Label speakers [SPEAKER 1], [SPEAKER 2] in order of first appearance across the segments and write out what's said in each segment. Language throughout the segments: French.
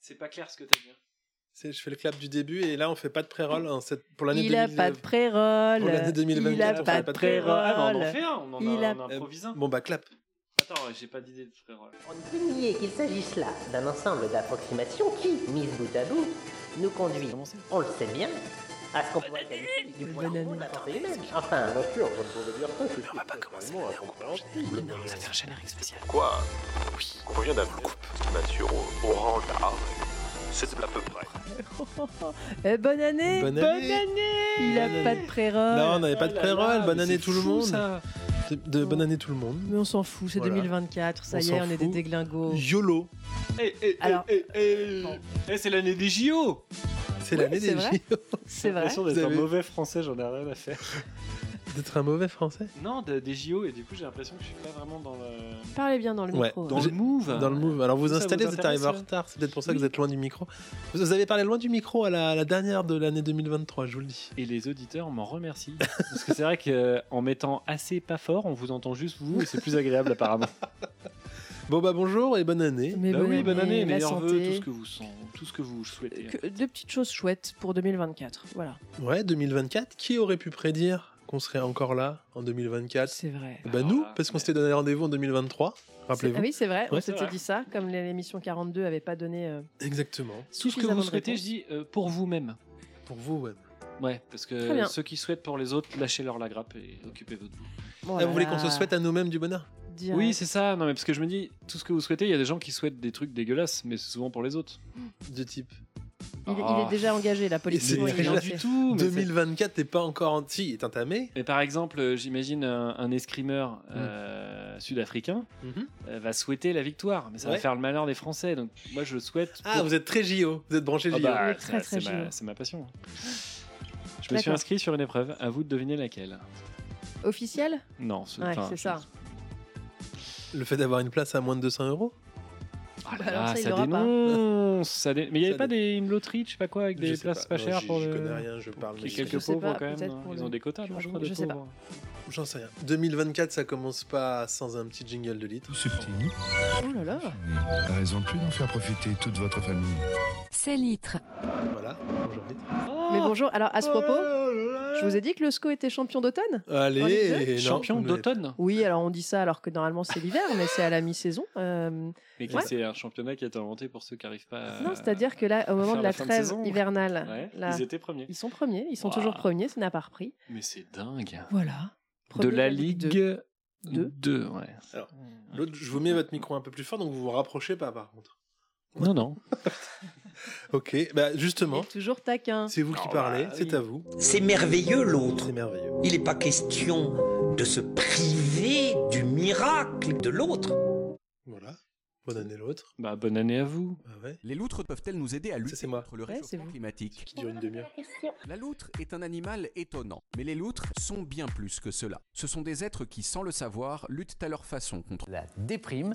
[SPEAKER 1] C'est pas clair ce que t'as dit.
[SPEAKER 2] C'est- Je fais le clap du début et là on fait pas de pré-roll hein, c'est- pour l'année
[SPEAKER 3] Il a
[SPEAKER 2] 2000.
[SPEAKER 3] pas de
[SPEAKER 2] Pour l'année
[SPEAKER 3] pré-roll.
[SPEAKER 2] 2024,
[SPEAKER 3] Il a
[SPEAKER 2] on fait
[SPEAKER 3] pas
[SPEAKER 2] pas
[SPEAKER 3] de
[SPEAKER 2] de
[SPEAKER 1] Frérol. Ah, bah, on en
[SPEAKER 3] pré-roll.
[SPEAKER 1] fait un, on en
[SPEAKER 3] Il
[SPEAKER 1] a,
[SPEAKER 3] a-
[SPEAKER 1] on improvise un.
[SPEAKER 2] Bon bah clap.
[SPEAKER 1] Attends, j'ai pas d'idée de frérol.
[SPEAKER 4] On ne peut nier qu'il s'agisse là d'un ensemble d'approximations qui, mises bout à bout, nous conduisent, on le sait bien, à ce qu'on pourrait qualifier du point de vue de la pensée humaine. Enfin,
[SPEAKER 5] Bien sûr, je ne pourrais dire ça, c'est on va pas commencer incompréhensible. Non, ça fait un spécial. Quoi Oui, combien d'avenir Mathieu, Ro- orange, arbre. C'est à peu près.
[SPEAKER 3] Euh, bonne année.
[SPEAKER 2] Bonne année.
[SPEAKER 3] Il a
[SPEAKER 2] Bonne
[SPEAKER 3] pas
[SPEAKER 2] année.
[SPEAKER 3] de pré-roll.
[SPEAKER 2] Là on n'avait pas de
[SPEAKER 1] Oh là
[SPEAKER 2] pré-roll.
[SPEAKER 1] là,
[SPEAKER 2] Bonne
[SPEAKER 1] mais
[SPEAKER 2] année
[SPEAKER 1] c'est
[SPEAKER 2] tout le
[SPEAKER 1] fou,
[SPEAKER 2] monde.
[SPEAKER 1] ça.
[SPEAKER 2] De, de bonne année tout le monde.
[SPEAKER 3] Mais on s'en fout, c'est
[SPEAKER 2] Voilà.
[SPEAKER 3] 2024. Ça
[SPEAKER 2] On
[SPEAKER 3] y
[SPEAKER 2] s'en
[SPEAKER 3] est, on est des
[SPEAKER 2] fout.
[SPEAKER 3] déglingos.
[SPEAKER 2] YOLO.
[SPEAKER 1] Eh, eh, eh,
[SPEAKER 3] Alors-
[SPEAKER 1] eh, eh. Eh, c'est l'année des JO
[SPEAKER 2] C'est
[SPEAKER 3] Oui,
[SPEAKER 2] l'année
[SPEAKER 3] c'est
[SPEAKER 2] des
[SPEAKER 3] vrai.
[SPEAKER 2] JO.
[SPEAKER 3] C'est
[SPEAKER 1] J'ai
[SPEAKER 3] vrai.
[SPEAKER 1] l'impression
[SPEAKER 2] Vous
[SPEAKER 1] d'être un
[SPEAKER 2] avez-
[SPEAKER 1] mauvais français, j'en ai rien à faire.
[SPEAKER 2] D'être un mauvais français.
[SPEAKER 1] Non, de- des JO, et du coup j'ai l'impression que je suis pas vraiment dans le...
[SPEAKER 3] Parlez bien dans le
[SPEAKER 2] Ouais.
[SPEAKER 3] micro. hein.
[SPEAKER 1] Dans le
[SPEAKER 2] J'ai-
[SPEAKER 1] move
[SPEAKER 2] Dans le move. Alors vous
[SPEAKER 1] Ça vous
[SPEAKER 2] installez, vous êtes arrivé en
[SPEAKER 1] intéresse, hein
[SPEAKER 2] retard. C'est peut-être pour ça que vous êtes loin du micro. Vous avez parlé loin du micro à la, à la dernière de l'année 2023, je vous le dis.
[SPEAKER 1] Et les auditeurs m'en remercient. Parce que c'est vrai qu'en mettant assez pas fort, on vous entend juste vous, et c'est plus agréable apparemment.
[SPEAKER 2] Bon bah bonjour et bonne année.
[SPEAKER 3] Mais
[SPEAKER 1] Bah
[SPEAKER 3] bonne
[SPEAKER 1] oui, bonne année,
[SPEAKER 3] la
[SPEAKER 1] meilleurs vœux, tout
[SPEAKER 3] santé.
[SPEAKER 1] ce que vous sent- tout ce que vous souhaitez.
[SPEAKER 3] Que- deux petites choses chouettes pour 2024. Voilà.
[SPEAKER 2] Ouais, 2024. Qui aurait pu prédire qu'on serait encore là en 2024
[SPEAKER 3] C'est vrai.
[SPEAKER 2] Bah nous,
[SPEAKER 1] Ah,
[SPEAKER 2] parce qu'on s'était donné rendez-vous en 2023.
[SPEAKER 3] Ah
[SPEAKER 2] Rappelez-vous.
[SPEAKER 3] oui, c'est vrai, on
[SPEAKER 2] Ouais.
[SPEAKER 1] C'est
[SPEAKER 3] s'était
[SPEAKER 1] vrai.
[SPEAKER 3] dit ça, comme l'émission 42 avait pas donné. euh,
[SPEAKER 2] Exactement.
[SPEAKER 1] Tout ce que vous
[SPEAKER 3] suffisamment de
[SPEAKER 1] souhaitez,
[SPEAKER 3] réponses.
[SPEAKER 1] je dis euh, pour vous-même.
[SPEAKER 2] Pour vous, ouais.
[SPEAKER 3] Oh
[SPEAKER 1] Ouais, parce
[SPEAKER 3] Très
[SPEAKER 1] que
[SPEAKER 3] bien.
[SPEAKER 1] ceux qui souhaitent pour les autres, lâchez-leur la grappe et occupez-vous de vous.
[SPEAKER 3] Bon,
[SPEAKER 2] Ah, vous voulez qu'on se
[SPEAKER 3] voilà.
[SPEAKER 2] souhaite à nous-mêmes du bonheur
[SPEAKER 3] Direct.
[SPEAKER 1] Oui, c'est ça. Non, mais parce que je me dis, tout ce que vous souhaitez, il y a des gens qui souhaitent des trucs dégueulasses, mais c'est souvent pour les autres.
[SPEAKER 2] Du type.
[SPEAKER 3] il, est- il
[SPEAKER 1] Ah.
[SPEAKER 3] est déjà engagé, la politique. hein,
[SPEAKER 2] c'est
[SPEAKER 3] Oui, il est
[SPEAKER 2] déjà-
[SPEAKER 1] rien
[SPEAKER 3] lancé.
[SPEAKER 1] du tout. mais c'est-
[SPEAKER 2] 2024 n'est pas encore anti, est entamé.
[SPEAKER 1] Mais par exemple, euh, j'imagine un, un
[SPEAKER 3] Mm.
[SPEAKER 1] escrimeur euh, sud-africain euh, va souhaiter la victoire, mais ça va
[SPEAKER 2] Ouais.
[SPEAKER 1] faire le malheur des Français. Donc moi, je souhaite.
[SPEAKER 2] Ah,
[SPEAKER 1] pour-
[SPEAKER 2] vous êtes très JO, vous êtes branché
[SPEAKER 1] Ah
[SPEAKER 2] JO.
[SPEAKER 1] bah,
[SPEAKER 3] Il
[SPEAKER 1] ça,
[SPEAKER 3] est très, très
[SPEAKER 1] c'est ma-
[SPEAKER 3] JO.
[SPEAKER 1] c'est ma passion. Je me suis
[SPEAKER 3] D'accord.
[SPEAKER 1] inscrit sur une épreuve. À vous de deviner laquelle.
[SPEAKER 3] Officiel
[SPEAKER 1] Non, c'est
[SPEAKER 3] Ouais,
[SPEAKER 1] enfin,
[SPEAKER 3] c'est
[SPEAKER 1] je-
[SPEAKER 3] ça.
[SPEAKER 2] Le fait d'avoir une place à moins de 200 euros
[SPEAKER 1] Ah là
[SPEAKER 3] Bah alors
[SPEAKER 1] là,
[SPEAKER 3] ça, il
[SPEAKER 1] ça,
[SPEAKER 3] l'aura pas.
[SPEAKER 1] dénonce. ça dé- Mais il n'y avait
[SPEAKER 2] Ça
[SPEAKER 1] pas des, une loterie, je sais pas quoi, avec des
[SPEAKER 2] Je sais
[SPEAKER 1] places pas,
[SPEAKER 2] Non,
[SPEAKER 1] chères
[SPEAKER 2] j'y-
[SPEAKER 1] pour
[SPEAKER 2] j'y
[SPEAKER 1] le.
[SPEAKER 2] connais rien, je parle.
[SPEAKER 1] Puis
[SPEAKER 2] mais-
[SPEAKER 1] quelques
[SPEAKER 3] Je sais
[SPEAKER 1] pauvres
[SPEAKER 3] pas,
[SPEAKER 1] quand même.
[SPEAKER 3] peut-être
[SPEAKER 1] hein.
[SPEAKER 3] pour
[SPEAKER 1] Ils
[SPEAKER 3] le-
[SPEAKER 1] ont des quotas, non,
[SPEAKER 3] Je-
[SPEAKER 1] je crois,
[SPEAKER 3] je
[SPEAKER 1] de
[SPEAKER 3] sais pas.
[SPEAKER 1] pauvres.
[SPEAKER 2] J'en sais rien. 2024, ça commence pas sans un petit jingle de litre.
[SPEAKER 6] Tout ce petit nid,
[SPEAKER 3] Oh là là
[SPEAKER 6] raison de plus d'en faire profiter toute votre famille.
[SPEAKER 7] C'est litre.
[SPEAKER 2] Voilà, bonjour litre.
[SPEAKER 1] Oh.
[SPEAKER 3] Mais bonjour, alors à ce propos, je vous ai dit que le SCO était champion d'automne On
[SPEAKER 2] Allez, non,
[SPEAKER 1] Champion
[SPEAKER 2] vous ne l'avez pas.
[SPEAKER 1] d'automne.
[SPEAKER 3] Oui, alors on dit ça alors que normalement c'est l'hiver, mais c'est à la mi-saison. Euh,
[SPEAKER 1] Mais que
[SPEAKER 3] Ouais.
[SPEAKER 1] c'est un championnat qui a été inventé pour ceux qui n'arrivent pas. à-
[SPEAKER 3] Non, c'est-à-dire que euh, là, au moment
[SPEAKER 1] Euh, faire
[SPEAKER 3] de
[SPEAKER 1] la
[SPEAKER 3] la
[SPEAKER 1] fin de
[SPEAKER 3] trêve
[SPEAKER 1] saison.
[SPEAKER 3] hivernale,
[SPEAKER 1] Ouais,
[SPEAKER 3] là,
[SPEAKER 1] Ils étaient premiers.
[SPEAKER 3] ils sont premiers, ils sont
[SPEAKER 1] Waouh.
[SPEAKER 3] toujours premiers, ça n'a pas repris.
[SPEAKER 1] Mais c'est dingue.
[SPEAKER 3] Voilà.
[SPEAKER 1] de la Ligue 2.
[SPEAKER 3] Deux.
[SPEAKER 1] ouais.
[SPEAKER 2] Alors, L'autre, je vous mets votre micro un peu plus fort, donc vous vous rapprochez pas par contre.
[SPEAKER 1] Non, non.
[SPEAKER 2] Ok, bah
[SPEAKER 3] Il
[SPEAKER 2] justement,
[SPEAKER 3] est toujours taquin.
[SPEAKER 2] c'est vous qui
[SPEAKER 1] Oh,
[SPEAKER 2] parlez,
[SPEAKER 1] bah,
[SPEAKER 2] c'est
[SPEAKER 1] oui.
[SPEAKER 2] à vous.
[SPEAKER 4] c'est merveilleux l'autre.
[SPEAKER 2] C'est merveilleux.
[SPEAKER 4] Il n'est pas question de se priver du miracle de l'autre.
[SPEAKER 2] Voilà. Bonne année l'autre.
[SPEAKER 1] Bah, bonne année à vous.
[SPEAKER 2] Bah ouais.
[SPEAKER 8] Les loutres peuvent-elles nous aider à
[SPEAKER 2] Ça,
[SPEAKER 8] lutter
[SPEAKER 2] c'est moi.
[SPEAKER 8] contre le
[SPEAKER 3] Ouais, c'est
[SPEAKER 8] réchauffement
[SPEAKER 3] vous.
[SPEAKER 8] climatique
[SPEAKER 2] Qui dure une demi-heure.
[SPEAKER 8] La loutre est un animal étonnant, mais les loutres sont bien plus que cela. Ce sont des êtres qui, sans le savoir, luttent à leur façon contre
[SPEAKER 4] La déprime.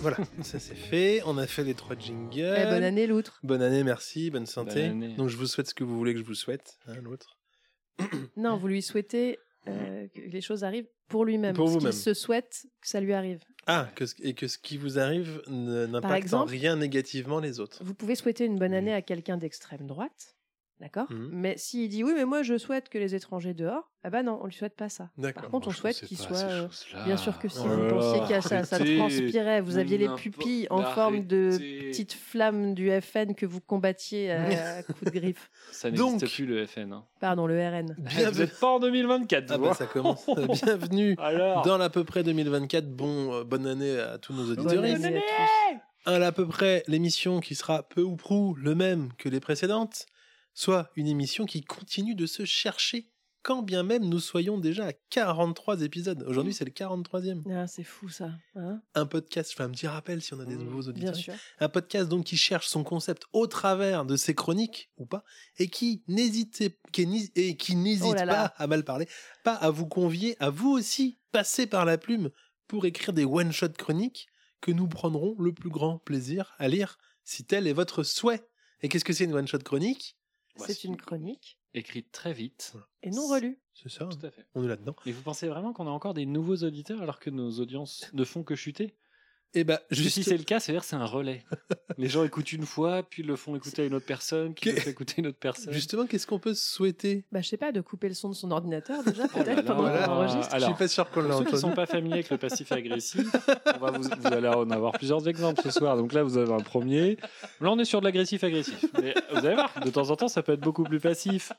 [SPEAKER 2] Voilà, ça c'est fait. On a fait les trois jingles.
[SPEAKER 3] Eh, bonne année, l'outre.
[SPEAKER 2] Bonne année, merci, bonne santé.
[SPEAKER 1] Bonne année.
[SPEAKER 2] Donc je vous souhaite ce que vous voulez que je vous souhaite, hein, l'autre.
[SPEAKER 3] Non, vous lui souhaitez euh, que les choses arrivent pour lui-même.
[SPEAKER 2] Pour
[SPEAKER 3] parce qu'il
[SPEAKER 2] vous-même.
[SPEAKER 3] se souhaite que ça lui arrive.
[SPEAKER 2] Ah, que ce- et que ce qui vous arrive ne-
[SPEAKER 3] Par
[SPEAKER 2] n'impacte en
[SPEAKER 3] exemple-
[SPEAKER 2] rien négativement les autres.
[SPEAKER 3] Vous pouvez souhaiter une bonne année à quelqu'un d'extrême droite, d'accord
[SPEAKER 2] Mhm.
[SPEAKER 3] Mais s'il dit oui, mais moi je souhaite que les étrangers dehors, ah bah non, on lui souhaite pas ça.
[SPEAKER 2] D'accord.
[SPEAKER 3] Par contre, on souhaite qu'il soit. euh, Bien sûr que si
[SPEAKER 2] Oh
[SPEAKER 3] vous
[SPEAKER 2] là
[SPEAKER 3] pensiez
[SPEAKER 2] là,
[SPEAKER 3] qu'à ça, ça
[SPEAKER 1] arrêtez.
[SPEAKER 3] transpirait, vous aviez les pupilles en forme de petites flammes du FN que vous combattiez euh, à à coups de griffe.
[SPEAKER 1] Ça n'existe
[SPEAKER 2] Donc-
[SPEAKER 1] plus le FN. hein.
[SPEAKER 3] Pardon, le RN.
[SPEAKER 2] Bienvenue-
[SPEAKER 1] Vous êtes pas en 2024,
[SPEAKER 2] Ah
[SPEAKER 1] vous,
[SPEAKER 2] bah
[SPEAKER 1] hein.
[SPEAKER 2] ça commence. Bienvenue
[SPEAKER 1] Alors.
[SPEAKER 2] dans l'à peu près 2024. Bon, euh, bonne année à tous nos
[SPEAKER 3] Bonne
[SPEAKER 2] auditeurs.
[SPEAKER 3] année à tous.
[SPEAKER 2] Un l'à peu près l'émission qui sera peu ou prou le même que les précédentes, soit une émission qui continue de se chercher, quand bien même nous soyons déjà à 43 épisodes. Aujourd'hui, c'est le 43e.
[SPEAKER 3] Ah, c'est fou ça, hein
[SPEAKER 2] Un podcast, je fais un petit rappel si on a des
[SPEAKER 1] Mmh,
[SPEAKER 2] nouveaux auditeurs.
[SPEAKER 3] bien sûr.
[SPEAKER 2] Un podcast donc qui cherche son concept au travers de ses chroniques ou pas, et qui n'hésite qui n'hés- et qui n'hésite
[SPEAKER 3] Oh là là.
[SPEAKER 2] pas à mal parler, pas à vous convier à vous aussi passer par la plume pour écrire des one shot chroniques que nous prendrons le plus grand plaisir à lire si tel est votre souhait. Et qu'est-ce que c'est une one shot chronique
[SPEAKER 1] Bah,
[SPEAKER 3] C'est une chronique
[SPEAKER 1] Écrite très vite.
[SPEAKER 3] et non relue.
[SPEAKER 2] C'est ça. hein.
[SPEAKER 1] Tout à fait.
[SPEAKER 2] On est là-dedans.
[SPEAKER 1] Mais vous pensez vraiment qu'on a encore des nouveaux auditeurs alors que nos audiences ne font que chuter
[SPEAKER 2] Et bah, juste...
[SPEAKER 1] Si c'est le cas, c'est-à-dire que c'est un relais. Les gens écoutent une fois, puis le font écouter à une autre personne, qui le
[SPEAKER 2] Qu'est-
[SPEAKER 1] fait écouter à une autre personne.
[SPEAKER 2] justement, qu'est-ce qu'on peut souhaiter
[SPEAKER 3] Bah, je sais pas, de couper le son de son ordinateur déjà,
[SPEAKER 1] Oh là
[SPEAKER 3] peut-être,
[SPEAKER 1] là.
[SPEAKER 3] pendant qu'on enregistre.
[SPEAKER 2] Je
[SPEAKER 1] Alors,
[SPEAKER 2] suis pas sûr qu'on l'a
[SPEAKER 1] Pour ceux qui ne sont
[SPEAKER 2] entendu.
[SPEAKER 1] pas familiers avec le passif agressif, on va vous, vous allez en avoir plusieurs exemples ce soir. Donc là, vous avez un premier. Là, on est sur de l'agressif agressif. Mais vous allez voir, de temps en temps, ça peut être beaucoup plus passif.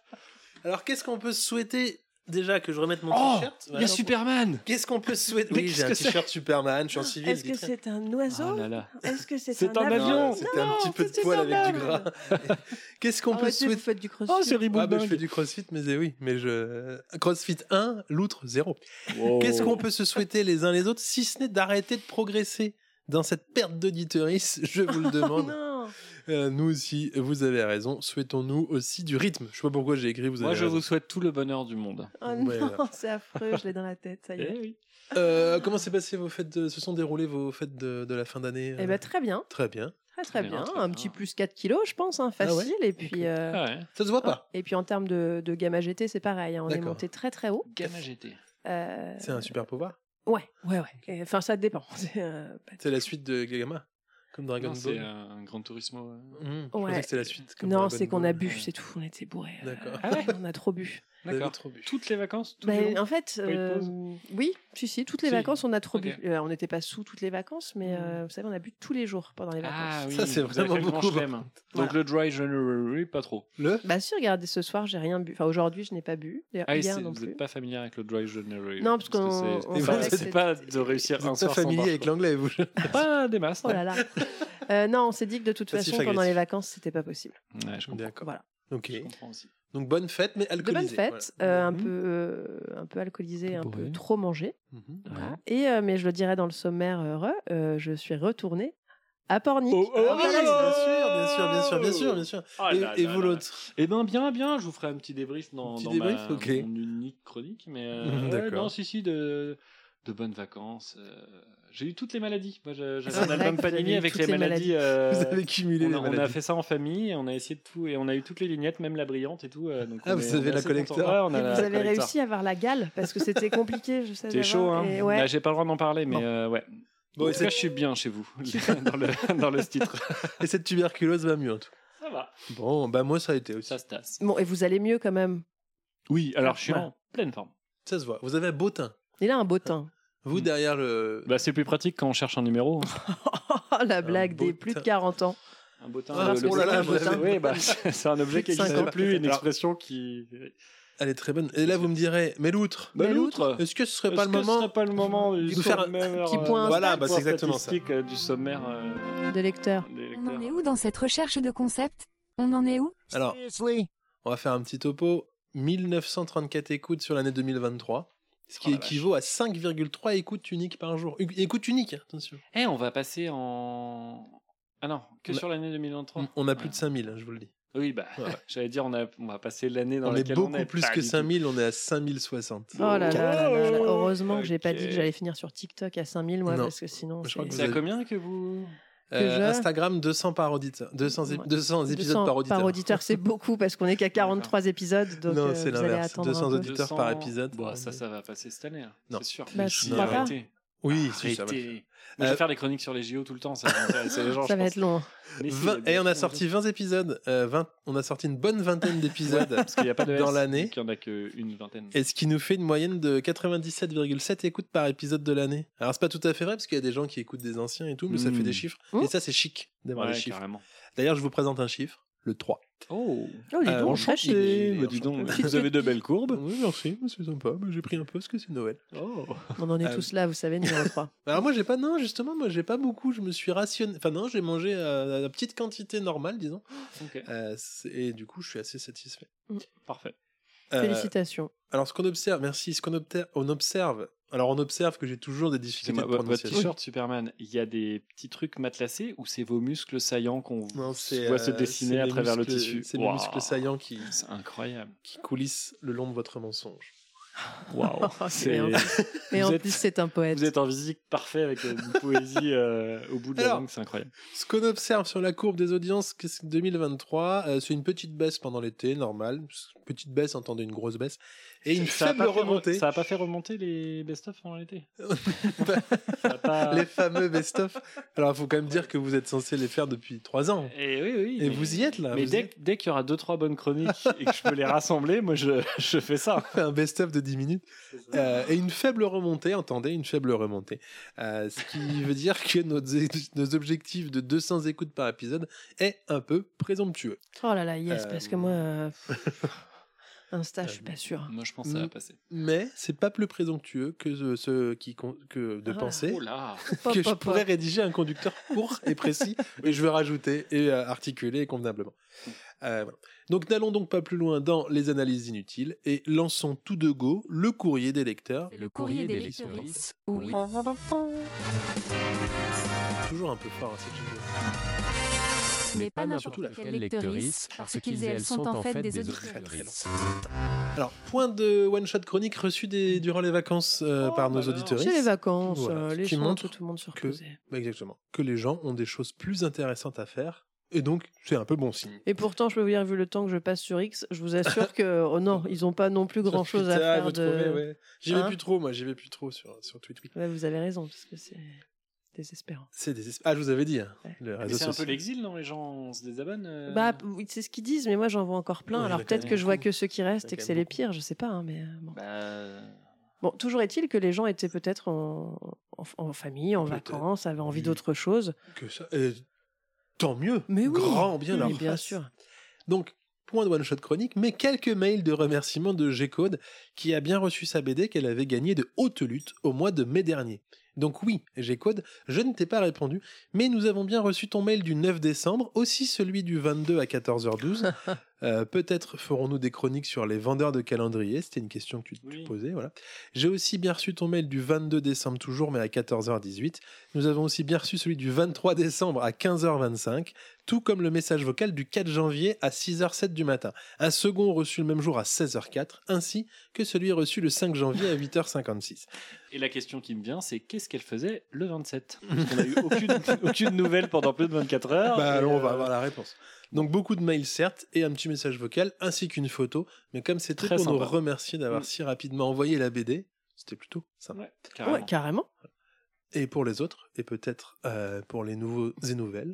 [SPEAKER 2] Alors, qu'est-ce qu'on peut souhaiter déjà que je remette mon
[SPEAKER 1] Oh,
[SPEAKER 2] t-shirt
[SPEAKER 1] il y a Superman
[SPEAKER 2] Qu'est-ce qu'on peut souhaiter
[SPEAKER 1] Mais
[SPEAKER 2] Oui, j'ai un
[SPEAKER 1] qu'est-ce que
[SPEAKER 2] t-shirt Superman, je suis en civil.
[SPEAKER 3] Est-ce que
[SPEAKER 2] vitré.
[SPEAKER 3] c'est un
[SPEAKER 1] Oh
[SPEAKER 3] oiseau
[SPEAKER 1] là là.
[SPEAKER 3] Est-ce que c'est
[SPEAKER 1] C'est
[SPEAKER 3] un,
[SPEAKER 1] un
[SPEAKER 2] Non,
[SPEAKER 1] avion.
[SPEAKER 3] avion
[SPEAKER 2] C'était un
[SPEAKER 3] Non,
[SPEAKER 2] petit peu de
[SPEAKER 3] c'est
[SPEAKER 2] poil
[SPEAKER 3] un
[SPEAKER 2] avec du gras.
[SPEAKER 3] homme.
[SPEAKER 2] Qu'est-ce qu'on peut
[SPEAKER 3] Arrêtez, vous
[SPEAKER 2] souhaiter
[SPEAKER 3] faites du crossfit.
[SPEAKER 1] Oh, c'est
[SPEAKER 2] ah, bah,
[SPEAKER 1] riboudin.
[SPEAKER 2] je fais du crossfit, mais eh oui, mais je. Crossfit 1, l'outre 0.
[SPEAKER 1] Wow.
[SPEAKER 2] Qu'est-ce qu'on peut se souhaiter les uns les autres, si ce n'est d'arrêter de progresser dans cette perte d'auditoris Je vous le
[SPEAKER 3] Oh
[SPEAKER 2] demande.
[SPEAKER 3] non
[SPEAKER 2] Euh, nous aussi, vous avez raison. Souhaitons-nous aussi du rythme. Je sais pas pourquoi j'ai écrit, vous avez
[SPEAKER 1] Moi, je
[SPEAKER 2] raison.
[SPEAKER 1] vous souhaite tout le bonheur du monde.
[SPEAKER 3] Oh
[SPEAKER 2] Ouais,
[SPEAKER 3] non, c'est affreux, je l'ai dans la tête, ça y est.
[SPEAKER 1] Eh oui.
[SPEAKER 2] Euh, comment s'est passé vos fêtes de- Se sont déroulées vos fêtes de, de la fin d'année
[SPEAKER 3] Eh
[SPEAKER 2] euh,
[SPEAKER 3] ben très bien, Ah,
[SPEAKER 2] Très bien.
[SPEAKER 3] très très
[SPEAKER 1] Très bien,
[SPEAKER 3] bien.
[SPEAKER 1] très
[SPEAKER 3] Un
[SPEAKER 1] bien.
[SPEAKER 3] petit plus 4 kilos, je pense, hein,
[SPEAKER 2] Ah ouais
[SPEAKER 3] facile. Et puis. euh,
[SPEAKER 1] Ah ouais.
[SPEAKER 2] Ça se voit pas.
[SPEAKER 3] Et puis en termes de, de gamma GT, c'est pareil. hein, on est
[SPEAKER 2] D'accord.
[SPEAKER 3] monté très très haut.
[SPEAKER 1] Gamma GT.
[SPEAKER 3] Euh,
[SPEAKER 2] C'est un super pouvoir.
[SPEAKER 3] Ouais, ouais, ouais. Et, Enfin, ça dépend. C'est, euh, pas-
[SPEAKER 2] C'est la suite de Gagama, comme Dragon
[SPEAKER 1] Non,
[SPEAKER 2] Ball.
[SPEAKER 1] c'est euh, un grand tourisme.
[SPEAKER 2] Mmh, je
[SPEAKER 3] Ouais.
[SPEAKER 2] pensais que c'était la suite. comme
[SPEAKER 3] non,
[SPEAKER 2] Dragon
[SPEAKER 3] c'est qu'on a
[SPEAKER 2] Ball.
[SPEAKER 3] bu, c'est tout. On était bourrés. euh,
[SPEAKER 2] D'accord.
[SPEAKER 1] Ah ouais
[SPEAKER 3] on a trop bu.
[SPEAKER 2] Vous avez
[SPEAKER 1] D'accord.
[SPEAKER 2] trop bu.
[SPEAKER 1] Toutes les vacances tout
[SPEAKER 3] Bah,
[SPEAKER 1] le long
[SPEAKER 3] en fait,
[SPEAKER 1] Pas eu de
[SPEAKER 3] euh, oui, si, si, toutes les
[SPEAKER 1] Si.
[SPEAKER 3] vacances, on a trop
[SPEAKER 1] Ok.
[SPEAKER 3] bu. Euh, on n'était pas sous toutes les vacances, mais
[SPEAKER 1] Hmm.
[SPEAKER 3] euh, vous savez, on a bu tous les jours pendant les vacances.
[SPEAKER 1] Ah oui,
[SPEAKER 2] Ça, c'est
[SPEAKER 1] vous avez
[SPEAKER 2] vraiment
[SPEAKER 1] fait le grand
[SPEAKER 2] beaucoup. hein.
[SPEAKER 1] chelem. hein. Donc le Dry January, pas trop.
[SPEAKER 2] Le
[SPEAKER 3] Bah si, regardez, ce soir, j'ai rien bu. Enfin, aujourd'hui, je n'ai pas bu. D'ailleurs,
[SPEAKER 1] Ah, et
[SPEAKER 3] hier
[SPEAKER 1] c'est-
[SPEAKER 3] non
[SPEAKER 1] vous
[SPEAKER 3] plus.
[SPEAKER 1] n'êtes pas familier avec le Dry January.
[SPEAKER 3] Non, parce
[SPEAKER 1] que
[SPEAKER 3] qu'on-
[SPEAKER 1] c'est-
[SPEAKER 3] on
[SPEAKER 1] c'est
[SPEAKER 2] savait
[SPEAKER 1] pas-
[SPEAKER 2] que
[SPEAKER 1] c'est
[SPEAKER 3] c'était-
[SPEAKER 1] pas de réussir
[SPEAKER 2] Vous
[SPEAKER 1] un
[SPEAKER 2] êtes pas
[SPEAKER 1] soir sans
[SPEAKER 2] familier
[SPEAKER 1] barre,
[SPEAKER 2] avec
[SPEAKER 1] quoi.
[SPEAKER 2] l'anglais, vous
[SPEAKER 1] Pas des masses. hein.
[SPEAKER 3] Oh là là. Euh, non, on s'est dit que de toute
[SPEAKER 2] Passif
[SPEAKER 3] façon, pendant
[SPEAKER 2] agressif.
[SPEAKER 3] les vacances, c'était pas possible.
[SPEAKER 1] Ouais, je comprends.
[SPEAKER 2] D'accord.
[SPEAKER 3] Voilà.
[SPEAKER 2] Ok.
[SPEAKER 1] Je comprends aussi.
[SPEAKER 2] Donc bonne fête, mais
[SPEAKER 3] De bonnes
[SPEAKER 2] alcoolisée.
[SPEAKER 3] fêtes,
[SPEAKER 2] voilà.
[SPEAKER 3] euh, un
[SPEAKER 2] Mhm.
[SPEAKER 3] peu, euh, un peu alcoolisé, un peu
[SPEAKER 1] Bourré.
[SPEAKER 3] trop mangé.
[SPEAKER 2] Mhm.
[SPEAKER 1] Ouais.
[SPEAKER 3] Voilà. Et euh, mais je le dirais dans le sommaire heureux, euh, je suis retournée à Pornic.
[SPEAKER 1] Oh, oh,
[SPEAKER 2] Ah oui,
[SPEAKER 1] oh,
[SPEAKER 2] bien sûr, bien sûr, bien sûr, bien sûr, bien sûr.
[SPEAKER 1] Ah
[SPEAKER 2] Et,
[SPEAKER 1] là
[SPEAKER 2] et
[SPEAKER 1] là
[SPEAKER 2] vous
[SPEAKER 1] là.
[SPEAKER 2] l'autre
[SPEAKER 1] Eh ben bien, bien, je vous ferai un petit débrief dans,
[SPEAKER 2] Petit
[SPEAKER 1] dans
[SPEAKER 2] débrief,
[SPEAKER 1] ma,
[SPEAKER 2] ok.
[SPEAKER 1] mon unique chronique. Mais euh,
[SPEAKER 2] Mhm,
[SPEAKER 1] ouais,
[SPEAKER 2] d'accord.
[SPEAKER 1] non, si, si, de, de bonnes vacances. euh, j'ai eu toutes les maladies. Moi, je- j'avais
[SPEAKER 3] C'est
[SPEAKER 1] un
[SPEAKER 3] vrai
[SPEAKER 1] album
[SPEAKER 3] que vous avez
[SPEAKER 1] Panini
[SPEAKER 3] eu
[SPEAKER 1] avec
[SPEAKER 3] toutes
[SPEAKER 1] les
[SPEAKER 3] les
[SPEAKER 1] maladies.
[SPEAKER 3] maladies.
[SPEAKER 1] euh,
[SPEAKER 2] Vous avez cumulé
[SPEAKER 1] on,
[SPEAKER 2] les
[SPEAKER 1] a, on a
[SPEAKER 2] maladies.
[SPEAKER 1] fait ça en famille, et on a essayé de tout, et on a eu toutes les vignettes, même la brillante et tout. euh, donc
[SPEAKER 2] Ah,
[SPEAKER 1] on
[SPEAKER 2] vous
[SPEAKER 1] est- on
[SPEAKER 2] avez
[SPEAKER 1] est
[SPEAKER 2] la
[SPEAKER 1] assez
[SPEAKER 2] collector.
[SPEAKER 1] content. Ouais, on
[SPEAKER 3] Et
[SPEAKER 1] a la
[SPEAKER 3] vous avez
[SPEAKER 1] collector.
[SPEAKER 3] réussi à avoir la gale parce que c'était compliqué, je sais.
[SPEAKER 1] C'était chaud,
[SPEAKER 3] d'avoir.
[SPEAKER 1] hein.
[SPEAKER 3] Et ouais.
[SPEAKER 1] Bah, j'ai pas le droit d'en parler, mais
[SPEAKER 2] Non.
[SPEAKER 1] euh, ouais.
[SPEAKER 2] Bon,
[SPEAKER 1] en
[SPEAKER 2] et
[SPEAKER 1] tout cas,
[SPEAKER 2] cette,
[SPEAKER 1] je suis bien chez vous, dans le, dans le titre.
[SPEAKER 2] et cette tuberculose va mieux en tout.
[SPEAKER 1] Ça va.
[SPEAKER 2] cas. Bon, bah moi ça a été aussi. Ça,
[SPEAKER 1] Ça se tasse.
[SPEAKER 3] Bon, et vous allez mieux quand même.
[SPEAKER 1] Oui, alors je suis
[SPEAKER 3] Voilà.
[SPEAKER 1] en pleine forme.
[SPEAKER 2] se voit. Vous avez un beau teint.
[SPEAKER 3] Il a un beau teint.
[SPEAKER 2] Vous
[SPEAKER 1] Mm.
[SPEAKER 2] derrière le.
[SPEAKER 1] Bah, c'est plus pratique quand on cherche un numéro.
[SPEAKER 3] Oh, la blague
[SPEAKER 2] beau
[SPEAKER 3] des plus de
[SPEAKER 2] teint.
[SPEAKER 3] 40 ans.
[SPEAKER 1] Un beau teint.
[SPEAKER 2] Ah,
[SPEAKER 1] le-
[SPEAKER 2] parce
[SPEAKER 1] le
[SPEAKER 2] qu'on l'a
[SPEAKER 1] beau
[SPEAKER 2] là,
[SPEAKER 1] teint,
[SPEAKER 2] vous
[SPEAKER 1] le beau teint.
[SPEAKER 2] l'avez.
[SPEAKER 1] Oui, bah, c'est un objet qui
[SPEAKER 3] Plus de
[SPEAKER 1] n'existe
[SPEAKER 2] 50.
[SPEAKER 1] plus, une expression qui.
[SPEAKER 2] Elle est très bonne. Et là vous me direz, mais l'outre.
[SPEAKER 1] Bah,
[SPEAKER 3] Mais
[SPEAKER 1] l'outre
[SPEAKER 2] Est-ce que ce serait
[SPEAKER 1] Est-ce
[SPEAKER 2] pas le
[SPEAKER 1] que ce
[SPEAKER 2] moment
[SPEAKER 1] serait pas le moment
[SPEAKER 2] de
[SPEAKER 1] du
[SPEAKER 2] faire un
[SPEAKER 1] sommaire,
[SPEAKER 3] petit
[SPEAKER 1] euh,
[SPEAKER 3] point
[SPEAKER 2] Voilà,
[SPEAKER 1] petit
[SPEAKER 2] bah, c'est
[SPEAKER 1] point
[SPEAKER 2] exactement ça.
[SPEAKER 1] statistique, euh, du sommaire euh,
[SPEAKER 3] De lecteur.
[SPEAKER 1] des
[SPEAKER 7] On en
[SPEAKER 1] lecteurs.
[SPEAKER 7] est où dans cette recherche de concept On en est où
[SPEAKER 2] Alors, on va faire un petit topo. 1934 écoutes sur l'année 2023, ce
[SPEAKER 1] Oh
[SPEAKER 2] qui
[SPEAKER 1] la
[SPEAKER 2] équivaut à 5,3 écoutes uniques par jour. Une- Écoutes uniques, hein, attention.
[SPEAKER 1] Eh, on va passer en. Ah non, que
[SPEAKER 2] On a-
[SPEAKER 1] sur l'année 2023.
[SPEAKER 2] On a plus de 5000, hein, je vous le dis.
[SPEAKER 1] Oui, bah,
[SPEAKER 2] Ouais.
[SPEAKER 1] j'allais dire, on, a, on va passer l'année dans
[SPEAKER 2] on est
[SPEAKER 1] laquelle
[SPEAKER 2] beaucoup
[SPEAKER 1] on est.
[SPEAKER 2] plus
[SPEAKER 1] Pas
[SPEAKER 2] que
[SPEAKER 1] du tout.
[SPEAKER 2] 5000, on est à 5060.
[SPEAKER 3] Oh là là, là là là. Heureusement que j'ai pas
[SPEAKER 1] Ok.
[SPEAKER 3] dit que j'allais finir sur TikTok à 5000 moi
[SPEAKER 2] Non.
[SPEAKER 3] parce que sinon.
[SPEAKER 2] Je crois
[SPEAKER 3] c'est-
[SPEAKER 1] C'est à combien que vous.
[SPEAKER 2] Euh,
[SPEAKER 3] je-
[SPEAKER 2] Instagram, 200 par auditeur. 200, ép-
[SPEAKER 3] Ouais.
[SPEAKER 2] 200 épisodes
[SPEAKER 3] 200
[SPEAKER 2] par auditeur.
[SPEAKER 3] c'est beaucoup parce qu'on est qu'à 43 épisodes. Donc
[SPEAKER 2] Non,
[SPEAKER 3] euh,
[SPEAKER 2] c'est
[SPEAKER 3] vous allez
[SPEAKER 2] l'inverse.
[SPEAKER 3] attendre un
[SPEAKER 2] 200
[SPEAKER 3] peu.
[SPEAKER 2] auditeurs. Auditeur par épisode.
[SPEAKER 1] Bon, ça, ça va passer cette année. hein.
[SPEAKER 2] Non.
[SPEAKER 1] C'est sûr.
[SPEAKER 3] Bah,
[SPEAKER 2] je crois pas.
[SPEAKER 1] Arrêtez.
[SPEAKER 2] Oui, si, ça va.
[SPEAKER 1] Arrêtez. Moi, je
[SPEAKER 2] Euh,
[SPEAKER 1] vais faire des chroniques sur les JO tout le temps. Ça va intéresser les gens.
[SPEAKER 3] Ça va être long. hein.
[SPEAKER 2] Vingt- et on a sorti 20 épisodes. euh, 20 on a sorti une bonne vingtaine d'épisodes.
[SPEAKER 1] Parce qu'il n'y a pas de
[SPEAKER 2] dans
[SPEAKER 1] S,
[SPEAKER 2] l'année.
[SPEAKER 1] donc Il n'y en a qu'une vingtaine.
[SPEAKER 2] Et ce qui nous fait une moyenne de 97,7 écoutes par épisode de l'année. Alors c'est pas tout à fait vrai parce qu'il y a des gens qui écoutent des anciens et tout, mais ça
[SPEAKER 1] Mm.
[SPEAKER 2] fait des chiffres.
[SPEAKER 3] Mm.
[SPEAKER 2] Et ça c'est chic d'avoir
[SPEAKER 1] Ouais,
[SPEAKER 2] les chiffres.
[SPEAKER 1] carrément.
[SPEAKER 2] D'ailleurs je vous présente un chiffre, le 3.
[SPEAKER 1] Oh,
[SPEAKER 3] Oh, dis
[SPEAKER 2] Euh,
[SPEAKER 3] donc,
[SPEAKER 2] enchanté,
[SPEAKER 1] Eh,
[SPEAKER 3] très chic.
[SPEAKER 2] mais dis donc,
[SPEAKER 1] bah, vous avez de belles courbes.
[SPEAKER 2] Oh, bah, Oui merci, c'est sympa, mais j'ai pris un peu parce que c'est Noël.
[SPEAKER 3] On en est
[SPEAKER 2] Euh,
[SPEAKER 3] tous là, vous savez, numéro 3.
[SPEAKER 2] Alors moi j'ai pas, non justement, moi j'ai pas beaucoup, je me suis rationné. Enfin non, j'ai mangé euh, à la petite quantité normale disons.
[SPEAKER 1] Ok,
[SPEAKER 2] Euh, c'est- et du coup je suis assez satisfait.
[SPEAKER 1] parfait.
[SPEAKER 2] Euh,
[SPEAKER 3] Félicitations.
[SPEAKER 2] alors ce qu'on observe, merci, ce qu'on obter- on observe, alors on observe que j'ai toujours des
[SPEAKER 1] C'est
[SPEAKER 2] difficultés
[SPEAKER 1] ma,
[SPEAKER 2] de
[SPEAKER 1] votre
[SPEAKER 2] prononciation.
[SPEAKER 1] t-shirt Superman, il y a des petits trucs matelassés ou c'est vos muscles saillants qu'on
[SPEAKER 2] Non,
[SPEAKER 1] voit
[SPEAKER 2] c'est,
[SPEAKER 1] se
[SPEAKER 2] euh, c'est
[SPEAKER 1] dessiner à
[SPEAKER 2] mes
[SPEAKER 1] travers
[SPEAKER 2] muscles-
[SPEAKER 1] le tissu
[SPEAKER 2] C'est mes
[SPEAKER 1] Waouh.
[SPEAKER 2] muscles saillants qui,
[SPEAKER 1] C'est incroyable.
[SPEAKER 2] qui coulissent le long de votre mensonge.
[SPEAKER 1] Waouh. c'est-
[SPEAKER 3] merde. Mais
[SPEAKER 1] Vous
[SPEAKER 3] en
[SPEAKER 1] êtes-
[SPEAKER 3] plus, c'est un poète.
[SPEAKER 1] Vous êtes en physique parfait avec euh, une poésie euh, au bout de la
[SPEAKER 2] Alors.
[SPEAKER 1] langue, c'est incroyable.
[SPEAKER 2] Ce qu'on observe sur la courbe des audiences qu'est-ce que 2023, euh, c'est une petite baisse pendant l'été, normal. Petite baisse, entendez une grosse baisse. Et une
[SPEAKER 1] Ça a
[SPEAKER 2] faible
[SPEAKER 1] pas fait re-
[SPEAKER 2] remontée.
[SPEAKER 1] Ça a pas fait remonter les best-of pendant l'été Ça a pas-
[SPEAKER 2] Les fameux best-of. Alors, il faut quand même dire que vous êtes censé les faire depuis trois ans.
[SPEAKER 1] Et oui, oui.
[SPEAKER 2] Et
[SPEAKER 1] mais-
[SPEAKER 2] vous y êtes là.
[SPEAKER 1] Mais
[SPEAKER 2] vous
[SPEAKER 1] dès,
[SPEAKER 2] y êtes.
[SPEAKER 1] que- dès qu'il y aura deux trois bonnes chroniques et que je peux les rassembler, moi je, je fais ça.
[SPEAKER 2] Fait un best-of de 10 minutes. Euh, et une faible remontée, entendez, une faible remontée. Euh, ce qui veut dire que nos, nos objectifs de 200 écoutes par épisode est un peu présomptueux.
[SPEAKER 3] Oh là là, yes,
[SPEAKER 2] Euh,
[SPEAKER 3] parce que moi. euh, Insta, je suis pas sûre.
[SPEAKER 1] Moi je pense
[SPEAKER 2] que ça va
[SPEAKER 1] passer.
[SPEAKER 2] Mais c'est pas plus présomptueux que ce, ce qui con- que de
[SPEAKER 3] Ah.
[SPEAKER 2] penser
[SPEAKER 1] Oh là
[SPEAKER 3] Pop,
[SPEAKER 2] que je
[SPEAKER 3] pop, pop.
[SPEAKER 2] pourrais rédiger un conducteur court et précis et je vais rajouter et euh, articuler convenablement. Euh, voilà. Donc n'allons donc pas plus loin dans les analyses inutiles et lançons tout de go le courrier des lecteurs.
[SPEAKER 7] Le courrier des lectrices. Oui.
[SPEAKER 2] Toujours un peu fort hein, cette jingle.
[SPEAKER 7] Mais pas
[SPEAKER 2] surtout la
[SPEAKER 7] n'importe quelle lectrice, parce qu'ils et elles sont en fait des auditrices.
[SPEAKER 2] Alors point de one shot chronique reçu des- durant les vacances euh,
[SPEAKER 1] Oh,
[SPEAKER 2] par nos
[SPEAKER 1] bah alors.
[SPEAKER 2] auditeurs.
[SPEAKER 3] C'est les vacances,
[SPEAKER 2] Voilà,
[SPEAKER 3] euh,
[SPEAKER 2] ce
[SPEAKER 3] les
[SPEAKER 2] qui
[SPEAKER 3] gens,
[SPEAKER 2] montre
[SPEAKER 3] tout le monde se
[SPEAKER 2] que-
[SPEAKER 3] reposait.
[SPEAKER 2] Exactement. Que les gens ont des choses plus intéressantes à faire et donc c'est un peu bon signe.
[SPEAKER 3] Et pourtant, je peux vous dire, vu le temps que je passe sur X, je vous assure que, oh non, ils n'ont pas non plus grand chose à
[SPEAKER 2] Putain,
[SPEAKER 3] faire
[SPEAKER 2] vous
[SPEAKER 3] de.
[SPEAKER 2] trouvez, ouais. J'y vais
[SPEAKER 3] Hein
[SPEAKER 2] plus trop, moi, j'y vais plus trop sur, sur Twitter.
[SPEAKER 3] Ouais, vous avez raison, parce que c'est désespérant.
[SPEAKER 2] C'est des Ah, je vous avais dit, hein,
[SPEAKER 3] Ouais.
[SPEAKER 2] le réseau
[SPEAKER 1] C'est un peu
[SPEAKER 2] social.
[SPEAKER 1] l'exil, non Les gens se désabonnent euh,
[SPEAKER 3] Bah, oui, c'est ce qu'ils disent, mais moi j'en vois encore plein.
[SPEAKER 2] Ouais, il y en
[SPEAKER 3] Alors
[SPEAKER 2] a
[SPEAKER 3] peut-être
[SPEAKER 1] quand
[SPEAKER 3] que je vois
[SPEAKER 2] même
[SPEAKER 3] que ceux qui restent
[SPEAKER 2] Il y en a
[SPEAKER 3] et que
[SPEAKER 2] quand
[SPEAKER 3] c'est
[SPEAKER 2] même
[SPEAKER 3] les
[SPEAKER 2] beaucoup.
[SPEAKER 3] pires, je sais pas. hein, mais euh, bon.
[SPEAKER 1] bah,
[SPEAKER 3] Bon, toujours est-il que les gens étaient peut-être en, en- en famille, en
[SPEAKER 2] Peut-être.
[SPEAKER 3] vacances, avaient envie
[SPEAKER 2] Oui.
[SPEAKER 3] d'autre chose.
[SPEAKER 2] que ça. Et tant mieux.
[SPEAKER 3] Mais oui,
[SPEAKER 2] Grand bien
[SPEAKER 3] oui,
[SPEAKER 2] leur
[SPEAKER 3] bien
[SPEAKER 2] fasse.
[SPEAKER 3] sûr.
[SPEAKER 2] Donc, point de One Shot Chronique, mais quelques mails de remerciements de G-Code qui a bien reçu sa BD qu'elle avait gagnée de haute lutte au mois de mai dernier. Donc oui, G-Code, je ne t'ai pas répondu, mais nous avons bien reçu ton mail du 9 décembre, aussi celui du 22 à 14h12. Euh, Peut-être ferons-nous des chroniques sur les vendeurs de calendrier, c'était une question que tu te
[SPEAKER 1] Oui.
[SPEAKER 2] posais, voilà. J'ai aussi bien reçu ton mail du 22 décembre toujours, mais à 14h18. Nous avons aussi bien reçu celui du 23 décembre à 15h25 tout comme le message vocal du 4 janvier à 6h07 du matin, un second reçu le même jour à 16h04, ainsi que celui reçu le 5 janvier à 8h56.
[SPEAKER 1] Et la question qui me vient, c'est qu'est-ce qu'elle faisait le 27 Parce qu'on n'a eu aucune, aucune nouvelle pendant plus de 24 heures.
[SPEAKER 2] Bah,
[SPEAKER 1] Et,
[SPEAKER 2] alors, on va
[SPEAKER 1] euh,
[SPEAKER 2] avoir la réponse. Donc beaucoup de mails certes et un petit message vocal ainsi qu'une photo, mais comme c'était
[SPEAKER 1] Très
[SPEAKER 2] pour nous
[SPEAKER 1] sympa.
[SPEAKER 2] remercier d'avoir
[SPEAKER 1] Mm.
[SPEAKER 2] si rapidement envoyé la BD, c'était plutôt sympa.
[SPEAKER 1] Ouais, carrément.
[SPEAKER 3] Ouais, carrément.
[SPEAKER 2] Et pour les autres, et peut-être euh, pour les nouveaux et nouvelles.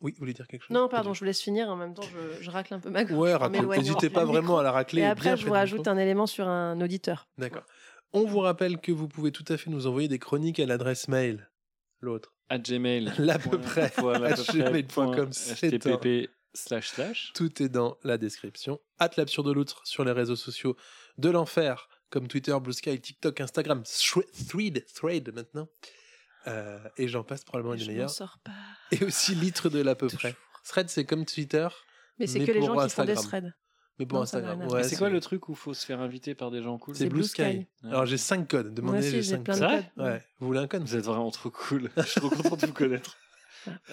[SPEAKER 2] Oui, vous voulez dire quelque chose
[SPEAKER 3] Non, pardon, je vous laisse finir. En même temps, je, je racle un peu ma gorge.
[SPEAKER 2] Ouais,
[SPEAKER 3] en
[SPEAKER 2] raconte-
[SPEAKER 3] m'éloignant
[SPEAKER 2] n'hésitez
[SPEAKER 3] du
[SPEAKER 2] pas
[SPEAKER 3] micro.
[SPEAKER 2] vraiment à la racler.
[SPEAKER 3] Et
[SPEAKER 2] bien
[SPEAKER 3] après, je
[SPEAKER 2] près du
[SPEAKER 3] vous rajoute
[SPEAKER 2] micro.
[SPEAKER 3] un élément sur un auditeur.
[SPEAKER 2] D'accord. On vous rappelle que vous pouvez tout à fait nous envoyer des chroniques à l'adresse mail. L'autre.
[SPEAKER 1] À Gmail.
[SPEAKER 2] Là, à peu près.
[SPEAKER 1] Voilà, à peu près.
[SPEAKER 2] gmail.com, c'est
[SPEAKER 1] http slash slash.
[SPEAKER 2] Tout est dans la description. At l'absurde l'autre sur les réseaux sociaux de l'enfer, comme Twitter, Blue Sky, TikTok, Instagram, Thre- Thread, Thread maintenant. Euh, et j'en passe probablement les
[SPEAKER 3] je m'en
[SPEAKER 2] meilleurs.
[SPEAKER 3] sors pas.
[SPEAKER 2] Et aussi litre de l'à peu près.
[SPEAKER 3] toujours.
[SPEAKER 2] Thread, c'est comme Twitter,
[SPEAKER 3] Mais c'est
[SPEAKER 2] Mais
[SPEAKER 3] que les
[SPEAKER 2] pour
[SPEAKER 3] gens qui font des
[SPEAKER 2] Instagram.
[SPEAKER 3] threads.
[SPEAKER 2] mais pour
[SPEAKER 3] Non, ça n'a
[SPEAKER 2] Instagram.
[SPEAKER 3] rien à voir.
[SPEAKER 1] Et c'est quoi le truc où faut se faire inviter par des gens cool
[SPEAKER 2] C'est
[SPEAKER 3] C'est
[SPEAKER 2] Blue
[SPEAKER 3] Blue
[SPEAKER 2] Sky.
[SPEAKER 3] Sky.
[SPEAKER 2] Alors j'ai 5 codes.
[SPEAKER 3] Moi
[SPEAKER 2] Demandez
[SPEAKER 3] aussi,
[SPEAKER 2] les
[SPEAKER 3] j'ai
[SPEAKER 2] 5
[SPEAKER 3] plein
[SPEAKER 2] codes.
[SPEAKER 3] de
[SPEAKER 1] C'est vrai
[SPEAKER 3] codes.
[SPEAKER 2] Ouais. Vous voulez un code
[SPEAKER 1] Vous êtes vraiment trop cool. Je suis trop content de vous connaître.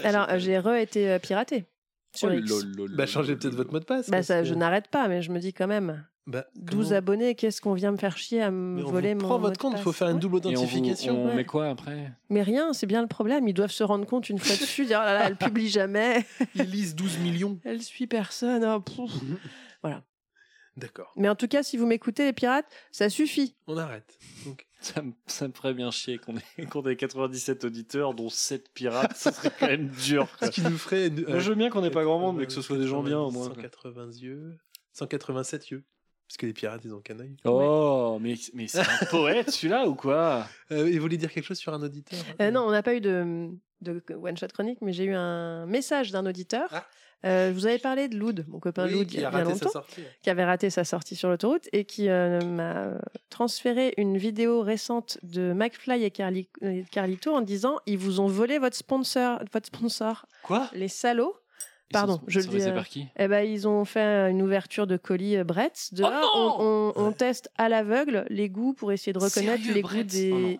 [SPEAKER 3] Alors, euh, j'ai re-été euh, piratée sur
[SPEAKER 1] Oh,
[SPEAKER 3] X.
[SPEAKER 1] lol, lol,
[SPEAKER 2] Bah
[SPEAKER 1] lol,
[SPEAKER 2] changez
[SPEAKER 1] lol,
[SPEAKER 2] peut-être
[SPEAKER 1] lol.
[SPEAKER 2] votre mot de passe.
[SPEAKER 3] Bah,
[SPEAKER 2] parce
[SPEAKER 3] ça,
[SPEAKER 2] que-
[SPEAKER 3] je n'arrête pas, mais je me dis quand même,
[SPEAKER 2] Bah,
[SPEAKER 3] 12
[SPEAKER 2] comment-
[SPEAKER 3] abonnés, qu'est-ce qu'on vient me faire chier à me
[SPEAKER 2] Mais on
[SPEAKER 3] voler
[SPEAKER 2] vous
[SPEAKER 3] mon.
[SPEAKER 2] prend
[SPEAKER 3] mot
[SPEAKER 2] votre
[SPEAKER 3] de
[SPEAKER 2] compte, il
[SPEAKER 3] passe.
[SPEAKER 2] faut faire une double
[SPEAKER 1] Et on, vous-
[SPEAKER 2] authentification.
[SPEAKER 1] on
[SPEAKER 3] ouais.
[SPEAKER 1] met quoi après
[SPEAKER 3] Mais rien, c'est bien le problème. Ils doivent se rendre compte une fois dessus, dire oh là là, elle publie jamais,
[SPEAKER 2] Ils lisent 12 millions.
[SPEAKER 3] elle suit personne. oh, pouf.
[SPEAKER 2] D'accord,
[SPEAKER 3] Mais en tout cas, si vous m'écoutez, les pirates, ça suffit.
[SPEAKER 2] on arrête. Donc,
[SPEAKER 1] ça me, ça me ferait bien chier qu'on ait, qu'on ait 97 auditeurs, dont 7 pirates. Ce serait quand même dur. quoi.
[SPEAKER 2] ce qui nous ferait. une-
[SPEAKER 1] Moi, je veux bien qu'on ait pas grand monde, mais que ce
[SPEAKER 2] 90,
[SPEAKER 1] soit des gens bien au moins.
[SPEAKER 2] 180 yeux. 187 yeux. Parce que les pirates, ils ont qu'un œil.
[SPEAKER 1] Oh, mais, mais c'est un poète celui-là ou quoi
[SPEAKER 2] Euh, et vous voulez dire quelque chose sur un auditeur hein
[SPEAKER 3] Euh, non, on n'a pas eu de, de one-shot chronique, mais j'ai eu un message d'un auditeur.
[SPEAKER 2] Ah.
[SPEAKER 3] Euh, je vous avais parlé de Loud, mon copain
[SPEAKER 2] Oui,
[SPEAKER 3] Loud, il
[SPEAKER 2] qui
[SPEAKER 3] y
[SPEAKER 2] a
[SPEAKER 3] a bien
[SPEAKER 2] raté sa
[SPEAKER 3] longtemps.
[SPEAKER 2] sortie.
[SPEAKER 3] qui avait raté sa sortie sur l'autoroute et qui euh, m'a euh, transféré une vidéo récente de McFly et Carli- et Carlito en disant ils vous ont volé votre sponsor, votre sponsor,
[SPEAKER 1] Quoi
[SPEAKER 3] les salauds. Pardon, je le dis,
[SPEAKER 1] C'est
[SPEAKER 3] euh,
[SPEAKER 1] par qui
[SPEAKER 3] Eh ben ils ont fait une ouverture de colis euh, Bretz. De là,
[SPEAKER 1] Oh
[SPEAKER 3] on, on- on
[SPEAKER 2] Ouais.
[SPEAKER 3] teste à l'aveugle les goûts pour essayer de reconnaître
[SPEAKER 1] Sérieux,
[SPEAKER 3] les
[SPEAKER 1] Bretz
[SPEAKER 3] goûts des
[SPEAKER 1] Oh non.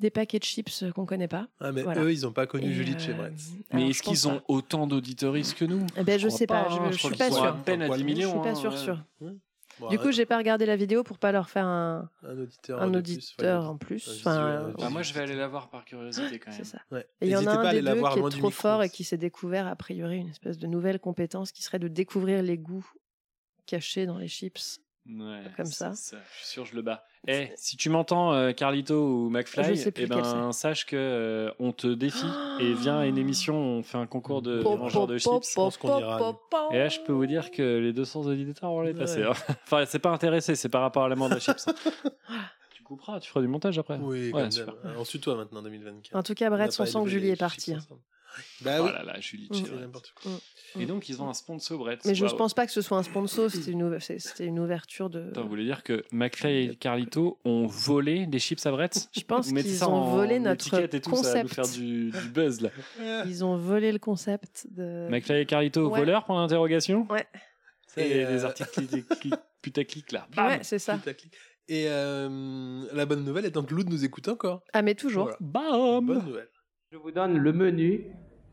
[SPEAKER 3] des paquets de chips euh, qu'on connaît pas.
[SPEAKER 2] Ah, mais
[SPEAKER 3] Voilà.
[SPEAKER 2] eux, ils n'ont pas connu
[SPEAKER 3] Et,
[SPEAKER 2] Julie de
[SPEAKER 3] euh,
[SPEAKER 2] chez Bretz.
[SPEAKER 3] alors,
[SPEAKER 1] Mais
[SPEAKER 3] je
[SPEAKER 1] est-ce
[SPEAKER 3] pense
[SPEAKER 1] qu'ils ont
[SPEAKER 3] pas.
[SPEAKER 1] autant d'auditoristes que nous
[SPEAKER 3] Eh ben je,
[SPEAKER 1] crois
[SPEAKER 3] sais
[SPEAKER 1] hein,
[SPEAKER 3] pas, je, je
[SPEAKER 1] crois
[SPEAKER 3] suis
[SPEAKER 1] qu'ils
[SPEAKER 3] pas
[SPEAKER 1] sont à
[SPEAKER 3] sûre.
[SPEAKER 1] peine à 10
[SPEAKER 3] Je
[SPEAKER 1] millions.
[SPEAKER 3] suis pas
[SPEAKER 1] hein,
[SPEAKER 3] sûre
[SPEAKER 1] ouais.
[SPEAKER 3] sûre.
[SPEAKER 2] euh,
[SPEAKER 3] Du coup, j'ai pas regardé la vidéo pour pas leur faire un,
[SPEAKER 2] un auditeur,
[SPEAKER 3] un
[SPEAKER 2] de plus,
[SPEAKER 3] auditeur
[SPEAKER 2] fallait-
[SPEAKER 3] en plus.
[SPEAKER 2] Un visuel,
[SPEAKER 3] Enfin,
[SPEAKER 2] un
[SPEAKER 3] ouais,
[SPEAKER 1] Bah, moi, je vais aller la voir par curiosité quand même.
[SPEAKER 3] c'est ça.
[SPEAKER 2] Ouais.
[SPEAKER 3] Et il y en a
[SPEAKER 2] N'hésitez pas à
[SPEAKER 3] un
[SPEAKER 2] aller
[SPEAKER 3] des
[SPEAKER 2] la
[SPEAKER 3] deux
[SPEAKER 2] voir
[SPEAKER 3] qui
[SPEAKER 2] loin
[SPEAKER 3] est
[SPEAKER 2] du
[SPEAKER 3] trop
[SPEAKER 2] micro
[SPEAKER 3] fort et
[SPEAKER 2] aussi.
[SPEAKER 3] qui s'est découvert, a priori, une espèce de nouvelle compétence qui serait de découvrir les goûts cachés dans les chips.
[SPEAKER 1] Ouais,
[SPEAKER 3] Comme
[SPEAKER 1] c'est
[SPEAKER 3] ça.
[SPEAKER 1] Je suis sûr, je le bats. Eh, si tu m'entends, euh, Carlito ou
[SPEAKER 3] Je
[SPEAKER 1] McFly,
[SPEAKER 3] sais plus
[SPEAKER 1] eh ben,
[SPEAKER 3] lequel
[SPEAKER 1] sache que euh, on te défie et vient à une émission, on fait un concours de
[SPEAKER 2] Po,
[SPEAKER 1] mangeurs de
[SPEAKER 3] Po,
[SPEAKER 1] chips.
[SPEAKER 3] po,
[SPEAKER 2] pense qu'on
[SPEAKER 3] po,
[SPEAKER 2] ira,
[SPEAKER 3] po,
[SPEAKER 2] nous.
[SPEAKER 3] po.
[SPEAKER 1] Et là, je peux vous dire que les 200 auditeurs vont les
[SPEAKER 2] Ouais.
[SPEAKER 1] passer. hein. enfin, c'est pas intéressé, c'est par rapport à la de chips. hein. tu couperas, tu feras du montage après.
[SPEAKER 2] Oui,
[SPEAKER 1] Ouais,
[SPEAKER 2] comme
[SPEAKER 1] super.
[SPEAKER 2] d'hab. Alors, On suit toi maintenant, 2024.
[SPEAKER 3] En tout cas,
[SPEAKER 2] On n'a
[SPEAKER 3] Brett,
[SPEAKER 2] pas
[SPEAKER 3] on sent que
[SPEAKER 2] élevé
[SPEAKER 3] Julie
[SPEAKER 2] les
[SPEAKER 3] est partie.
[SPEAKER 2] chiffres
[SPEAKER 3] hein.
[SPEAKER 2] ensemble. Bah
[SPEAKER 1] Oh
[SPEAKER 2] oui,
[SPEAKER 1] là là, Julie,
[SPEAKER 3] Mm.
[SPEAKER 1] c'est
[SPEAKER 2] c'est
[SPEAKER 1] vrai.
[SPEAKER 2] n'importe quoi.
[SPEAKER 1] Et donc, ils ont un sponsor, Brett.
[SPEAKER 3] Mais je ne
[SPEAKER 1] Waouh.
[SPEAKER 3] pense pas que ce soit un sponsor, c'était une, ouver- c'est- c'était une ouverture de.
[SPEAKER 1] Attends, vous voulez dire que McFly et Carlito ont volé des chips à Brett
[SPEAKER 3] Je pense
[SPEAKER 1] Vous mettez
[SPEAKER 3] qu'ils
[SPEAKER 1] ça
[SPEAKER 3] ont
[SPEAKER 1] en
[SPEAKER 3] volé
[SPEAKER 1] étiquette
[SPEAKER 3] notre
[SPEAKER 1] et tout, ça va nous
[SPEAKER 3] concept.
[SPEAKER 1] faire du, du buzz là.
[SPEAKER 3] Ils ont volé le concept de.
[SPEAKER 1] Euh, McFly et Carlito,
[SPEAKER 3] Ouais.
[SPEAKER 1] voleurs, point d'interrogation
[SPEAKER 3] Ouais.
[SPEAKER 1] Et
[SPEAKER 2] Et, euh,
[SPEAKER 1] les articles cli- cli- putaclic là. Bam
[SPEAKER 3] Ouais, c'est ça.
[SPEAKER 2] Putaclic. Et euh, la bonne nouvelle étant que Loud nous écoute encore.
[SPEAKER 3] Ah, mais toujours.
[SPEAKER 2] Voilà.
[SPEAKER 1] Bam
[SPEAKER 2] Bonne nouvelle.
[SPEAKER 9] Je vous donne le menu,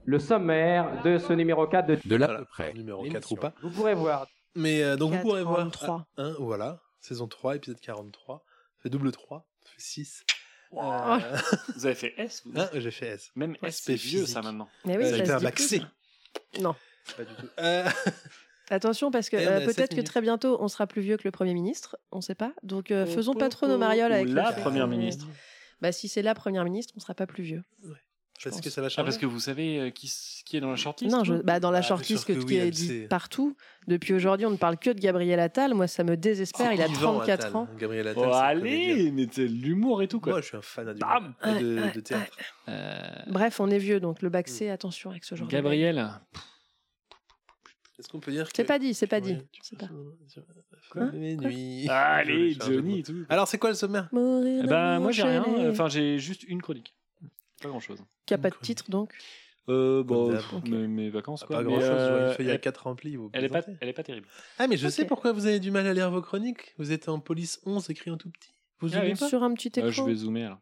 [SPEAKER 9] le sommaire de ce numéro 4 de...
[SPEAKER 8] De là
[SPEAKER 2] Voilà.
[SPEAKER 8] à peu près.
[SPEAKER 2] Numéro
[SPEAKER 8] L'émission.
[SPEAKER 2] 4 ou pas.
[SPEAKER 9] Vous pourrez voir.
[SPEAKER 2] Mais euh, donc vous pourrez voir.
[SPEAKER 3] 43.
[SPEAKER 2] ah, hein, voilà, saison 3, épisode 43. Ça fait double 3, ça fait 6.
[SPEAKER 1] Euh, Vous avez fait S vous
[SPEAKER 2] J'ai fait S.
[SPEAKER 1] Même
[SPEAKER 2] Hein Ouais,
[SPEAKER 1] S, c'est
[SPEAKER 2] c'est
[SPEAKER 1] vieux ça
[SPEAKER 2] physique.
[SPEAKER 1] maintenant.
[SPEAKER 3] Mais oui,
[SPEAKER 2] Euh,
[SPEAKER 3] ça
[SPEAKER 2] j'ai
[SPEAKER 3] se
[SPEAKER 2] fait un
[SPEAKER 3] dit
[SPEAKER 2] bac
[SPEAKER 3] plus,
[SPEAKER 2] C.
[SPEAKER 3] ça. Non.
[SPEAKER 2] Pas du tout. Euh,
[SPEAKER 3] Attention, parce que
[SPEAKER 2] Eh, on
[SPEAKER 3] euh,
[SPEAKER 2] est à sept
[SPEAKER 3] peut-être que
[SPEAKER 2] minutes.
[SPEAKER 3] très bientôt, on sera plus vieux que le Premier ministre. On ne sait pas. Donc, euh,
[SPEAKER 2] Po,
[SPEAKER 3] faisons
[SPEAKER 2] po,
[SPEAKER 3] pas trop
[SPEAKER 2] po.
[SPEAKER 3] nos marioles
[SPEAKER 1] Ou
[SPEAKER 3] avec
[SPEAKER 1] la
[SPEAKER 3] le-
[SPEAKER 1] Première ministre.
[SPEAKER 2] Ah,
[SPEAKER 3] Bah, si c'est la Première ministre, on ne sera pas plus vieux.
[SPEAKER 2] Parce
[SPEAKER 3] pense.
[SPEAKER 2] que ça va
[SPEAKER 1] Ah,
[SPEAKER 2] changer.
[SPEAKER 1] parce que vous savez euh, qui, s- qui est dans la shortlist
[SPEAKER 3] non, je-
[SPEAKER 1] vous
[SPEAKER 3] bah, dans la
[SPEAKER 2] Ah, bien
[SPEAKER 3] shortlist
[SPEAKER 2] sûr
[SPEAKER 3] que,
[SPEAKER 2] que
[SPEAKER 3] qui
[SPEAKER 2] oui,
[SPEAKER 3] est
[SPEAKER 2] elle
[SPEAKER 3] dit
[SPEAKER 2] sait.
[SPEAKER 3] partout, depuis aujourd'hui, on ne parle que de Gabriel Attal. Moi, ça me désespère.
[SPEAKER 2] C'est
[SPEAKER 3] Il a
[SPEAKER 2] Yvan
[SPEAKER 3] 34
[SPEAKER 2] Oh, Attal.
[SPEAKER 3] ans.
[SPEAKER 2] Gabriel Attal.
[SPEAKER 1] Oh,
[SPEAKER 2] c'est un comédien.
[SPEAKER 1] allez, mais c'est l'humour et tout quoi.
[SPEAKER 2] Moi, je suis un fan du
[SPEAKER 1] Bam
[SPEAKER 2] de, de
[SPEAKER 3] Ouais, ouais,
[SPEAKER 2] théâtre.
[SPEAKER 1] Euh,
[SPEAKER 3] Bref, on est vieux, donc
[SPEAKER 2] Hmm.
[SPEAKER 3] le bac C, attention avec ce genre de blague.
[SPEAKER 1] Gabriel,
[SPEAKER 2] Est-ce qu'on peut dire que.
[SPEAKER 3] C'est pas dit, c'est pas dit.
[SPEAKER 2] Ouais, tu
[SPEAKER 3] C'est
[SPEAKER 2] passes
[SPEAKER 3] pas- Hein
[SPEAKER 2] la fin de mes nuits.
[SPEAKER 1] Ah, allez
[SPEAKER 2] Je voulais faire un jeu de
[SPEAKER 1] Johnny et
[SPEAKER 2] mots.
[SPEAKER 1] tout.
[SPEAKER 2] Alors, c'est quoi le sommaire
[SPEAKER 3] Mourir
[SPEAKER 1] Eh ben,
[SPEAKER 3] d'amour
[SPEAKER 1] moi j'ai rien,
[SPEAKER 3] Ah,
[SPEAKER 2] euh,
[SPEAKER 3] enchaîné.
[SPEAKER 1] enfin j'ai juste une chronique. Pas grand chose.
[SPEAKER 3] Qui a pas de
[SPEAKER 2] Chronique.
[SPEAKER 3] titre donc.
[SPEAKER 1] Euh,
[SPEAKER 2] Comme
[SPEAKER 1] bah,
[SPEAKER 2] d'hab.
[SPEAKER 1] pff, mes, mes vacances quoi.
[SPEAKER 2] Ah, Pas
[SPEAKER 1] Mais,
[SPEAKER 2] grand chose,
[SPEAKER 1] euh,
[SPEAKER 2] une feuille à
[SPEAKER 1] elle,
[SPEAKER 2] 4 remplie. Vous
[SPEAKER 1] elle est pas,
[SPEAKER 2] présentez.
[SPEAKER 1] elle est pas terrible.
[SPEAKER 2] Ah, mais je sais
[SPEAKER 3] Ok.
[SPEAKER 2] pourquoi vous avez du mal à lire vos chroniques. Vous êtes en police 11 écrit en tout petit. Vous
[SPEAKER 1] Ah
[SPEAKER 2] oubliez
[SPEAKER 1] oui.
[SPEAKER 2] pas
[SPEAKER 3] Sur un petit écran.
[SPEAKER 1] Euh, je vais zoomer alors.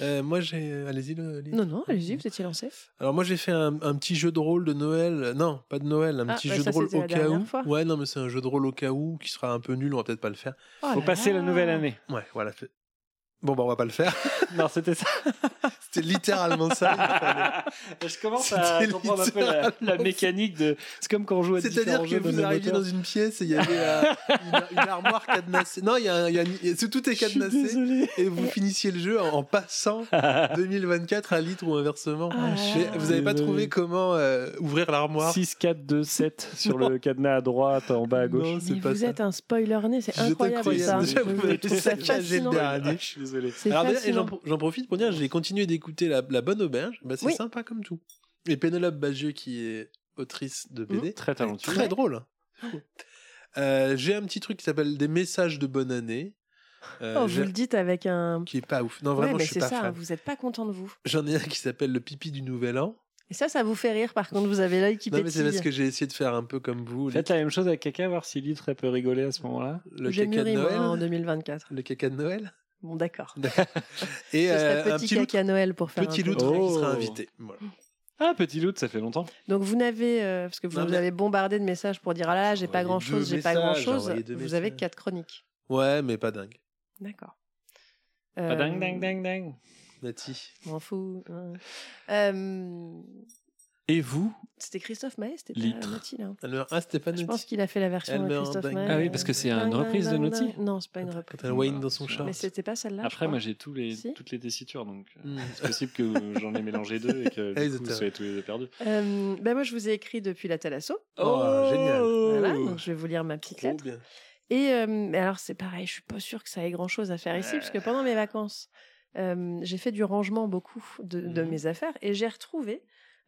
[SPEAKER 2] Euh, Moi, j'ai. Allez-y, le. les-
[SPEAKER 3] Non, non, allez-y, vous étiez lancé.
[SPEAKER 2] Alors, moi, j'ai fait un, un petit jeu de rôle de Noël. Non, pas de Noël, un
[SPEAKER 3] Ah,
[SPEAKER 2] petit
[SPEAKER 3] bah,
[SPEAKER 2] jeu
[SPEAKER 3] ça,
[SPEAKER 2] de rôle
[SPEAKER 3] c'était
[SPEAKER 2] au
[SPEAKER 3] la
[SPEAKER 2] cas
[SPEAKER 3] dernière
[SPEAKER 2] où.
[SPEAKER 3] fois.
[SPEAKER 2] Ouais, non, mais c'est un jeu de rôle au cas où qui sera un peu nul. On va peut-être pas le faire.
[SPEAKER 3] Oh
[SPEAKER 1] Faut passer la nouvelle année.
[SPEAKER 2] Ouais, voilà. fait- Bon, bah, on va pas le faire.
[SPEAKER 1] Non, c'était ça.
[SPEAKER 2] C'était littéralement ça. il fallait-
[SPEAKER 1] je commence à
[SPEAKER 2] C'était
[SPEAKER 1] comprendre un peu la, la
[SPEAKER 2] littéralement-
[SPEAKER 1] mécanique de. C'est comme quand on joue à
[SPEAKER 2] C'est-à-dire
[SPEAKER 1] différents
[SPEAKER 2] que
[SPEAKER 1] jeux de
[SPEAKER 2] vous
[SPEAKER 1] même
[SPEAKER 2] arriviez
[SPEAKER 1] auteur.
[SPEAKER 2] dans une pièce et il y avait euh, une, une armoire cadenassée. Non, il y a, un- il y a une- il y a- tout est
[SPEAKER 1] Je suis
[SPEAKER 2] cadenassé
[SPEAKER 1] désolé.
[SPEAKER 2] et vous finissiez le jeu en, en passant 2024 à litre ou inversement.
[SPEAKER 3] Ah,
[SPEAKER 2] Je sais-
[SPEAKER 3] là, là.
[SPEAKER 2] vous n'avez pas
[SPEAKER 1] Désolé.
[SPEAKER 2] trouvé comment euh, ouvrir l'armoire
[SPEAKER 1] 6, 4, 2, 7 sur le cadenas à droite, en bas à gauche.
[SPEAKER 2] Non, c'est
[SPEAKER 3] Mais
[SPEAKER 2] pas
[SPEAKER 3] vous
[SPEAKER 2] ça.
[SPEAKER 3] êtes un spoiler né, c'est
[SPEAKER 2] Vous êtes
[SPEAKER 3] incroyable ça.
[SPEAKER 2] incroyable. Déjà,
[SPEAKER 3] Je
[SPEAKER 2] vous
[SPEAKER 3] trouve
[SPEAKER 2] avez
[SPEAKER 3] ça
[SPEAKER 2] saccagé le
[SPEAKER 3] fascinant.
[SPEAKER 2] dernier.
[SPEAKER 1] je suis désolé.
[SPEAKER 3] C'est
[SPEAKER 2] Alors, d'ailleurs, et j'en
[SPEAKER 3] fascinant.
[SPEAKER 2] pro- j'en profite pour dire, j'ai continué d'écouter la, La Bonne Auberge. Bah, c'est
[SPEAKER 3] Oui.
[SPEAKER 2] sympa comme tout. Et Pénélope Bagieux, qui est autrice de
[SPEAKER 3] Mm.
[SPEAKER 2] BD,
[SPEAKER 1] Très talentueux.
[SPEAKER 2] Très drôle. hein. Euh, j'ai un petit truc qui s'appelle des messages de bonne année. Euh,
[SPEAKER 3] Oh,
[SPEAKER 2] j'ai-
[SPEAKER 3] vous le dites avec un.
[SPEAKER 2] Qui est pas ouf. Non,
[SPEAKER 3] ouais,
[SPEAKER 2] vraiment,
[SPEAKER 3] mais
[SPEAKER 2] je suis
[SPEAKER 3] c'est
[SPEAKER 2] pas
[SPEAKER 3] ça, hein,
[SPEAKER 2] fan.
[SPEAKER 3] vous n'êtes pas content de vous.
[SPEAKER 2] J'en ai un qui s'appelle le pipi du nouvel an.
[SPEAKER 3] Et ça, ça vous fait rire par contre, vous avez l'œil qui
[SPEAKER 2] Non, mais c'est
[SPEAKER 3] pétille.
[SPEAKER 2] parce que j'ai essayé de faire un peu comme vous.
[SPEAKER 1] Faites la même chose avec Kaka, voir si Litre elle peut rigoler à ce moment-là.
[SPEAKER 2] Le
[SPEAKER 3] J'ai
[SPEAKER 2] caca de
[SPEAKER 3] mûri moi en
[SPEAKER 2] Noël.
[SPEAKER 3] 2024.
[SPEAKER 2] Le caca de Noël.
[SPEAKER 3] Bon, d'accord.
[SPEAKER 2] Et
[SPEAKER 3] Ce
[SPEAKER 2] euh,
[SPEAKER 3] serait
[SPEAKER 2] un
[SPEAKER 3] petit
[SPEAKER 2] petit loutre,
[SPEAKER 3] caca Noël pour faire
[SPEAKER 2] petit
[SPEAKER 3] un peu
[SPEAKER 2] loutre
[SPEAKER 3] de-
[SPEAKER 1] Oh.
[SPEAKER 2] qui sera invité. Voilà.
[SPEAKER 1] Ah, petit loot, ça fait longtemps.
[SPEAKER 3] Donc vous n'avez, euh, parce que vous
[SPEAKER 2] Non,
[SPEAKER 3] nous
[SPEAKER 2] mais-
[SPEAKER 3] avez bombardé de messages pour dire ah là, là, j'ai pas
[SPEAKER 2] Envoyé
[SPEAKER 3] grand chose,
[SPEAKER 2] deux
[SPEAKER 3] j'ai pas grand
[SPEAKER 2] messages,
[SPEAKER 3] chose.
[SPEAKER 2] envoyé deux
[SPEAKER 3] Vous avez
[SPEAKER 2] messages.
[SPEAKER 3] quatre chroniques.
[SPEAKER 2] Ouais, mais pas dingue.
[SPEAKER 3] D'accord.
[SPEAKER 1] Pas
[SPEAKER 3] Euh,
[SPEAKER 1] ding, ding, ding, ding.
[SPEAKER 2] Nati.
[SPEAKER 3] Je M'en fous. hein. Euh,
[SPEAKER 1] Et vous
[SPEAKER 3] c'était Christophe Maé, c'était pas
[SPEAKER 1] Litre.
[SPEAKER 3] Nati, là.
[SPEAKER 2] Elle meurt. Ah, c'était pas
[SPEAKER 3] Je pense
[SPEAKER 2] Nati.
[SPEAKER 3] qu'il a fait la version
[SPEAKER 2] Elle
[SPEAKER 3] de
[SPEAKER 2] meurt en
[SPEAKER 3] Christophe
[SPEAKER 2] dingue.
[SPEAKER 3] Maé.
[SPEAKER 1] Ah oui, parce que c'est une
[SPEAKER 3] Ding,
[SPEAKER 1] reprise de
[SPEAKER 3] ding,
[SPEAKER 1] Naughty.
[SPEAKER 3] ding. Non, c'est pas une reprise.
[SPEAKER 2] Quand elle whine dans son chat.
[SPEAKER 3] Mais c'était pas celle-là.
[SPEAKER 1] Après,
[SPEAKER 3] je
[SPEAKER 1] moi,
[SPEAKER 3] crois.
[SPEAKER 1] j'ai tous les,
[SPEAKER 3] Si. Mm.
[SPEAKER 1] toutes les tessitures, donc euh,
[SPEAKER 2] Hmm.
[SPEAKER 1] c'est possible que j'en ai mélangé deux et que
[SPEAKER 2] Ah, ils
[SPEAKER 1] du coup, vous
[SPEAKER 2] étaient-
[SPEAKER 1] soyez tous les deux perdus.
[SPEAKER 3] Euh, ben moi, je vous ai écrit depuis la Thalasso.
[SPEAKER 2] Oh, génial.
[SPEAKER 3] Voilà, donc je vais vous lire ma petite
[SPEAKER 2] Oh. Trop
[SPEAKER 3] lettre.
[SPEAKER 2] bien.
[SPEAKER 3] Et euh, mais alors, c'est pareil, je suis pas sûre que ça ait grand chose à faire ici, parce que pendant mes vacances, euh, j'ai fait du rangement beaucoup de, de
[SPEAKER 2] Mhm.
[SPEAKER 3] mes affaires et j'ai retrouvé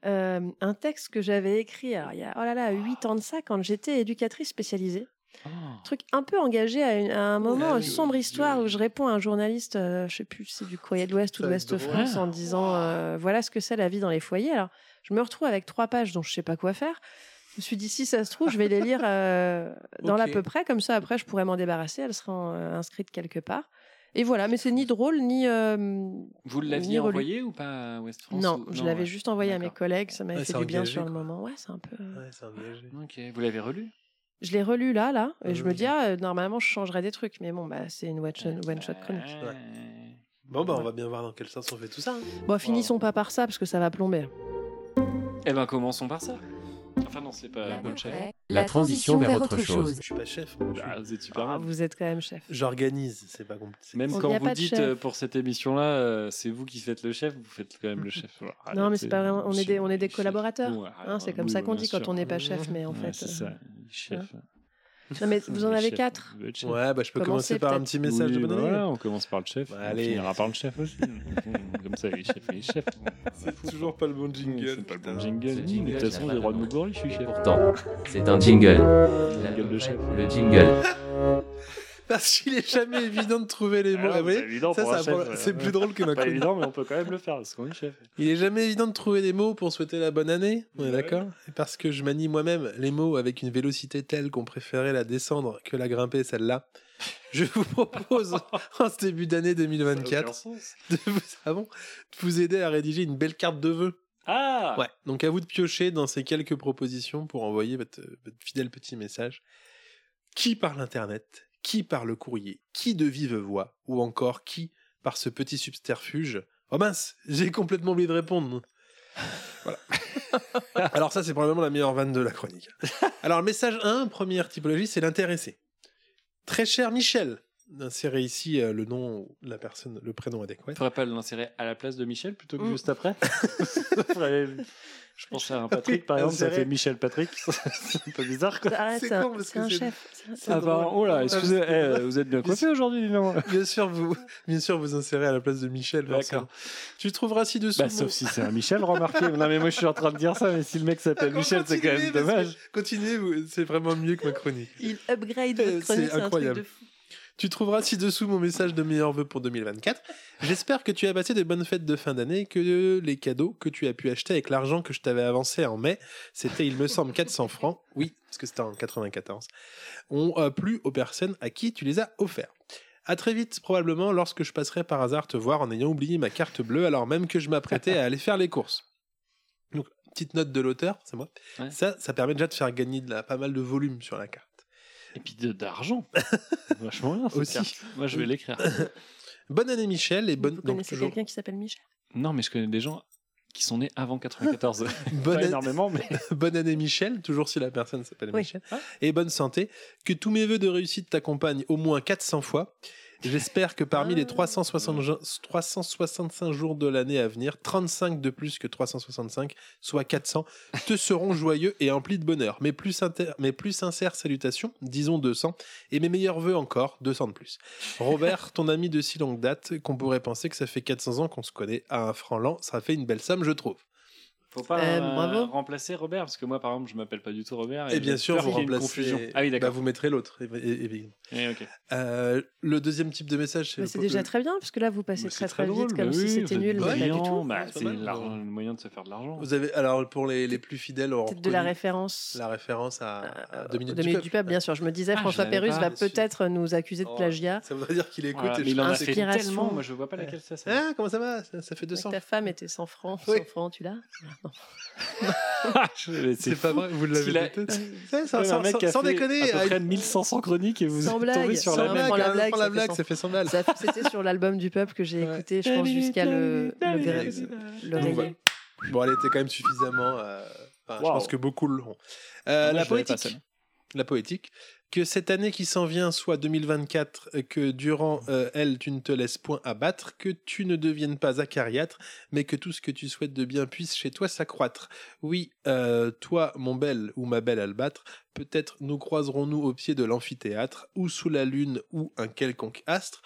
[SPEAKER 3] euh, un texte que j'avais écrit alors, il y a oh là là, 8 ans de ça, quand j'étais éducatrice spécialisée.
[SPEAKER 1] Ah.
[SPEAKER 3] Truc un peu engagé à, une- à un moment,
[SPEAKER 2] là,
[SPEAKER 3] une
[SPEAKER 2] oui,
[SPEAKER 3] sombre
[SPEAKER 2] oui,
[SPEAKER 3] histoire
[SPEAKER 2] oui.
[SPEAKER 3] où je réponds à un journaliste, euh, je sais plus si c'est du Courrier de l'Ouest ou de
[SPEAKER 2] Ça hein.
[SPEAKER 3] l'Ouest
[SPEAKER 2] doit-
[SPEAKER 3] France,
[SPEAKER 1] Ah.
[SPEAKER 3] en disant euh, voilà ce que c'est la vie dans les foyers. Alors, je me retrouve avec trois pages dont je sais pas quoi faire. Je me suis dit, si ça se trouve, je vais les lire euh, dans
[SPEAKER 2] Ok.
[SPEAKER 3] l'à peu près, comme ça après je pourrais m'en débarrasser, elles seront euh, inscrites quelque part. Et voilà, mais c'est ni drôle, ni. euh,
[SPEAKER 1] Vous
[SPEAKER 3] ni
[SPEAKER 1] l'aviez
[SPEAKER 3] relu.
[SPEAKER 1] envoyé ou pas à West France
[SPEAKER 3] Non,
[SPEAKER 1] ou-
[SPEAKER 3] je l'avais
[SPEAKER 1] ouais.
[SPEAKER 3] juste envoyé à mes
[SPEAKER 1] D'accord.
[SPEAKER 3] collègues, ça m'avait
[SPEAKER 2] Ouais,
[SPEAKER 3] fait
[SPEAKER 2] c'est
[SPEAKER 3] du bien
[SPEAKER 2] engagé,
[SPEAKER 3] sur le
[SPEAKER 2] quoi.
[SPEAKER 3] moment. Ouais, c'est un peu.
[SPEAKER 2] Ouais, c'est engagé.
[SPEAKER 1] Ok, vous l'avez relu
[SPEAKER 3] Je l'ai relu là, là, et je
[SPEAKER 2] Mhm.
[SPEAKER 3] me dis, ah, euh, normalement, je changerais des trucs. Mais bon, bah, c'est une one-shot one-shot chronique.
[SPEAKER 2] Bon, bah, on va bien voir dans quel sens on fait tout ça. hein.
[SPEAKER 3] Bon, finissons pas par ça, parce que ça va plomber.
[SPEAKER 1] Eh ben, commençons par ça. Enfin, non, c'est pas euh, bonne chef.
[SPEAKER 7] La transition vers autre chose.
[SPEAKER 2] Je suis pas chef. moi, je suis-
[SPEAKER 1] Bah, vous êtes super
[SPEAKER 3] Ah,
[SPEAKER 1] mal.
[SPEAKER 3] vous êtes quand même chef.
[SPEAKER 2] J'organise, c'est pas compliqué.
[SPEAKER 1] Même
[SPEAKER 3] On y
[SPEAKER 1] quand
[SPEAKER 3] a
[SPEAKER 1] vous
[SPEAKER 3] pas de
[SPEAKER 1] dites
[SPEAKER 3] chef.
[SPEAKER 1] euh, pour cette émission-là, euh, c'est vous qui faites le chef, vous faites quand même le chef. Voilà,
[SPEAKER 3] Non, mais
[SPEAKER 1] arrêtez.
[SPEAKER 3] c'est pas vraiment- on est des- on est des
[SPEAKER 1] Chef.
[SPEAKER 3] collaborateurs,
[SPEAKER 1] Ouais,
[SPEAKER 3] Hein, c'est comme
[SPEAKER 1] Ah oui,
[SPEAKER 3] ça qu'on
[SPEAKER 1] bien
[SPEAKER 3] dit
[SPEAKER 1] sûr.
[SPEAKER 3] quand on n'est pas chef, mais en
[SPEAKER 1] Ouais,
[SPEAKER 3] fait.
[SPEAKER 1] c'est
[SPEAKER 3] euh,
[SPEAKER 1] ça, chef.
[SPEAKER 3] Non, mais vous en
[SPEAKER 1] Le
[SPEAKER 3] avez
[SPEAKER 1] chef,
[SPEAKER 3] quatre.
[SPEAKER 1] le chef.
[SPEAKER 2] Ouais, bah, je peux
[SPEAKER 3] Commencez
[SPEAKER 2] commencer par un
[SPEAKER 3] peut-être.
[SPEAKER 2] petit message
[SPEAKER 1] Oui,
[SPEAKER 2] de bonne
[SPEAKER 1] bah
[SPEAKER 2] année.
[SPEAKER 1] voilà, on commence par le chef,
[SPEAKER 2] Bah,
[SPEAKER 1] on
[SPEAKER 2] allez.
[SPEAKER 1] finira par le chef aussi. comme ça, les chefs et les chefs.
[SPEAKER 2] toujours pas le bon
[SPEAKER 1] C'est pas le bon jingle. De toute façon, j'ai le droit de me bourrer, je suis chef.
[SPEAKER 10] Pourtant, c'est un jingle.
[SPEAKER 1] Jingle de chef.
[SPEAKER 10] Le jingle.
[SPEAKER 2] Parce qu'il est jamais évident de trouver les mots.
[SPEAKER 1] Ah,
[SPEAKER 2] Vous voyez
[SPEAKER 1] c'est évident
[SPEAKER 2] ça,
[SPEAKER 1] pour un
[SPEAKER 2] ça,
[SPEAKER 1] chef,
[SPEAKER 2] c'est
[SPEAKER 1] ouais.
[SPEAKER 2] plus drôle que ma
[SPEAKER 1] Pas
[SPEAKER 2] chronique.
[SPEAKER 1] évident, mais on peut quand même le faire, parce qu'on est chef.
[SPEAKER 2] Il est jamais évident de trouver des mots pour souhaiter la bonne année, on est
[SPEAKER 1] Ouais.
[SPEAKER 2] d'accord Et Parce que je manie moi-même les mots avec une vélocité telle qu'on préférait la descendre que la grimper, celle-là. Je vous propose, en ce début d'année 2024, de vous, ah bon, de vous aider à rédiger une belle carte de vœux.
[SPEAKER 1] Ah
[SPEAKER 2] Ouais, donc à vous de piocher dans ces quelques propositions pour envoyer votre, euh, votre fidèle petit message. Qui par l'Internet Qui par le courrier Qui de vive voix Ou encore qui par ce petit subterfuge Oh mince, j'ai complètement oublié de répondre. Voilà. Alors ça, c'est probablement la meilleure vanne de la chronique. Alors le message 1, première typologie, c'est l'intéressé. Très cher Michel, insérez ici euh, le nom, ou la personne, le prénom adéquat.
[SPEAKER 1] Faudrait pas l'insérer à la place de Michel plutôt que
[SPEAKER 3] Mm.
[SPEAKER 1] juste après Faudrait- Je pense à un Patrick, par exemple, ça
[SPEAKER 2] insérer.
[SPEAKER 1] fait Michel Patrick. c'est un peu bizarre, quoi.
[SPEAKER 3] Arrête,
[SPEAKER 2] C'est
[SPEAKER 3] c'est
[SPEAKER 2] con,
[SPEAKER 3] un,
[SPEAKER 2] parce
[SPEAKER 3] c'est
[SPEAKER 2] que
[SPEAKER 3] un
[SPEAKER 2] c'est-
[SPEAKER 3] chef. c'est un-
[SPEAKER 2] c'est
[SPEAKER 1] Ah bah, oh là, excusez,
[SPEAKER 2] Ah, parce
[SPEAKER 1] eh, vous êtes bien coiffé
[SPEAKER 2] Bien
[SPEAKER 1] aujourd'hui, dis donc.
[SPEAKER 2] Bien sûr, vous, bien sûr, vous insérez à la place de Michel.
[SPEAKER 1] D'accord.
[SPEAKER 2] forcément. Tu trouveras ci-dessous.
[SPEAKER 1] Bah,
[SPEAKER 2] mon-
[SPEAKER 1] sauf si c'est un Michel, remarquez. Non, mais moi, je suis en train de dire ça, mais si le mec s'appelle
[SPEAKER 2] Ah,
[SPEAKER 1] Michel, c'est quand même
[SPEAKER 2] continuez, parce
[SPEAKER 1] dommage.
[SPEAKER 2] que- Continuez, vous- c'est vraiment mieux que ma chronique.
[SPEAKER 3] Il upgrade
[SPEAKER 2] Euh,
[SPEAKER 3] votre chronique,
[SPEAKER 2] c'est
[SPEAKER 3] c'est un truc
[SPEAKER 2] incroyable.
[SPEAKER 3] de fou.
[SPEAKER 2] Tu trouveras ci-dessous mon message de meilleurs vœux pour 2024. J'espère que tu as passé de bonnes fêtes de fin d'année, que les cadeaux que tu as pu acheter avec l'argent que je t'avais avancé en mai, c'était, il me semble, 400 francs. Oui, parce que c'était en 94. Ont euh, plu aux personnes à qui tu les as offerts. À très vite, probablement, lorsque je passerai par hasard te voir en ayant oublié ma carte bleue alors même que je m'apprêtais à aller faire les courses. Donc, petite note de l'auteur, c'est moi.
[SPEAKER 1] Ouais.
[SPEAKER 2] Ça, ça permet déjà de faire gagner de la, pas mal de volume sur la carte.
[SPEAKER 1] Et puis de- d'argent. Vachement bien, cette
[SPEAKER 2] Aussi.
[SPEAKER 1] carte. Moi, je vais l'écrire.
[SPEAKER 2] Bonne année, Michel, et bonne.
[SPEAKER 3] Vous
[SPEAKER 2] donc,
[SPEAKER 3] connaissez
[SPEAKER 2] toujours-
[SPEAKER 3] quelqu'un qui s'appelle Michel
[SPEAKER 1] Non, mais je connais des gens qui sont nés avant 94.
[SPEAKER 2] Bonne,
[SPEAKER 1] Pas
[SPEAKER 2] année-
[SPEAKER 1] énormément, mais
[SPEAKER 2] bonne année Michel, toujours si la personne s'appelle
[SPEAKER 3] Oui.
[SPEAKER 2] Michel,
[SPEAKER 1] Ah.
[SPEAKER 2] et bonne santé, que tous mes voeux de réussite t'accompagnent au moins 400 fois. J'espère que parmi les
[SPEAKER 3] Ah.
[SPEAKER 2] 360 jo- 365 jours de l'année à venir, 35 de plus que 365, soit 400, te seront joyeux et emplis de bonheur. Mes plus, inter- mes plus sincères salutations, disons 200, et mes meilleurs voeux encore, 200 de plus. Robert, ton ami de si longue date, qu'on pourrait penser que ça fait 400 ans qu'on se connaît, à un franc lent, ça fait une belle somme, je trouve.
[SPEAKER 1] faut pas
[SPEAKER 3] Euh,
[SPEAKER 1] euh,
[SPEAKER 3] bravo.
[SPEAKER 1] remplacer Robert, parce que moi, par exemple, je m'appelle pas du tout Robert.
[SPEAKER 2] Et bien
[SPEAKER 1] j'ai
[SPEAKER 2] sûr,
[SPEAKER 1] peur
[SPEAKER 2] vous
[SPEAKER 1] qu'il Ah, y ait une
[SPEAKER 2] remplacez.
[SPEAKER 1] confusion. Ah oui,
[SPEAKER 2] bah,
[SPEAKER 1] d'accord.
[SPEAKER 2] vous mettrez l'autre. évi- é- évidemment.
[SPEAKER 1] Eh, ok.
[SPEAKER 2] Euh, le deuxième type de message, c'est
[SPEAKER 3] Bah,
[SPEAKER 2] le
[SPEAKER 3] C'est
[SPEAKER 2] po-
[SPEAKER 3] déjà
[SPEAKER 2] le-
[SPEAKER 3] très bien, parce que là, vous passez
[SPEAKER 1] Mais
[SPEAKER 3] très
[SPEAKER 1] c'est
[SPEAKER 3] très
[SPEAKER 1] drôle,
[SPEAKER 3] vite, comme
[SPEAKER 1] bah
[SPEAKER 3] si
[SPEAKER 1] oui,
[SPEAKER 3] c'était
[SPEAKER 1] vous
[SPEAKER 3] nul,
[SPEAKER 1] êtes
[SPEAKER 3] mais pas du
[SPEAKER 1] brillant,
[SPEAKER 3] tout.
[SPEAKER 1] bah,
[SPEAKER 2] C'est pas
[SPEAKER 1] c'est
[SPEAKER 2] mal.
[SPEAKER 1] l'argent- le moyen de se faire de l'argent.
[SPEAKER 2] Vous avez alors pour les, les plus fidèles, on
[SPEAKER 3] Peut-être de la Euh,
[SPEAKER 2] reconnaît
[SPEAKER 3] référence.
[SPEAKER 2] la référence à, à deux minutes
[SPEAKER 3] Deux minutes du peuple, bien sûr. Je me disais,
[SPEAKER 1] Ah, je
[SPEAKER 3] François
[SPEAKER 1] l'avais
[SPEAKER 3] Pérus
[SPEAKER 1] pas,
[SPEAKER 3] va
[SPEAKER 2] monsieur.
[SPEAKER 3] peut-être nous accuser de
[SPEAKER 2] Oh,
[SPEAKER 3] plagiat.
[SPEAKER 2] Ça voudrait dire qu'il écoute.
[SPEAKER 1] Voilà,
[SPEAKER 2] et
[SPEAKER 1] mais
[SPEAKER 2] je
[SPEAKER 1] il en a
[SPEAKER 2] pense
[SPEAKER 1] fait
[SPEAKER 2] que-
[SPEAKER 3] Inspiration.
[SPEAKER 1] tellement, moi je vois pas laquelle ça sert.
[SPEAKER 2] Ah, comment ça va ça, ça fait 200.
[SPEAKER 3] Ta femme était 100 francs,
[SPEAKER 2] Oui.
[SPEAKER 3] 100 francs, tu l'as
[SPEAKER 1] c'est
[SPEAKER 2] C'est pas vrai, vous
[SPEAKER 1] S'il
[SPEAKER 2] l'avez
[SPEAKER 1] a-
[SPEAKER 2] peut-être. Ouais,
[SPEAKER 1] Comme
[SPEAKER 2] Sans, sans,
[SPEAKER 1] un mec qui a
[SPEAKER 2] sans
[SPEAKER 1] fait
[SPEAKER 2] déconner.
[SPEAKER 1] à peu près
[SPEAKER 2] ah,
[SPEAKER 1] 1500 chroniques et vous
[SPEAKER 3] Sans
[SPEAKER 1] êtes
[SPEAKER 3] blague,
[SPEAKER 1] tombé sur
[SPEAKER 3] sans
[SPEAKER 1] la
[SPEAKER 2] sans
[SPEAKER 1] même.
[SPEAKER 3] blague. prend
[SPEAKER 2] hein, prends
[SPEAKER 3] ça
[SPEAKER 2] la
[SPEAKER 3] fait
[SPEAKER 2] blague,
[SPEAKER 3] cent.
[SPEAKER 2] ça fait 100 balles.
[SPEAKER 3] Ça, C'était sur l'album du peuple que j'ai
[SPEAKER 2] Ouais.
[SPEAKER 3] écouté, je pense, jusqu'à le, le, le,
[SPEAKER 2] Donc,
[SPEAKER 3] l'oreiller.
[SPEAKER 2] voilà. Bon, elle était quand même suffisamment. euh, enfin, Je
[SPEAKER 1] Wow.
[SPEAKER 2] pense que beaucoup l'ont. Euh,
[SPEAKER 1] Ah, Moi,
[SPEAKER 2] la
[SPEAKER 1] je l'avais pas,
[SPEAKER 2] poétique.
[SPEAKER 1] celle-là.
[SPEAKER 2] la poétique, que cette année qui s'en vient soit 2024, euh, que durant euh, elle tu ne te laisses point abattre, que tu ne deviennes pas acariâtre, mais que tout ce que tu souhaites de bien puisse chez toi s'accroître. Oui, euh, toi, mon bel ou ma belle albâtre, peut-être nous croiserons-nous au pied de l'amphithéâtre, ou sous la lune, ou un quelconque astre,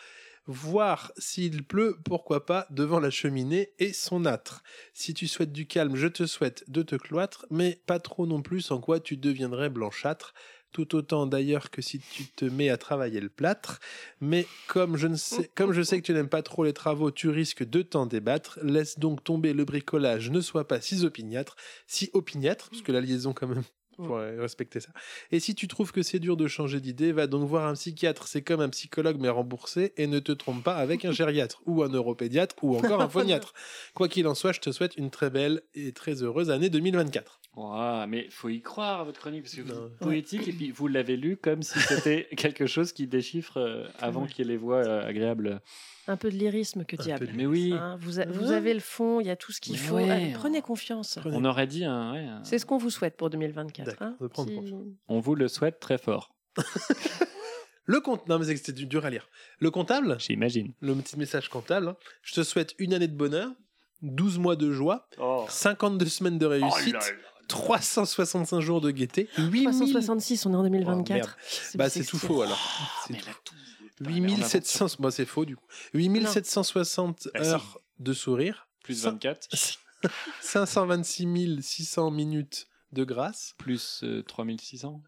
[SPEAKER 2] voir s'il pleut, pourquoi pas, devant la cheminée et son âtre. Si tu souhaites du calme, je te souhaite de te cloître, mais pas trop non plus, sans quoi tu deviendrais blanchâtre tout autant d'ailleurs que si tu te mets à travailler le plâtre. Mais comme je, ne sais, comme je sais que tu n'aimes pas trop les travaux, tu risques de t'en débattre. Laisse donc tomber le bricolage, ne sois pas si opiniâtre, si opiniâtre, parce que la liaison quand même. Pour respecter ça. Et si tu trouves que c'est dur de changer d'idée, va donc voir un psychiatre. C'est comme un psychologue mais remboursé et ne te trompe pas avec un gériatre ou un neuropédiatre ou encore un phoniatre. Quoi qu'il en soit, je te souhaite une très belle et très heureuse année 2024.
[SPEAKER 1] Ouah, mais faut y croire à votre chronique, parce que vous
[SPEAKER 2] Non.
[SPEAKER 1] êtes poétique, et puis vous l'avez lu comme si c'était quelque chose qui déchiffre euh, avant qu'il y ait les voix euh, agréables.
[SPEAKER 3] Un peu de lyrisme, que diable.
[SPEAKER 1] Mais oui,
[SPEAKER 3] Hein, vous, a- vous
[SPEAKER 2] Ouais.
[SPEAKER 3] avez le fond, il y a tout ce qu'il
[SPEAKER 1] Mais
[SPEAKER 3] faut.
[SPEAKER 1] ouais.
[SPEAKER 3] Allez, prenez confiance.
[SPEAKER 2] Prenez-
[SPEAKER 1] on aurait dit un, ouais, un-
[SPEAKER 3] C'est ce qu'on vous souhaite pour 2024.
[SPEAKER 2] D'accord,
[SPEAKER 3] hein.
[SPEAKER 2] on va prendre
[SPEAKER 3] Petit-
[SPEAKER 1] On vous le souhaite très fort,
[SPEAKER 2] Le compte. Non, mais c'est- c'était du- dur à lire. Le comptable,
[SPEAKER 1] j'imagine.
[SPEAKER 2] le petit message comptable. hein. Je te souhaite une année de bonheur, 12 mois de joie, 52 semaines de
[SPEAKER 5] Oh,
[SPEAKER 2] réussite, 365 jours de gaieté, 8000
[SPEAKER 3] 366, on est en 2024.
[SPEAKER 2] Bah, c'est Oh, tout
[SPEAKER 3] bisextile.
[SPEAKER 2] faux alors. C'est tout. 8700, bah, c'est faux du coup. 8760
[SPEAKER 1] Bah, si.
[SPEAKER 2] heures de sourire,
[SPEAKER 1] Plus
[SPEAKER 2] Ça-
[SPEAKER 1] 24,
[SPEAKER 2] 526 600 minutes de grâce,
[SPEAKER 1] plus euh, 3600.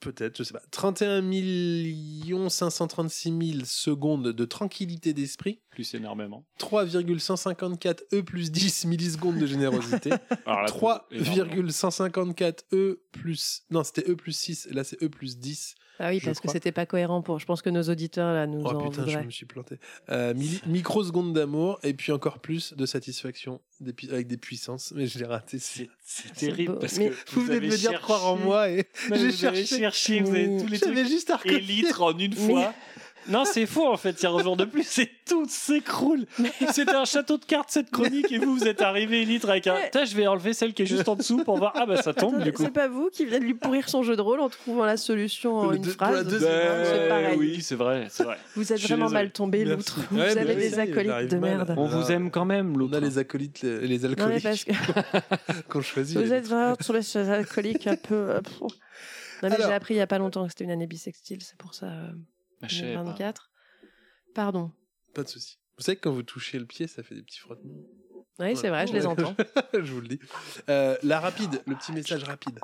[SPEAKER 2] peut-être, je sais pas, 31 536 000 secondes de tranquillité d'esprit,
[SPEAKER 1] plus énormément.
[SPEAKER 2] 3,154 E plus 10 millisecondes de générosité,
[SPEAKER 1] Alors là, énormément.
[SPEAKER 2] 3,154 E plus... Non, c'était E plus 6, là c'est E plus 10.
[SPEAKER 3] Ah oui,
[SPEAKER 2] Je
[SPEAKER 3] parce
[SPEAKER 2] crois.
[SPEAKER 3] que c'était pas cohérent pour. Je pense que nos auditeurs là nous
[SPEAKER 2] Oh
[SPEAKER 3] en
[SPEAKER 2] putain, je
[SPEAKER 3] voudraient.
[SPEAKER 2] me suis planté. Euh, milli- microsecondes d'amour et puis encore plus de satisfaction des pu- avec des puissances. Mais je l'ai raté. c'est-
[SPEAKER 1] C'est c'est terrible
[SPEAKER 3] beau.
[SPEAKER 1] parce
[SPEAKER 3] Mais
[SPEAKER 1] que
[SPEAKER 2] Vous venez de
[SPEAKER 1] avez
[SPEAKER 2] me dire de
[SPEAKER 1] cherché-
[SPEAKER 2] croire en moi et
[SPEAKER 1] Non,
[SPEAKER 2] j'ai
[SPEAKER 1] vous avez
[SPEAKER 2] cherché.
[SPEAKER 1] cherché, vous avez tous les trucs
[SPEAKER 2] j'avais juste à reconnaître.
[SPEAKER 1] Élite Oh, en une fois. Non, c'est faux en fait. Il y a un jour de plus, c'est tout s'écroule. C'était un château de cartes cette chronique et vous vous êtes arrivé Élytre avec un. Putain, je vais enlever celle qui est juste en dessous pour voir. Ah bah ça tombe du coup.
[SPEAKER 3] C'est pas vous qui venez de lui pourrir son jeu de rôle en trouvant la solution en
[SPEAKER 2] Le
[SPEAKER 3] une
[SPEAKER 2] deux- pour la
[SPEAKER 3] phrase.
[SPEAKER 2] deuxième euh,
[SPEAKER 3] Ben,
[SPEAKER 2] fois,
[SPEAKER 3] c'est pareil.
[SPEAKER 1] oui, c'est vrai, c'est vrai.
[SPEAKER 3] Vous êtes
[SPEAKER 1] Je suis
[SPEAKER 3] vraiment
[SPEAKER 1] désolé.
[SPEAKER 3] mal tombé,
[SPEAKER 2] Merci.
[SPEAKER 3] l'outre. Vous
[SPEAKER 2] Ouais, mais
[SPEAKER 3] avez
[SPEAKER 2] oui,
[SPEAKER 3] des
[SPEAKER 2] ça, il
[SPEAKER 3] acolytes
[SPEAKER 2] arrive
[SPEAKER 3] de
[SPEAKER 2] mal.
[SPEAKER 3] merde.
[SPEAKER 1] On vous aime quand même,
[SPEAKER 2] On
[SPEAKER 1] l'autre.
[SPEAKER 2] a les acolytes, les, les
[SPEAKER 3] Non, mais
[SPEAKER 2] alcooliques
[SPEAKER 3] parce que
[SPEAKER 2] qu'on choisit.
[SPEAKER 3] vous êtes vraiment sur les choses alcooliques un peu. euh, pff. Non, mais
[SPEAKER 2] Alors.
[SPEAKER 3] j'ai appris il y a pas longtemps que c'était une année bisextile, c'est pour ça. euh,
[SPEAKER 1] Ma chère.
[SPEAKER 3] 2024. Pardon.
[SPEAKER 2] Pas de souci. Vous savez que quand vous touchez le pied, ça fait des petits frottements.
[SPEAKER 3] Oui, c'est vrai, je les
[SPEAKER 2] Ouais.
[SPEAKER 3] entends.
[SPEAKER 2] je vous le dis. Euh, la rapide, le petit message rapide.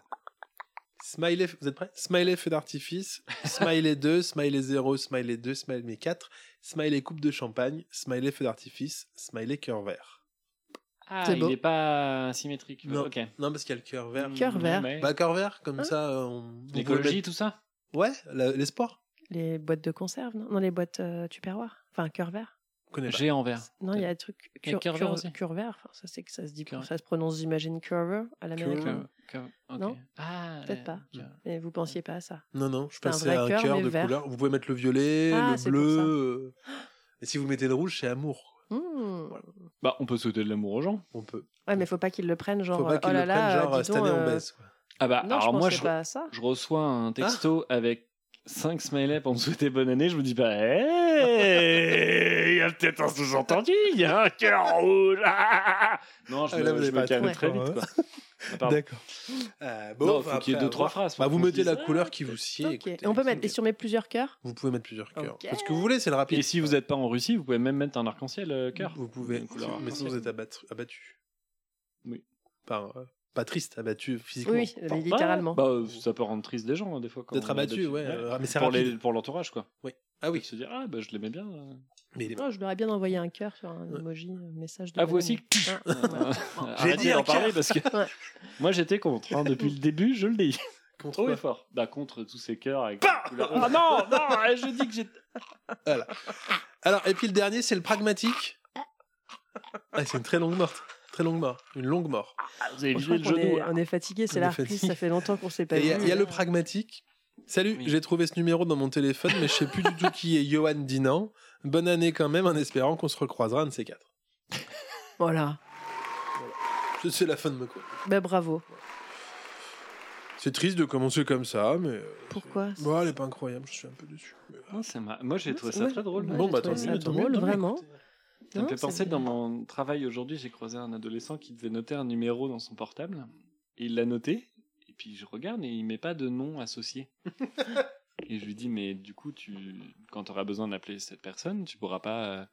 [SPEAKER 2] Smiley, vous êtes prêts Smiley feu d'artifice, smiley 2, smiley 0, smiley 2, smiley 4, smiley coupe de champagne, smiley feu d'artifice, smiley cœur vert.
[SPEAKER 1] Ah,
[SPEAKER 3] C'est beau.
[SPEAKER 1] il n'est pas symétrique.
[SPEAKER 2] Non.
[SPEAKER 1] Ok.
[SPEAKER 2] Non, parce qu'il y a le cœur vert.
[SPEAKER 3] Cœur vert.
[SPEAKER 1] Ouais.
[SPEAKER 2] Bah, cœur vert, comme
[SPEAKER 3] Hein
[SPEAKER 2] ça, euh, on. vous pouvez
[SPEAKER 1] L'écologie,
[SPEAKER 2] mettre-
[SPEAKER 1] tout ça.
[SPEAKER 2] Ouais, la- l'espoir.
[SPEAKER 3] Les boîtes de conserve, non Non, les boîtes euh, tupperware. Enfin, cœur vert.
[SPEAKER 2] Je connais pas.
[SPEAKER 1] J'ai en vert.
[SPEAKER 3] Non, il y a le truc
[SPEAKER 1] Il y a
[SPEAKER 3] cœur
[SPEAKER 1] cœur vert aussi.
[SPEAKER 3] vert. Enfin, ça c'est que ça se dit,
[SPEAKER 1] Cœur-
[SPEAKER 3] ça se prononce, j'imagine, curver à l'américaine. Non.
[SPEAKER 1] Ah,
[SPEAKER 3] Peut-être
[SPEAKER 1] euh,
[SPEAKER 3] pas.
[SPEAKER 1] ok.
[SPEAKER 3] Mais vous pensiez pas à ça.
[SPEAKER 2] Non, non, je
[SPEAKER 3] C'est un
[SPEAKER 2] passais
[SPEAKER 3] vrai
[SPEAKER 2] à un
[SPEAKER 3] cœur,
[SPEAKER 2] cœur
[SPEAKER 3] mais
[SPEAKER 2] de
[SPEAKER 3] vert.
[SPEAKER 2] couleur. Vous pouvez mettre le violet,
[SPEAKER 3] Ah,
[SPEAKER 2] le
[SPEAKER 3] c'est pour
[SPEAKER 2] bleu.
[SPEAKER 3] ça.
[SPEAKER 2] euh, Et si vous mettez le rouge, c'est amour.
[SPEAKER 3] Hmm.
[SPEAKER 1] Bah, on peut souhaiter de l'amour aux gens.
[SPEAKER 2] On peut.
[SPEAKER 3] Ouais, mais faut pas qu'ils le prennent genre.
[SPEAKER 2] Faut pas
[SPEAKER 3] euh,
[SPEAKER 2] qu'ils
[SPEAKER 3] oh
[SPEAKER 2] le
[SPEAKER 3] là
[SPEAKER 2] prennent
[SPEAKER 3] là,
[SPEAKER 2] genre
[SPEAKER 3] dis
[SPEAKER 2] cette
[SPEAKER 3] donc,
[SPEAKER 2] année on
[SPEAKER 3] euh,
[SPEAKER 2] baisse. quoi.
[SPEAKER 1] Ah bah,
[SPEAKER 3] Non,
[SPEAKER 1] alors
[SPEAKER 3] je
[SPEAKER 1] moi,
[SPEAKER 3] pensais
[SPEAKER 1] je,
[SPEAKER 3] pas à ça.
[SPEAKER 1] je reçois un texto
[SPEAKER 2] Ah.
[SPEAKER 1] avec 5 smileys pour me souhaiter bonne année. Je me dis pas, Hey, il y a peut-être un sous-entendu, il y a un cœur rouge. Ah, ah, ah. non, je
[SPEAKER 2] Ah, là,
[SPEAKER 1] me,
[SPEAKER 2] vous
[SPEAKER 1] je
[SPEAKER 2] avez
[SPEAKER 1] me
[SPEAKER 2] pas
[SPEAKER 1] calme
[SPEAKER 2] compris,
[SPEAKER 1] très vite.
[SPEAKER 2] hein.
[SPEAKER 1] quoi. Ah, pardon.
[SPEAKER 2] D'accord. Euh, bon,
[SPEAKER 1] Non,
[SPEAKER 2] enfin,
[SPEAKER 1] faut qu'il y ait
[SPEAKER 2] après,
[SPEAKER 1] 2
[SPEAKER 2] à
[SPEAKER 1] trois
[SPEAKER 2] voir.
[SPEAKER 1] phrases.
[SPEAKER 2] Bah,
[SPEAKER 1] faut
[SPEAKER 2] vous
[SPEAKER 1] qu'on se
[SPEAKER 2] mettez
[SPEAKER 1] dise,
[SPEAKER 2] la
[SPEAKER 1] ah,
[SPEAKER 2] couleur qui vous sied.
[SPEAKER 3] Ok.
[SPEAKER 2] écoutez.
[SPEAKER 3] Et on peut mettre. Et si on met plusieurs cœurs
[SPEAKER 2] Vous pouvez mettre plusieurs cœurs.
[SPEAKER 3] Ok.
[SPEAKER 2] Parce que vous voulez, c'est le rapide.
[SPEAKER 1] Et si vous n'êtes pas en Russie, vous pouvez même mettre un arc-en-ciel euh, cœur.
[SPEAKER 2] Vous pouvez.
[SPEAKER 1] Une couleur
[SPEAKER 2] Mais sinon,
[SPEAKER 1] arc-en-ciel.
[SPEAKER 2] vous êtes abattu. abattu.
[SPEAKER 1] Oui.
[SPEAKER 2] Par, euh, pas triste, abattu physiquement.
[SPEAKER 3] Oui, mais littéralement.
[SPEAKER 1] Bah, euh, ça peut rendre triste des gens, hein, des fois. quand
[SPEAKER 2] D'être
[SPEAKER 1] on est
[SPEAKER 2] abattu, ouais. euh, mais c'est
[SPEAKER 1] Pour
[SPEAKER 2] rapide.
[SPEAKER 1] les- Pour l'entourage, quoi.
[SPEAKER 2] Ah
[SPEAKER 1] Oui.
[SPEAKER 2] oui.
[SPEAKER 1] Se dire, ah, bah, je l'aimais bien. euh.
[SPEAKER 2] Mais il est
[SPEAKER 3] Non, je leur ai bien envoyé un cœur sur un
[SPEAKER 2] Ouais.
[SPEAKER 3] emoji, un message de.
[SPEAKER 1] Ah, vous aussi
[SPEAKER 3] Ah, ouais.
[SPEAKER 1] Euh, Arrêtez
[SPEAKER 2] dit un
[SPEAKER 1] d'en parler
[SPEAKER 2] cœur. Ah
[SPEAKER 1] parce que
[SPEAKER 3] Ouais.
[SPEAKER 1] moi j'étais contre hein, depuis le début, je le dis.
[SPEAKER 2] contre
[SPEAKER 1] Trop
[SPEAKER 2] quoi
[SPEAKER 1] fort. Bah contre tous ces cœurs avec. des couleurs. Ah non, non, eh, je dis que j'ai.
[SPEAKER 2] Alors, et puis le dernier, c'est le pragmatique. Ah, c'est une très longue morte. Très longue mort. Une longue mort.
[SPEAKER 1] Ah, Vous avez
[SPEAKER 3] Je
[SPEAKER 1] visé
[SPEAKER 3] crois
[SPEAKER 1] le
[SPEAKER 3] qu'on
[SPEAKER 1] genou. hein.
[SPEAKER 3] est- on est fatigué,
[SPEAKER 2] On
[SPEAKER 3] c'est
[SPEAKER 2] est
[SPEAKER 3] la reprise,
[SPEAKER 2] fatigué.
[SPEAKER 3] ça fait longtemps qu'on s'est
[SPEAKER 2] Et
[SPEAKER 3] pas
[SPEAKER 2] il y, a-
[SPEAKER 3] vu.
[SPEAKER 2] il y a le pragmatique. Salut,
[SPEAKER 1] Oui.
[SPEAKER 2] j'ai trouvé ce numéro dans mon téléphone, mais je sais plus du tout qui est Johan Dinan. Bonne année quand même, en espérant qu'on se recroisera un de ces quatre.
[SPEAKER 3] Voilà.
[SPEAKER 2] C'est- C'est la fin de ma chronique.
[SPEAKER 3] Bah bravo.
[SPEAKER 2] C'est triste de commencer comme ça, mais. euh,
[SPEAKER 3] Pourquoi
[SPEAKER 2] Bon, elle est pas incroyable, je suis un peu déçu. mais-
[SPEAKER 1] Ah, ça m'a- Moi j'ai trouvé ça
[SPEAKER 3] Ouais,
[SPEAKER 1] très drôle.
[SPEAKER 3] ouais,
[SPEAKER 2] Bon,
[SPEAKER 3] j'ai
[SPEAKER 2] bah,
[SPEAKER 3] trouvé
[SPEAKER 2] tant
[SPEAKER 3] ça
[SPEAKER 2] mieux, tant mieux,
[SPEAKER 3] drôle,
[SPEAKER 2] tant mieux,
[SPEAKER 3] vraiment.
[SPEAKER 1] Ça me
[SPEAKER 3] Non,
[SPEAKER 1] fait
[SPEAKER 3] c'est
[SPEAKER 1] penser
[SPEAKER 3] bien.
[SPEAKER 1] dans mon travail aujourd'hui, j'ai croisé un adolescent qui devait noter un numéro dans son portable. Et il l'a noté. Et puis je regarde et il met pas de nom associé. et je lui dis mais du coup tu quand tu auras besoin d'appeler cette personne, tu pourras pas. euh,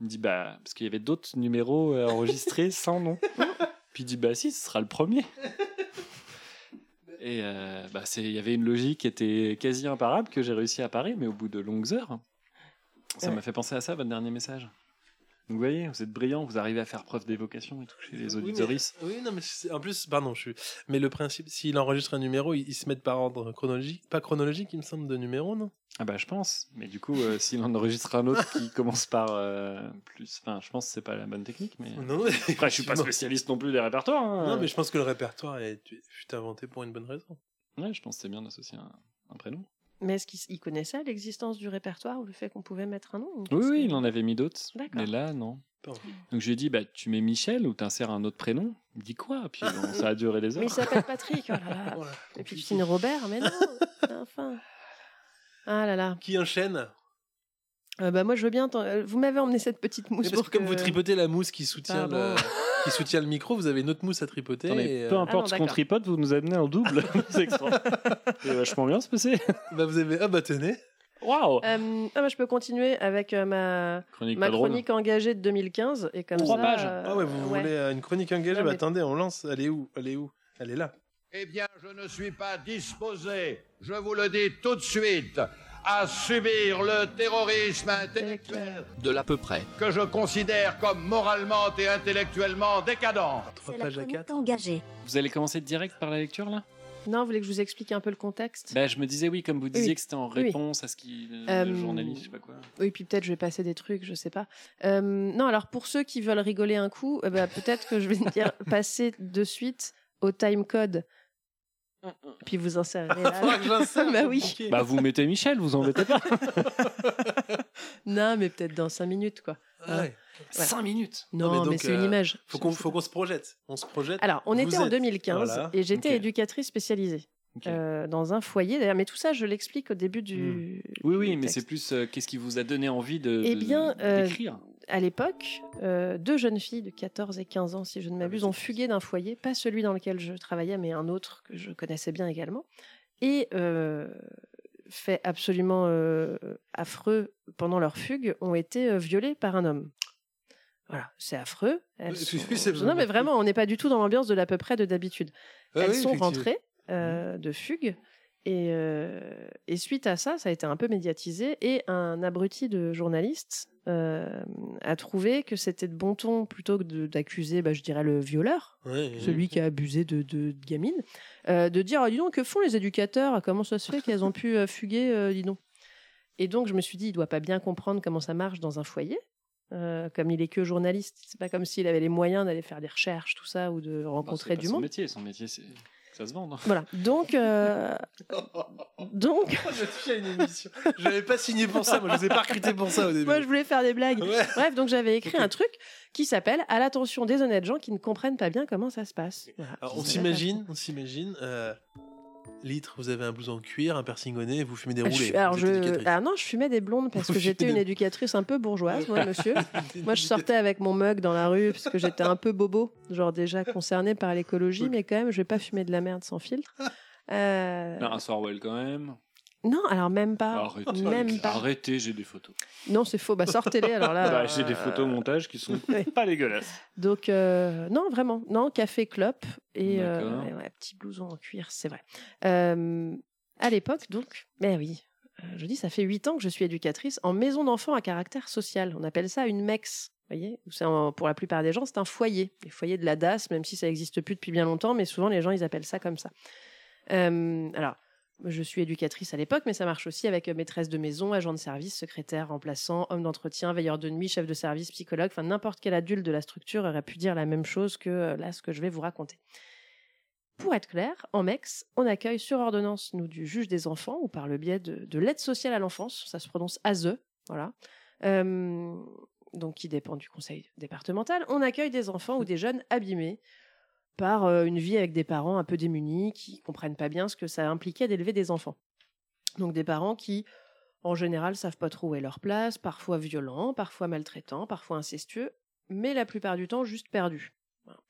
[SPEAKER 1] Il me dit bah parce qu'il y avait d'autres numéros euh, enregistrés sans nom. puis il dit bah si ce sera le premier. Et euh, bah c'est il y avait une logique qui était quasi imparable que j'ai réussi à parer, mais au bout de longues heures. Ça
[SPEAKER 3] Ouais.
[SPEAKER 1] m'a fait penser à ça votre dernier message. Donc vous voyez, vous êtes brillant, vous arrivez à faire preuve d'évocation et tout chez les auditeurs.
[SPEAKER 2] Oui, mais- oui, non, mais c'est- en plus, pardon, je suis. Mais le principe, s'il enregistre un numéro, ils, ils se mettent par ordre chronologique, pas chronologique, il me semble, de numéro, non
[SPEAKER 1] Ah bah je pense, mais du coup, euh, s'il en enregistre un autre qui commence par euh, plus, enfin je pense que c'est pas la bonne technique, mais
[SPEAKER 2] Non,
[SPEAKER 1] après je suis pas
[SPEAKER 2] effectivement.
[SPEAKER 1] spécialiste non plus des répertoires. hein.
[SPEAKER 2] Non, mais je pense que le répertoire est, fut inventé pour une bonne raison.
[SPEAKER 1] Ouais, je pense que c'est bien d'associer un, un prénom.
[SPEAKER 3] Mais est-ce qu'ils connaissaient l'existence du répertoire ou le fait qu'on pouvait mettre un nom ou
[SPEAKER 1] Oui,
[SPEAKER 3] qu'est-ce
[SPEAKER 1] oui,
[SPEAKER 3] que-
[SPEAKER 1] il en avait mis d'autres,
[SPEAKER 3] D'accord.
[SPEAKER 1] mais là non.
[SPEAKER 2] Pardon.
[SPEAKER 1] Donc je lui ai dit bah tu mets Michel ou t'insères un autre prénom. Il dit quoi Puis bon, ça a duré des
[SPEAKER 3] Mais il
[SPEAKER 1] heures.
[SPEAKER 3] s'appelle Patrick, oh là
[SPEAKER 1] Ah,
[SPEAKER 3] là.
[SPEAKER 2] Voilà.
[SPEAKER 3] Et puis tu signes Robert, mais non, enfin. Ah là là.
[SPEAKER 2] Qui enchaîne
[SPEAKER 3] Euh, bah moi je veux bien. t'en- euh, Vous m'avez emmené cette petite mousse
[SPEAKER 2] Mais parce
[SPEAKER 3] pour
[SPEAKER 2] que comme
[SPEAKER 3] que-
[SPEAKER 2] vous tripotez la mousse qui soutient, le,
[SPEAKER 3] Pardon.
[SPEAKER 2] qui soutient le micro, vous avez une autre mousse à tripoter.
[SPEAKER 1] Attendez,
[SPEAKER 2] et, euh,
[SPEAKER 1] peu
[SPEAKER 3] Ah non,
[SPEAKER 1] importe ce qu'on
[SPEAKER 3] d'accord.
[SPEAKER 1] tripote, vous nous amenez en double. c'est extra. C'est vachement bien ce passé.
[SPEAKER 2] bah, vous avez. Ah bah tenez
[SPEAKER 1] Waouh.
[SPEAKER 3] Euh, ah bah, je peux continuer avec euh, ma,
[SPEAKER 1] Chronique
[SPEAKER 3] ma
[SPEAKER 1] pas drôle. hein.
[SPEAKER 3] chronique engagée de 2015 et comme
[SPEAKER 1] Trois
[SPEAKER 3] ça,
[SPEAKER 1] pages.
[SPEAKER 3] euh,
[SPEAKER 2] Ah ouais, vous
[SPEAKER 3] ouais.
[SPEAKER 2] voulez euh, une chronique engagée
[SPEAKER 3] Non,
[SPEAKER 2] Bah,
[SPEAKER 3] mais-
[SPEAKER 2] Attendez, on lance. Elle est où Elle est où Elle est là.
[SPEAKER 11] Eh bien, je ne suis pas disposé, je vous le dis tout de suite, à subir le terrorisme intellectuel
[SPEAKER 8] De l'à peu près.
[SPEAKER 11] que je considère comme moralement et intellectuellement décadent.
[SPEAKER 3] Ah,
[SPEAKER 2] Trois pages à quatre.
[SPEAKER 7] engagée.
[SPEAKER 1] Vous allez commencer direct par la lecture là
[SPEAKER 3] Non, vous voulez que je vous explique un peu le contexte
[SPEAKER 1] Bah, je me disais oui, comme vous disiez que c'était en
[SPEAKER 3] Oui.
[SPEAKER 1] réponse à ce qui le
[SPEAKER 3] Euh,
[SPEAKER 1] journaliste, je sais pas quoi.
[SPEAKER 3] Oui, puis peut-être je vais passer des trucs, je sais pas. Euh, non, alors pour ceux qui veulent rigoler un coup, eh ben, peut-être que je vais dire passer de suite au time code. Puis vous insérez là.
[SPEAKER 2] Faudra que j'insère,
[SPEAKER 3] Bah
[SPEAKER 2] c'est
[SPEAKER 3] oui.
[SPEAKER 2] compliqué.
[SPEAKER 1] Bah vous mettez Michel, vous embêtez pas.
[SPEAKER 3] Non, mais peut-être dans 5 minutes, quoi.
[SPEAKER 2] Ah ouais.
[SPEAKER 3] Voilà.
[SPEAKER 1] 5 minutes.
[SPEAKER 3] Non,
[SPEAKER 2] mais
[SPEAKER 3] mais,
[SPEAKER 2] donc,
[SPEAKER 3] c'est une
[SPEAKER 2] euh,
[SPEAKER 3] image.
[SPEAKER 2] Faut qu'on faut qu'on se projette. On se projette. Ah
[SPEAKER 3] Alors, on
[SPEAKER 2] Vous
[SPEAKER 3] était en
[SPEAKER 2] êtes-
[SPEAKER 3] 2015
[SPEAKER 2] voilà.
[SPEAKER 3] et j'étais
[SPEAKER 1] Ok.
[SPEAKER 3] éducatrice spécialisée
[SPEAKER 1] Ok.
[SPEAKER 3] euh, dans un foyer, d'ailleurs. Mais tout ça, je l'explique au début
[SPEAKER 2] Hmm.
[SPEAKER 3] du.
[SPEAKER 1] Oui,
[SPEAKER 3] du
[SPEAKER 1] oui, mais
[SPEAKER 3] texte.
[SPEAKER 1] c'est plus euh, qu'est-ce qui vous a donné envie de
[SPEAKER 3] Eh
[SPEAKER 1] de-
[SPEAKER 3] bien, euh,
[SPEAKER 1] d'écrire.
[SPEAKER 3] À l'époque, euh, deux jeunes filles de 14 et 15 ans, si
[SPEAKER 2] Ah
[SPEAKER 3] je ne m'abuse, ont fugué d'un foyer, pas celui dans lequel je travaillais, mais un autre que je connaissais bien également. Et euh, fait absolument euh, affreux pendant leur fugue, ont été euh, violées par un homme. Voilà, c'est affreux. Elles
[SPEAKER 2] Oui, oui, c'est
[SPEAKER 3] Non, mais vraiment, on n'est pas du tout dans l'ambiance de l'à peu près de d'habitude.
[SPEAKER 2] Ah
[SPEAKER 3] Elles
[SPEAKER 2] oui,
[SPEAKER 3] sont
[SPEAKER 2] effectivement.
[SPEAKER 3] rentrées
[SPEAKER 1] mmh.
[SPEAKER 3] euh, de fugue. Et, euh, et suite à ça, ça a été un peu médiatisé. Et un abruti de journaliste euh, a trouvé que c'était de bon ton, plutôt que de- d'accuser, bah, je dirais, le violeur,
[SPEAKER 1] Mmh.
[SPEAKER 2] Ouais,
[SPEAKER 3] celui qui a abusé de, de, de gamines, euh, de dire, Ah, dis donc, que font les éducateurs Comment ça se fait qu'elles ont pu euh, fuguer, euh, dis donc Et donc, je me suis dit, il doit pas bien comprendre comment ça marche dans un foyer. Euh, comme il est que journaliste, c'est pas comme s'il avait les moyens d'aller faire des recherches, tout ça, ou de
[SPEAKER 1] Bah, c'est
[SPEAKER 3] rencontrer
[SPEAKER 1] pas
[SPEAKER 3] du
[SPEAKER 1] son
[SPEAKER 3] monde.
[SPEAKER 1] métier, son métier c'est ça se vend. hein. non
[SPEAKER 3] Voilà. Donc, euh, donc,
[SPEAKER 2] Oh, je tiens une émission. Je n'avais pas signé pour ça. Moi, je ne vous ai pas recruté pour ça au début.
[SPEAKER 3] moi, je voulais faire des blagues.
[SPEAKER 2] Ouais.
[SPEAKER 3] Bref, donc j'avais écrit un truc qui s'appelle À l'attention des honnêtes gens qui ne comprennent pas bien comment ça se passe. Voilà.
[SPEAKER 2] Alors, on
[SPEAKER 3] Je savais
[SPEAKER 2] s'imagine, on s'imagine. euh, Litre, vous avez un blouson en cuir, un piercing au nez, et vous fumez des
[SPEAKER 3] pas. Ah, Je
[SPEAKER 2] roulés.
[SPEAKER 3] suis- alors,
[SPEAKER 2] Vous êtes
[SPEAKER 3] je,
[SPEAKER 2] éducatrice.
[SPEAKER 3] ah non, je fumais des blondes parce que
[SPEAKER 2] Vous
[SPEAKER 3] j'étais
[SPEAKER 2] fumez
[SPEAKER 3] une
[SPEAKER 2] des-
[SPEAKER 3] éducatrice un peu bourgeoise, moi, monsieur. Moi, je sortais avec mon mug dans la rue parce que j'étais un peu bobo, genre déjà concernée par l'écologie, mais quand même, je vais pas fumer de la merde sans filtre. Euh,
[SPEAKER 1] Non, Bah, un Sorwell quand même.
[SPEAKER 3] non, alors même pas.
[SPEAKER 1] Arrêtez,
[SPEAKER 3] Même pas.
[SPEAKER 1] Arrêtez, j'ai des photos.
[SPEAKER 3] Non, c'est faux. Bah, sortez-les alors là.
[SPEAKER 1] Bah, j'ai des
[SPEAKER 3] euh,
[SPEAKER 1] photos au montage qui sont
[SPEAKER 3] Ouais.
[SPEAKER 1] pas dégueulasses.
[SPEAKER 3] Donc, euh, non, vraiment. Non, café clope et
[SPEAKER 1] D'accord.
[SPEAKER 3] euh, et ouais, petit blouson en cuir, c'est vrai. Euh, à l'époque, donc, mais oui, euh, je dis, ça fait 8 ans que je suis éducatrice en maison d'enfants à caractère social. On appelle ça une MEX. Vous voyez Où c'est en- Pour la plupart des gens, c'est un foyer. Les foyers de la DAS, même si ça n'existe plus depuis bien longtemps, mais souvent les gens, ils appellent ça comme ça. Euh, alors, je suis éducatrice à l'époque, mais ça marche aussi avec euh, maîtresse de maison, agent de service, secrétaire, remplaçant, homme d'entretien, veilleur de nuit, chef de service, psychologue. Enfin, n'importe quel adulte de la structure aurait pu dire la même chose que euh, là, ce que je vais vous raconter. Pour être clair, en MEX, on accueille sur ordonnance, nous, du juge des enfants, ou par le biais de, de l'aide sociale à l'enfance, ça se prononce E. ASE, voilà, Euh, donc qui dépend du conseil départemental, on accueille des enfants
[SPEAKER 1] Mmh.
[SPEAKER 3] ou des jeunes abîmés par euh, une vie avec des parents un peu démunis, qui comprennent pas bien ce que ça impliquait d'élever des enfants. Donc des parents qui, en général, savent pas trop où est leur place, parfois violents, parfois maltraitants, parfois incestueux, mais la plupart du temps juste perdus. Voilà.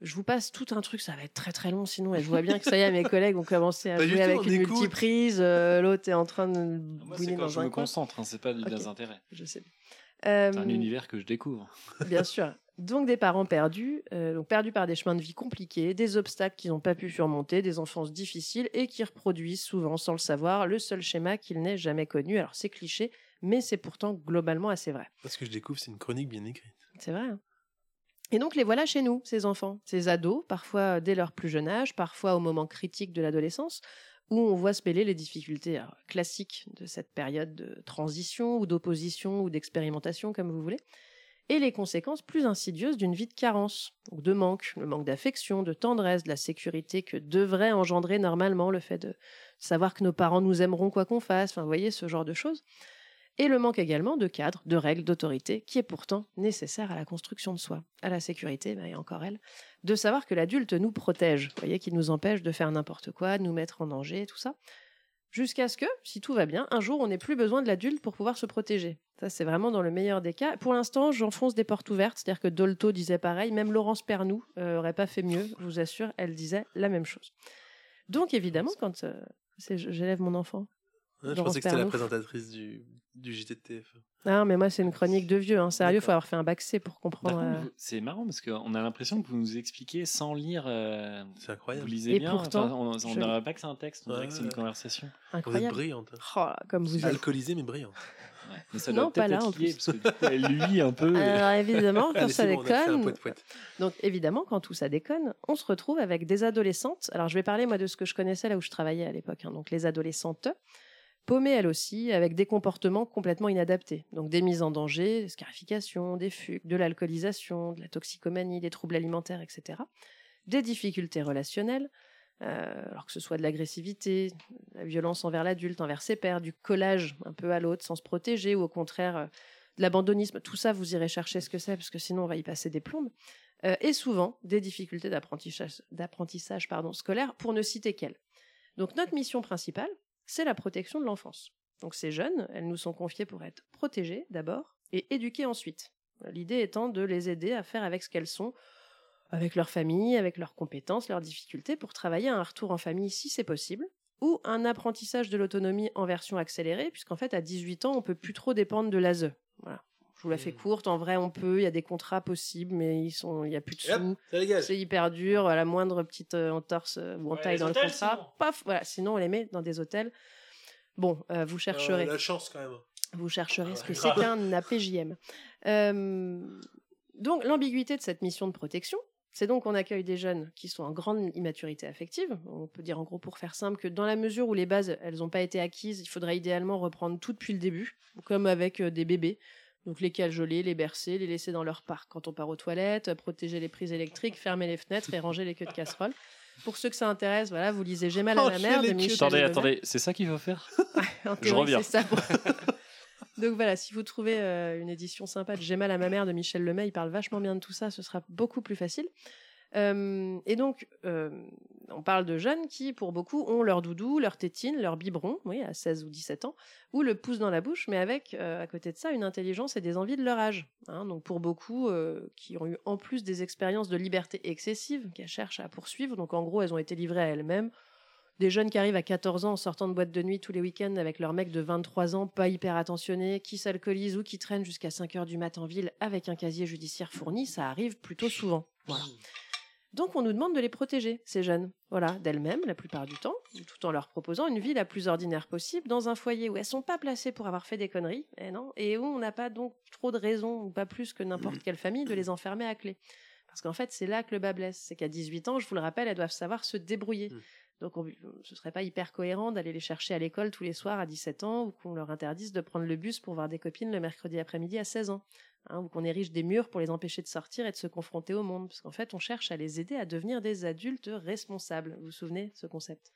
[SPEAKER 3] Je vous passe tout un truc, ça va être très très long sinon, et je vois bien que ça y est, mes collègues ont commencé à
[SPEAKER 1] Bah,
[SPEAKER 2] Pas du
[SPEAKER 3] jouer
[SPEAKER 2] tout,
[SPEAKER 3] avec
[SPEAKER 2] on
[SPEAKER 3] une
[SPEAKER 2] écoute.
[SPEAKER 3] multiprise, euh, l'autre est en train de
[SPEAKER 1] Ah, Moi,
[SPEAKER 3] bouiner
[SPEAKER 1] c'est quand
[SPEAKER 3] dans
[SPEAKER 1] je
[SPEAKER 3] un
[SPEAKER 1] me
[SPEAKER 3] coin.
[SPEAKER 1] concentre, hein, c'est pas du
[SPEAKER 3] Ok.
[SPEAKER 1] désintérêt.
[SPEAKER 3] Je sais. Euh,
[SPEAKER 1] C'est un univers que je découvre.
[SPEAKER 3] Bien sûr. Donc des parents perdus, euh, donc perdus par des chemins de vie compliqués, des obstacles qu'ils n'ont pas pu surmonter, des enfances difficiles et qui reproduisent souvent sans le savoir le seul schéma qu'ils n'aient jamais connu. Alors c'est cliché, mais c'est pourtant globalement assez vrai.
[SPEAKER 2] Ce que je découvre, c'est une chronique bien écrite.
[SPEAKER 3] C'est vrai. hein. Et donc les voilà chez nous, ces enfants, ces ados, parfois euh, dès leur plus jeune âge, parfois au moment critique de l'adolescence, où on voit se mêler les difficultés alors, classiques de cette période de transition ou d'opposition ou d'expérimentation, comme vous voulez, et les conséquences plus insidieuses d'une vie de carence, ou de manque, le manque d'affection, de tendresse, de la sécurité que devrait engendrer normalement le fait de savoir que nos parents nous aimeront quoi qu'on fasse, enfin vous voyez ce genre de choses, et le manque également de cadre, de règles, d'autorité, qui est pourtant nécessaire à la construction de soi, à la sécurité, ben, et encore elle, de savoir que l'adulte nous protège, vous voyez, qu'il nous empêche de faire n'importe quoi, de nous mettre en danger, tout ça, jusqu'à ce que, si tout va bien, un jour on n'ait plus besoin de l'adulte pour pouvoir se protéger. Ça, c'est vraiment dans le meilleur des cas. Pour l'instant, j'enfonce des portes ouvertes, c'est-à-dire que Dolto disait pareil, même Laurence Pernou euh, aurait pas fait mieux, je vous assure, elle disait la même chose. Donc évidemment, quand euh, c'est- j'élève mon enfant,
[SPEAKER 2] Ouais, Ah, je
[SPEAKER 3] Laurence
[SPEAKER 2] pensais que c'était la
[SPEAKER 3] Pernoud.
[SPEAKER 2] présentatrice du, du JTTF.
[SPEAKER 3] Ah, mais moi, c'est une chronique de vieux. Hein. Sérieux,
[SPEAKER 1] D'accord.
[SPEAKER 3] faut
[SPEAKER 1] Bah
[SPEAKER 3] avoir fait un bac C pour
[SPEAKER 1] Par
[SPEAKER 3] comprendre.
[SPEAKER 1] contre,
[SPEAKER 3] euh,
[SPEAKER 1] vous- C'est marrant parce qu'on a l'impression que vous nous expliquez sans lire. euh,
[SPEAKER 2] C'est incroyable.
[SPEAKER 1] Vous lisez
[SPEAKER 3] Et
[SPEAKER 1] bien.
[SPEAKER 3] pourtant,
[SPEAKER 1] enfin, on- on
[SPEAKER 3] je-
[SPEAKER 1] n'aurait pas que c'est un texte, on dirait
[SPEAKER 2] Ouais,
[SPEAKER 1] que c'est une
[SPEAKER 2] ouais.
[SPEAKER 1] conversation.
[SPEAKER 3] Incroyable.
[SPEAKER 2] Vous êtes brillante. hein.
[SPEAKER 3] Oh, là, comme vous êtes.
[SPEAKER 2] Alcoolisée, mais brillante.
[SPEAKER 1] Mais ça
[SPEAKER 3] Non,
[SPEAKER 1] doit peut-être
[SPEAKER 3] pas là, en
[SPEAKER 1] être lié,
[SPEAKER 3] plus.
[SPEAKER 1] parce que du coup, elle lui un peu.
[SPEAKER 3] Alors évidemment, quand
[SPEAKER 2] Allez,
[SPEAKER 3] ça
[SPEAKER 2] c'est bon, on a fait un
[SPEAKER 3] déconne.
[SPEAKER 2] poète-poète.
[SPEAKER 3] Donc évidemment, quand tout ça déconne, on se retrouve avec des adolescentes. Alors je vais parler moi de ce que je connaissais là où je travaillais à l'époque. hein. Donc les adolescentes, paumées elles aussi, avec des comportements complètement inadaptés. Donc des mises en danger, des scarifications, des fugues, de l'alcoolisation, de la toxicomanie, des troubles alimentaires, etc. Des difficultés relationnelles. euh, alors que ce soit de l'agressivité, de la violence envers l'adulte, envers ses pairs, du collage un peu à l'autre sans se protéger, ou au contraire euh, de l'abandonnisme, tout ça, vous irez chercher ce que c'est, parce que sinon on va y passer des plombes. Euh, et souvent des difficultés d'apprentissage d'apprentissage, pardon, scolaire, pour ne citer qu'elles. Donc notre mission principale, c'est la protection de l'enfance. Donc ces jeunes, elles nous sont confiées pour être protégées d'abord et éduquées ensuite. L'idée étant de les aider à faire avec ce qu'elles sont, avec leur famille, avec leurs compétences, leurs difficultés, pour travailler à un retour en famille si c'est possible, ou un apprentissage de l'autonomie en version accélérée, puisqu'en fait à 18 ans, on peut plus trop dépendre de l'ASE. Voilà. Je vous la
[SPEAKER 2] Mmh.
[SPEAKER 3] fais courte, en vrai on peut, il y a des contrats possibles, mais ils sont, il n'y a plus de
[SPEAKER 2] Et hop,
[SPEAKER 3] sous.
[SPEAKER 2] ça dégage.
[SPEAKER 3] C'est hyper dur, à la moindre petite euh, entorse euh, ou entaille
[SPEAKER 2] les
[SPEAKER 3] dans le
[SPEAKER 2] hôtels,
[SPEAKER 3] contrat, paf, voilà, sinon on les met dans des hôtels. Bon, euh, vous chercherez.
[SPEAKER 2] Euh, la chance, quand même.
[SPEAKER 3] Vous chercherez ce que
[SPEAKER 2] Ah,
[SPEAKER 3] c'est
[SPEAKER 2] grave.
[SPEAKER 3] qu'un APJM. Euh, donc, l'ambiguïté de cette mission de protection, c'est donc qu'on accueille des jeunes qui sont en grande immaturité affective. On peut dire en gros, pour faire simple, que dans la mesure où les bases, elles n'ont pas été acquises, il faudrait idéalement reprendre tout depuis le début, comme avec euh, des bébés. Donc, les cajoler, les bercer, les laisser dans leur parc quand on part aux toilettes, euh, protéger les prises électriques, fermer les fenêtres et ranger les queues de casserole. Pour ceux que ça intéresse, voilà, vous lisez J'ai mal à ma
[SPEAKER 1] Ranger
[SPEAKER 3] mère de
[SPEAKER 1] les queues.
[SPEAKER 3] Michel
[SPEAKER 1] Attendez,
[SPEAKER 3] Leboeuf.
[SPEAKER 1] attendez, c'est ça qu'il faut faire
[SPEAKER 3] En
[SPEAKER 1] Je
[SPEAKER 3] théorie,
[SPEAKER 1] reviens.
[SPEAKER 3] c'est ça. Donc voilà, si vous trouvez euh, une édition sympa de J'ai mal à ma mère de Michel Lemay, il parle vachement bien de tout ça, ce sera beaucoup plus facile. Euh, et donc, euh, on parle de jeunes qui, pour beaucoup, ont leur doudou, leur tétine, leur biberon, oui, à 16 ou 17 ans, ou le pouce dans la bouche, mais avec, euh, à côté de ça, une intelligence et des envies de leur âge. hein. donc pour beaucoup, euh, qui ont eu en plus des expériences de liberté excessive qu'elles cherchent à poursuivre, donc en gros, elles ont été livrées à elles-mêmes, des jeunes qui arrivent à 14 ans en sortant de boîte de nuit tous les week-ends avec leur mec de 23 ans, pas hyper attentionné, qui s'alcoolise ou qui traîne jusqu'à 5 heures du mat en ville avec un casier judiciaire fourni, ça arrive plutôt souvent. Voilà. Donc on nous demande de les protéger, ces jeunes, voilà, d'elles-mêmes la plupart du temps, tout en leur proposant une vie la plus ordinaire possible dans un foyer où elles sont pas placées pour avoir fait des conneries, eh non, et où on n'a pas donc trop de raisons, ou pas plus que n'importe quelle famille, de les enfermer à clé. Parce qu'en fait, c'est là que le bas blesse. C'est qu'à 18 ans, je vous le rappelle, elles doivent savoir se débrouiller. Donc on- ce serait pas hyper cohérent d'aller les chercher à l'école tous les soirs à 17 ans ou qu'on leur interdise de prendre le bus pour voir des copines le mercredi après-midi à 16 ans. hein, ou qu'on érige des murs pour les empêcher de sortir et de se confronter au monde. Parce qu'en fait, on cherche à les aider à devenir des adultes responsables. Vous vous souvenez de ce concept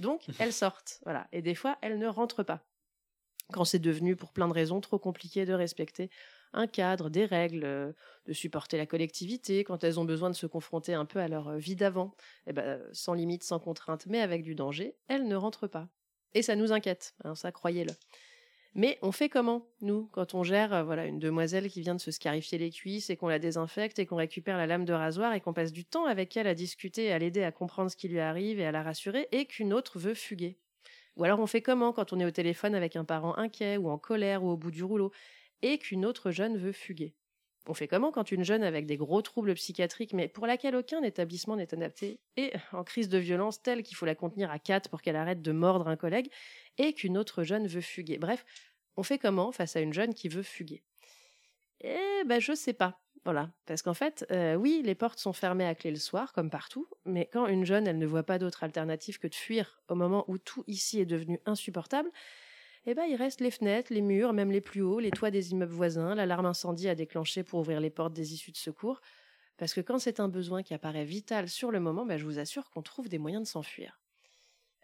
[SPEAKER 3] Donc elles sortent, voilà. Et des fois, elles ne rentrent pas quand c'est devenu, pour plein de raisons, trop compliqué de respecter un cadre, des règles, euh, de supporter la collectivité, quand elles ont besoin de se confronter un peu à leur euh, vie d'avant, eh ben, sans limite, sans contrainte, mais avec du danger, elles ne rentrent pas. Et ça nous inquiète, hein, ça croyez-le. Mais on fait comment, nous, quand on gère euh, voilà une demoiselle qui vient de se scarifier les cuisses et qu'on la désinfecte et qu'on récupère la lame de rasoir et qu'on passe du temps avec elle à discuter, à l'aider à comprendre ce qui lui arrive et à la rassurer et qu'une autre veut fuguer ou alors on fait comment quand on est au téléphone avec un parent inquiet ou en colère ou au bout du rouleau et qu'une autre jeune veut fuguer On fait comment quand une jeune avec des gros troubles psychiatriques mais pour laquelle aucun établissement n'est adapté et en crise de violence telle qu'il faut la contenir à quatre pour qu'elle arrête de mordre un collègue et qu'une autre jeune veut fuguer Bref, On fait comment face à une jeune qui veut fuguer Eh ben, je sais pas. Voilà. Parce qu'en fait, euh, oui, les portes sont fermées à clé le soir, comme partout, mais quand une jeune, elle ne voit pas d'autre alternative que de fuir au moment où tout ici est devenu insupportable, eh ben, il reste les fenêtres, les murs, même les plus hauts, les toits des immeubles voisins, l'alarme incendie à déclencher pour ouvrir les portes des issues de secours. Parce que quand c'est un besoin qui apparaît vital sur le moment, ben, je vous assure qu'on trouve des moyens de s'enfuir.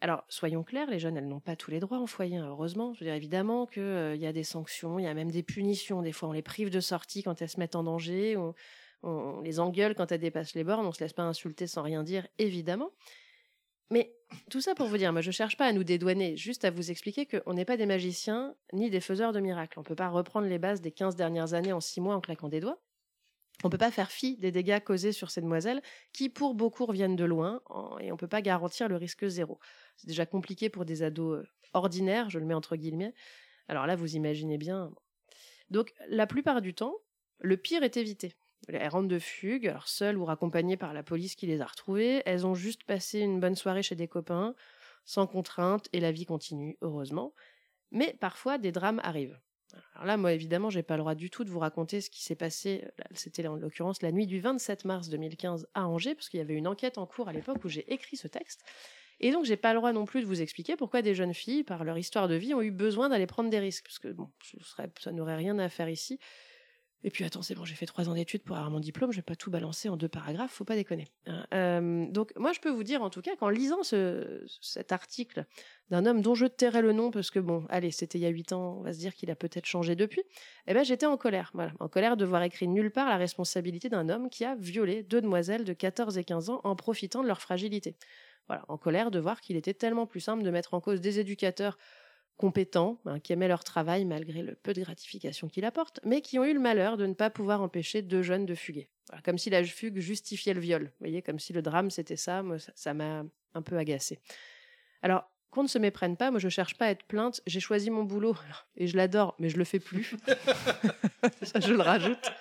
[SPEAKER 3] Alors, soyons clairs, les jeunes, elles n'ont pas tous les droits en foyer, hein, heureusement. Je veux dire, évidemment qu'il y a des sanctions, il y a même des punitions. Des fois, on les prive de sortie quand elles se mettent en danger, on, on les engueule quand elles dépassent les bornes, on se laisse pas insulter sans rien dire, évidemment. Mais tout ça pour vous dire, moi je cherche pas à nous dédouaner, juste à vous expliquer qu'on n'est pas des magiciens ni des faiseurs de miracles. On peut pas reprendre les bases des 15 dernières années en 6 mois en claquant des doigts. On peut pas faire fi des dégâts causés sur ces demoiselles qui, pour beaucoup, reviennent de loin en- et on peut pas garantir le risque zéro. C'est déjà compliqué pour des ados euh, ordinaires, je le mets entre guillemets. Alors là, vous imaginez bien. Donc la plupart du temps, le pire est évité. Elles rentrent de fugue, alors seules ou raccompagnées par la police qui les a retrouvées. Elles ont juste passé une bonne soirée chez des copains, sans contrainte, et la vie continue, heureusement. Mais parfois, des drames arrivent. Alors là, moi, évidemment, j'ai pas le droit du tout de vous raconter ce qui s'est passé. Là, C'était en l'occurrence la nuit du 27 mars 2015 à Angers, parce qu'il y avait une enquête en cours à l'époque où j'ai écrit ce texte. Et donc, j'ai pas le droit non plus de vous expliquer pourquoi des jeunes filles, par leur histoire de vie, ont eu besoin d'aller prendre des risques, parce que bon, ce serait- ça n'aurait rien à faire ici. Et puis attends, c'est bon, j'ai fait trois ans d'études pour avoir mon diplôme, je vais pas tout balancer en deux paragraphes, faut pas déconner. hein. Euh, donc moi, je peux vous dire en tout cas qu'en lisant ce- cet article d'un homme dont je tairai le nom parce que bon, allez, c'était il y a huit ans, on va se dire qu'il a peut-être changé depuis. Eh ben, j'étais en colère, voilà, en colère de voir écrit nulle part la responsabilité d'un homme qui a violé deux demoiselles de 14 et 15 ans en profitant de leur fragilité. Voilà, en colère de voir qu'il était tellement plus simple de mettre en cause des éducateurs compétents, hein, qui aimaient leur travail malgré le peu de gratification qu'il apporte, mais qui ont eu le malheur de ne pas pouvoir empêcher deux jeunes de fuguer. Voilà, comme si la fugue justifiait le viol. Vous voyez, comme si le drame c'était ça, moi, ça- ça m'a un peu agacé. Alors, qu'on ne se méprenne pas, moi je cherche pas à être plainte, j'ai choisi mon boulot alors, et je l'adore, mais je le fais plus. ça, je le rajoute.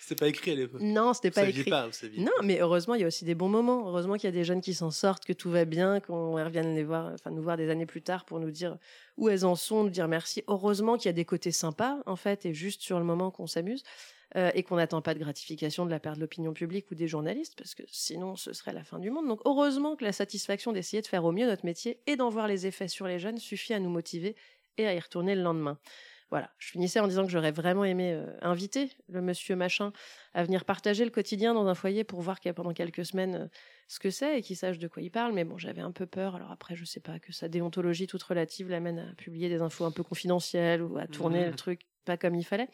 [SPEAKER 2] C'est pas écrit à l'époque.
[SPEAKER 3] Non, c'était
[SPEAKER 2] Vous
[SPEAKER 3] pas
[SPEAKER 2] saviez
[SPEAKER 3] écrit.
[SPEAKER 2] pas, hein, vous saviez.
[SPEAKER 3] Non, mais heureusement, il y a aussi des bons moments. Heureusement qu'il y a des jeunes qui s'en sortent, que tout va bien, qu'on elles reviennent les voir, enfin nous voir des années plus tard pour nous dire où elles en sont, nous dire merci. Heureusement qu'il y a des côtés sympas en fait, et juste sur le moment qu'on s'amuse euh, et qu'on n'attend pas de gratification de la part de l'opinion publique ou des journalistes, parce que sinon ce serait la fin du monde. Donc heureusement que la satisfaction d'essayer de faire au mieux notre métier et d'en voir les effets sur les jeunes suffit à nous motiver et à y retourner le lendemain. Voilà, je finissais en disant que j'aurais vraiment aimé euh, inviter le monsieur machin à venir partager le quotidien dans un foyer pour voir qu'il y a pendant quelques semaines euh, ce que c'est et qu'il sache de quoi il parle. Mais bon, j'avais un peu peur. Alors après, je sais pas que sa déontologie toute relative l'amène à publier des infos un peu confidentielles ou à tourner
[SPEAKER 12] Mhm.
[SPEAKER 3] le truc pas comme il fallait.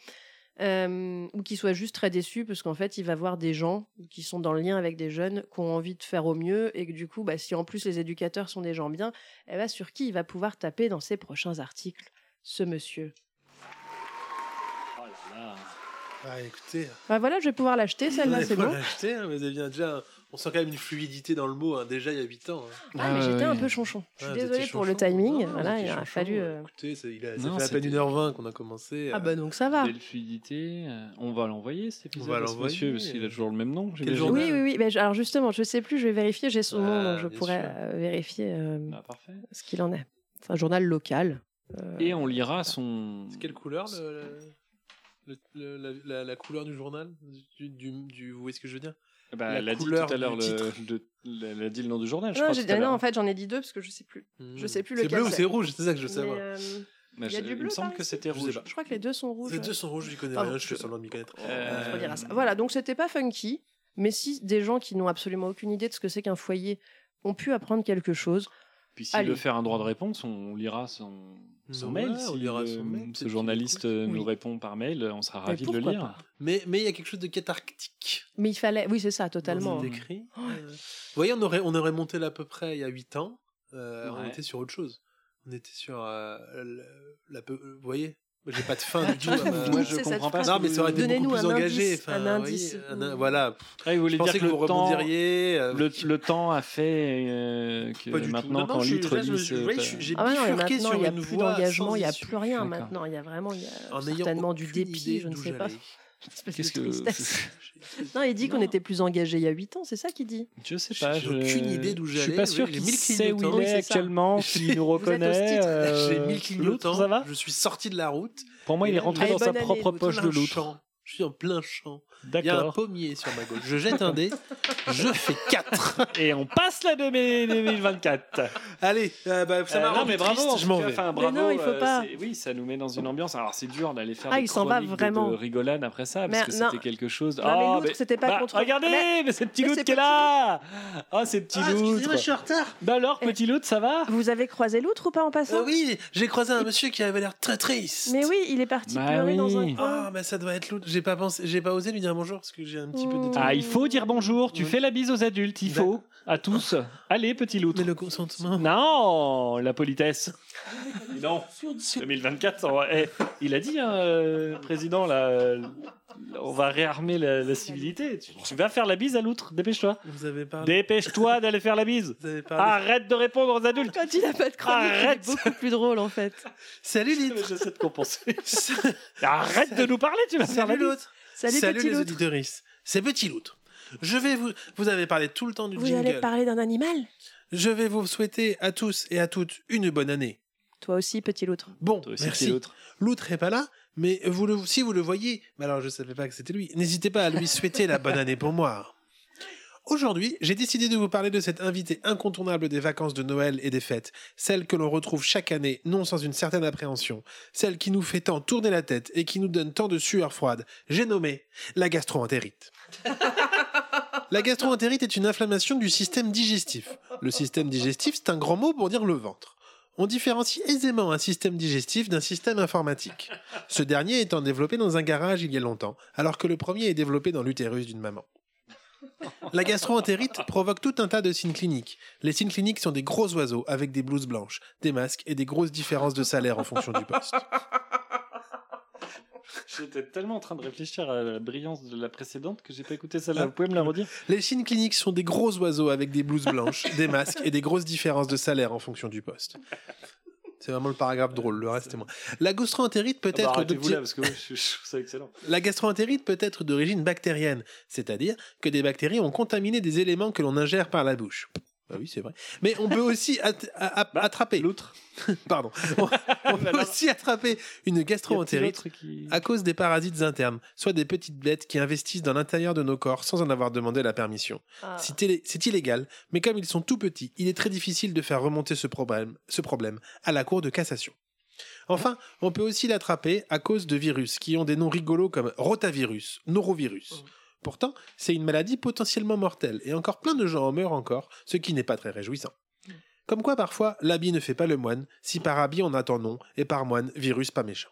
[SPEAKER 3] Euh, ou qu'il soit juste très déçu parce qu'en fait, il va voir des gens qui sont dans le lien avec des jeunes, qui ont envie de faire au mieux et que du coup, bah, si en plus les éducateurs sont des gens bien, eh ben, sur qui il va pouvoir taper dans ses prochains articles ce monsieur
[SPEAKER 1] Oh là là.
[SPEAKER 2] Ah, écoutez.
[SPEAKER 3] Bah voilà, je vais pouvoir l'acheter,
[SPEAKER 2] Ouais,
[SPEAKER 3] celle-là, c'est
[SPEAKER 2] faut
[SPEAKER 3] bon.
[SPEAKER 2] l'acheter, hein, mais ça vient déjà. On sent quand même une fluidité dans le mot, hein, déjà il y a 8 ans. hein.
[SPEAKER 3] Ah, mais j'étais un peu chonchon. Je suis
[SPEAKER 2] Ah,
[SPEAKER 3] désolée
[SPEAKER 2] t'étais
[SPEAKER 3] pour le
[SPEAKER 2] chonchon.
[SPEAKER 3] timing.
[SPEAKER 2] Non,
[SPEAKER 3] voilà,
[SPEAKER 2] t'étais
[SPEAKER 3] il a
[SPEAKER 2] chonchon,
[SPEAKER 3] fallu.
[SPEAKER 2] ouais.
[SPEAKER 3] euh,
[SPEAKER 2] hein. Écoutez, ça, il a, ça
[SPEAKER 1] Non,
[SPEAKER 2] fait à peine
[SPEAKER 1] c'était-
[SPEAKER 2] 1h20 qu'on a commencé.
[SPEAKER 3] Ah, bah donc ça va.
[SPEAKER 1] Belle fluidité. euh, On va l'envoyer cet épisode. à ce
[SPEAKER 2] l'envoyer.
[SPEAKER 1] Monsieur, parce qu'il a toujours le même nom.
[SPEAKER 2] Quel
[SPEAKER 1] j'imagine.
[SPEAKER 3] Oui, oui, oui. Mais je- alors justement, je sais plus, je vais vérifier. J'ai son nom,
[SPEAKER 1] Ah,
[SPEAKER 3] donc je
[SPEAKER 1] bien
[SPEAKER 3] pourrais
[SPEAKER 1] sûr.
[SPEAKER 3] euh, vérifier euh,
[SPEAKER 1] Ah, parfait.
[SPEAKER 3] ce qu'il en est. C'est un journal local. euh,
[SPEAKER 1] Et on lira son.
[SPEAKER 2] Quelle couleur le- le- le- la, la- la couleur du journal du, du, du- Vous voyez ce que je veux dire
[SPEAKER 1] Bah, elle a dit tout à l'heure le, de- le- elle a dit le nom du journal. je
[SPEAKER 3] non,
[SPEAKER 1] crois,
[SPEAKER 3] j'ai-
[SPEAKER 1] tout à
[SPEAKER 3] non,
[SPEAKER 1] l'heure.
[SPEAKER 3] en fait, j'en ai dit deux parce que je sais plus.
[SPEAKER 2] Hmm.
[SPEAKER 3] Je sais plus
[SPEAKER 2] C'est
[SPEAKER 3] lequel.
[SPEAKER 2] bleu ou c'est rouge C'est ça que je veux
[SPEAKER 3] Mais,
[SPEAKER 2] savoir.
[SPEAKER 3] euh,
[SPEAKER 1] Mais
[SPEAKER 3] il y a
[SPEAKER 1] je-
[SPEAKER 3] du
[SPEAKER 1] il
[SPEAKER 3] bleu.
[SPEAKER 1] me semble
[SPEAKER 3] par
[SPEAKER 1] que
[SPEAKER 3] ici
[SPEAKER 1] c'était
[SPEAKER 2] Je sais
[SPEAKER 1] rouge.
[SPEAKER 2] pas.
[SPEAKER 3] Je crois que les deux sont rouges.
[SPEAKER 2] Les deux sont rouges, j'y connais
[SPEAKER 3] Pardon,
[SPEAKER 2] rien, je fais semblant de m'y connaître.
[SPEAKER 1] Euh,
[SPEAKER 3] On redira ça. Voilà, donc c'était pas funky, mais si des gens qui n'ont absolument aucune idée de ce que c'est qu'un foyer ont pu apprendre quelque chose,
[SPEAKER 1] Puis s'il
[SPEAKER 3] Allez.
[SPEAKER 1] veut faire un droit de réponse, on lira son, son
[SPEAKER 2] Ouais,
[SPEAKER 1] mail.
[SPEAKER 2] on
[SPEAKER 1] si
[SPEAKER 2] lira
[SPEAKER 1] le-
[SPEAKER 2] son mail,
[SPEAKER 1] euh, Ce journaliste euh, nous
[SPEAKER 3] Oui.
[SPEAKER 1] répond par mail, on sera
[SPEAKER 3] Mais
[SPEAKER 1] ravis de le
[SPEAKER 3] pourquoi
[SPEAKER 1] lire.
[SPEAKER 3] pas
[SPEAKER 2] Mais mais il y a quelque chose de cathartique
[SPEAKER 3] mais il fallait. Oui, c'est ça,
[SPEAKER 2] dans
[SPEAKER 3] totalement. hein. Oh,
[SPEAKER 2] ce décrit. Euh, Vous voyez, on aurait, on aurait monté là à peu près il y a 8 ans. euh, On
[SPEAKER 1] Ouais.
[SPEAKER 2] était sur autre chose. On était sur euh, la, la peu- Vous voyez J'ai pas de fin du tout. hein, à ma-
[SPEAKER 1] Moi, je
[SPEAKER 3] cette
[SPEAKER 1] comprends pas.
[SPEAKER 3] phrase.
[SPEAKER 2] Non, mais ça aurait été
[SPEAKER 3] Donnez-nous
[SPEAKER 2] beaucoup plus
[SPEAKER 3] un
[SPEAKER 2] engagé.
[SPEAKER 3] indice,
[SPEAKER 2] enfin,
[SPEAKER 3] un
[SPEAKER 2] vous
[SPEAKER 3] indice.
[SPEAKER 2] voyez, un-
[SPEAKER 1] Ah,
[SPEAKER 2] voilà.
[SPEAKER 1] vous
[SPEAKER 2] Je
[SPEAKER 1] voulez dire
[SPEAKER 2] pensais
[SPEAKER 1] que,
[SPEAKER 2] que vous
[SPEAKER 1] le, temps,
[SPEAKER 2] rebondiriez. euh,
[SPEAKER 1] le, le temps a fait euh, que
[SPEAKER 2] Pas du tout.
[SPEAKER 1] maintenant,
[SPEAKER 2] Non, non,
[SPEAKER 1] quand
[SPEAKER 2] je suis-
[SPEAKER 1] litre
[SPEAKER 2] là, je me suis-
[SPEAKER 1] lisse,
[SPEAKER 2] vous voyez,
[SPEAKER 1] t'as-
[SPEAKER 2] je suis- j'ai
[SPEAKER 3] Ah ouais, non, mais
[SPEAKER 2] bifurqué
[SPEAKER 3] maintenant,
[SPEAKER 2] sur
[SPEAKER 3] il n'y a
[SPEAKER 2] une
[SPEAKER 3] plus
[SPEAKER 2] voie sans
[SPEAKER 3] d'engagement, il n'y a
[SPEAKER 2] issue.
[SPEAKER 3] plus rien
[SPEAKER 1] D'accord.
[SPEAKER 3] maintenant. Il y a vraiment il y a
[SPEAKER 2] En ayant
[SPEAKER 3] certainement du
[SPEAKER 2] aucune
[SPEAKER 3] dépit,
[SPEAKER 2] idée
[SPEAKER 3] je ne
[SPEAKER 2] d'où
[SPEAKER 3] sais pas.
[SPEAKER 2] j'allais.
[SPEAKER 3] Espèce de
[SPEAKER 1] Qu'est-ce que-
[SPEAKER 3] tristesse. Non, il dit qu'on était plus engagés il y a 8 ans, c'est ça qu'il dit
[SPEAKER 1] Je sais pas,
[SPEAKER 2] J'ai
[SPEAKER 1] je-
[SPEAKER 2] aucune idée d'où
[SPEAKER 1] Je
[SPEAKER 2] j'allais,
[SPEAKER 1] suis pas
[SPEAKER 2] oui,
[SPEAKER 1] sûr
[SPEAKER 2] j'ai
[SPEAKER 1] qu'il
[SPEAKER 2] mille
[SPEAKER 1] sait où
[SPEAKER 2] clignotants.
[SPEAKER 1] il
[SPEAKER 2] Oui,
[SPEAKER 1] est
[SPEAKER 2] c'est ça.
[SPEAKER 1] actuellement,
[SPEAKER 2] J'ai-
[SPEAKER 1] s'il nous
[SPEAKER 2] vous êtes au
[SPEAKER 1] reconnaît.
[SPEAKER 2] titre.
[SPEAKER 1] euh,
[SPEAKER 2] J'ai mille
[SPEAKER 1] l'autre,
[SPEAKER 2] clignotants.
[SPEAKER 1] Ça va
[SPEAKER 2] Je suis sorti de la route.
[SPEAKER 1] Pour moi, il est rentré
[SPEAKER 2] Allez,
[SPEAKER 1] dans sa
[SPEAKER 2] bonne
[SPEAKER 1] propre
[SPEAKER 2] année,
[SPEAKER 1] poche
[SPEAKER 2] plein
[SPEAKER 1] de l'autre.
[SPEAKER 2] champ. Je suis en plein champ. Il y a un
[SPEAKER 1] D'accord.
[SPEAKER 2] pommier sur ma gauche. Je jette un dé. Je fais 4.
[SPEAKER 1] Et on passe la 2024.
[SPEAKER 2] Allez, euh, bah, ça
[SPEAKER 1] Euh,
[SPEAKER 2] m'a
[SPEAKER 1] non,
[SPEAKER 2] rendu
[SPEAKER 1] mais bravo,
[SPEAKER 2] triste,
[SPEAKER 1] en
[SPEAKER 2] je
[SPEAKER 1] tout
[SPEAKER 2] m'en
[SPEAKER 1] cas,
[SPEAKER 2] vais.
[SPEAKER 1] enfin, bravo,
[SPEAKER 3] non, il faut
[SPEAKER 1] euh,
[SPEAKER 3] pas.
[SPEAKER 1] c'est- Oui, ça nous met dans une ambiance. Alors, c'est dur d'aller faire
[SPEAKER 3] Ah,
[SPEAKER 1] des
[SPEAKER 3] il s'en va
[SPEAKER 1] chroniques de-
[SPEAKER 3] vraiment.
[SPEAKER 1] de rigolade après ça, parce
[SPEAKER 3] Mais
[SPEAKER 1] que
[SPEAKER 3] non.
[SPEAKER 1] c'était quelque chose.
[SPEAKER 3] Non,
[SPEAKER 1] Ah,
[SPEAKER 3] mais l'autre,
[SPEAKER 1] mais-
[SPEAKER 3] c'était pas
[SPEAKER 1] bah,
[SPEAKER 3] contre-
[SPEAKER 1] Regardez,
[SPEAKER 3] Mais-
[SPEAKER 1] mais, c'est le petit
[SPEAKER 3] mais
[SPEAKER 1] loutre
[SPEAKER 3] c'est
[SPEAKER 1] qui est là Ah, c'est petit loutre
[SPEAKER 2] retard.
[SPEAKER 1] Bah
[SPEAKER 3] Eh.
[SPEAKER 1] alors, petit loutre, ça va
[SPEAKER 3] Ah, Vous avez croisé l'autre ou pas en passant
[SPEAKER 2] Euh, oui, j'ai croisé un monsieur qui avait l'air très triste.
[SPEAKER 3] Mais oui, il est parti
[SPEAKER 1] Bah
[SPEAKER 3] pleurer
[SPEAKER 1] oui.
[SPEAKER 3] dans un coin.
[SPEAKER 2] Ah, mais ça doit être l'autre. J'ai pas pensé, j'ai pas osé lui dire bonjour parce que j'ai un petit peu de.
[SPEAKER 1] Ah, il faut dire bonjour, tu
[SPEAKER 2] Ouais.
[SPEAKER 1] fais la bise aux adultes, il faut, à tous. Allez, petit loutre.
[SPEAKER 2] Mais le consentement.
[SPEAKER 1] Non, la politesse. Dis donc, 2024, ça va- eh, il a dit, hein, euh, président, là, euh, on va réarmer la, la civilité. Tu, tu vas faire la bise à l'outre, dépêche-toi.
[SPEAKER 2] Vous avez parlé.
[SPEAKER 1] Dépêche-toi d'aller faire la bise.
[SPEAKER 2] Vous avez parlé.
[SPEAKER 1] Arrête de répondre aux adultes.
[SPEAKER 3] Quand il n'a pas de chronique,
[SPEAKER 1] Arrête.
[SPEAKER 3] il est beaucoup plus drôle en fait.
[SPEAKER 2] Salut l'autre.
[SPEAKER 1] J'essaie de compenser. Arrête de nous parler, tu vas faire la
[SPEAKER 2] Salut
[SPEAKER 1] bise.
[SPEAKER 2] l'autre.
[SPEAKER 3] Salut, petit
[SPEAKER 2] les
[SPEAKER 3] loutre.
[SPEAKER 2] auditeuristes. C'est petit l'autre. Je vais vous. Vous avez parlé tout le temps du
[SPEAKER 3] Vous allez
[SPEAKER 2] jingle.
[SPEAKER 3] parler d'un animal
[SPEAKER 2] Je vais vous souhaiter à tous et à toutes une bonne année.
[SPEAKER 3] Toi aussi, petit l'autre.
[SPEAKER 2] Bon,
[SPEAKER 1] Toi aussi, petit
[SPEAKER 2] merci.
[SPEAKER 1] loutre.
[SPEAKER 2] L'autre est pas là, mais vous le, si vous le voyez, mais alors je savais pas que c'était lui. N'hésitez pas à lui souhaiter la bonne année pour moi. Aujourd'hui, j'ai décidé de vous parler de cette invitée incontournable des vacances de Noël et des fêtes, celle que l'on retrouve chaque année, non sans une certaine appréhension, celle qui nous fait tant tourner la tête et qui nous donne tant de sueur froide. J'ai nommé la gastroentérite. La gastroentérite est une inflammation du système digestif. Le système digestif, c'est un grand mot pour dire le ventre. On différencie aisément un système digestif d'un système informatique. Ce dernier étant développé dans un garage il y a longtemps, alors que le premier est développé dans l'utérus d'une maman. La gastroentérite provoque tout un tas de signes cliniques. Les signes cliniques sont des gros oiseaux avec des blouses blanches, des masques et des grosses différences de salaire en fonction du poste.
[SPEAKER 1] J'étais tellement en train de réfléchir à la brillance de la précédente que j'ai pas écouté celle-là. Vous pouvez me la redire
[SPEAKER 2] Les signes cliniques sont des gros oiseaux avec des blouses blanches, des masques et des grosses différences de salaire en fonction du poste. C'est vraiment le paragraphe drôle, le reste est moins. La gastroentérite peut
[SPEAKER 1] Ah bah,
[SPEAKER 2] être
[SPEAKER 1] Arrêtez-vous
[SPEAKER 2] d'obti-
[SPEAKER 1] là, parce que ouais, je, je trouve ça excellent.
[SPEAKER 2] La gastroentérite peut être d'origine bactérienne, c'est-à-dire que des bactéries ont contaminé des éléments que l'on ingère par la bouche. Bah oui, c'est vrai. Mais on peut aussi at- a- a- attraper.
[SPEAKER 1] L'autre.
[SPEAKER 2] Pardon. On, on
[SPEAKER 1] Bah
[SPEAKER 2] peut
[SPEAKER 1] non.
[SPEAKER 2] aussi attraper une gastroentérite à cause des parasites internes, soit des petites bêtes qui investissent dans l'intérieur de nos corps sans en avoir demandé la permission.
[SPEAKER 3] Ah.
[SPEAKER 2] C'est illé- C'est illégal, mais comme ils sont tout petits, il est très difficile de faire remonter ce problème, ce problème à la Cour de cassation. Enfin, on peut aussi l'attraper à cause de virus qui ont des noms rigolos comme rotavirus, norovirus. Pourtant, c'est une maladie potentiellement mortelle et encore plein de gens en meurent encore, ce qui n'est pas très réjouissant. Comme quoi parfois, l'habit ne fait pas le moine, si par habit on attend non, et par moine, virus pas méchant.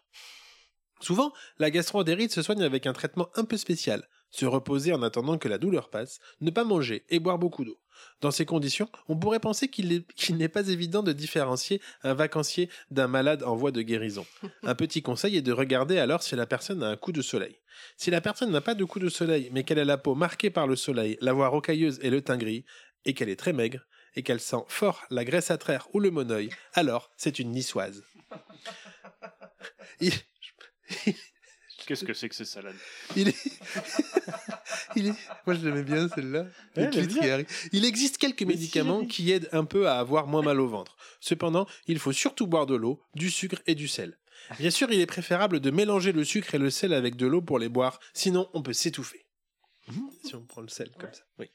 [SPEAKER 2] Souvent, la gastroentérite se soigne avec un traitement un peu spécial. Se reposer en attendant que la douleur passe, ne pas manger et boire beaucoup d'eau. Dans ces conditions, on pourrait penser qu'il est- qu'il n'est pas évident de différencier un vacancier d'un malade en voie de guérison. Un petit conseil est de regarder alors si la personne a un coup de soleil. Si la personne n'a pas de coup de soleil, mais qu'elle a la peau marquée par le soleil, la voix rocailleuse et le teint gris, et qu'elle est très maigre, et qu'elle sent fort la graisse à traire ou le monoeil, alors c'est une niçoise. Il-
[SPEAKER 1] Qu'est-ce que c'est que ces salades
[SPEAKER 2] Il est... Il est... Moi, je l'aimais bien, celle-là. Les
[SPEAKER 1] Ouais, elle est
[SPEAKER 2] clits qui
[SPEAKER 1] bien.
[SPEAKER 2] arrivent. Il existe quelques
[SPEAKER 1] Mais si,
[SPEAKER 2] médicaments
[SPEAKER 1] j'ai dit.
[SPEAKER 2] qui aident un peu à avoir moins mal au ventre. Cependant, il faut surtout boire de l'eau, du sucre et du sel. Bien sûr, il est préférable de mélanger le sucre et le sel avec de l'eau pour les boire, sinon on peut s'étouffer.
[SPEAKER 1] Mmh.
[SPEAKER 2] Si on prend le sel comme ça, oui.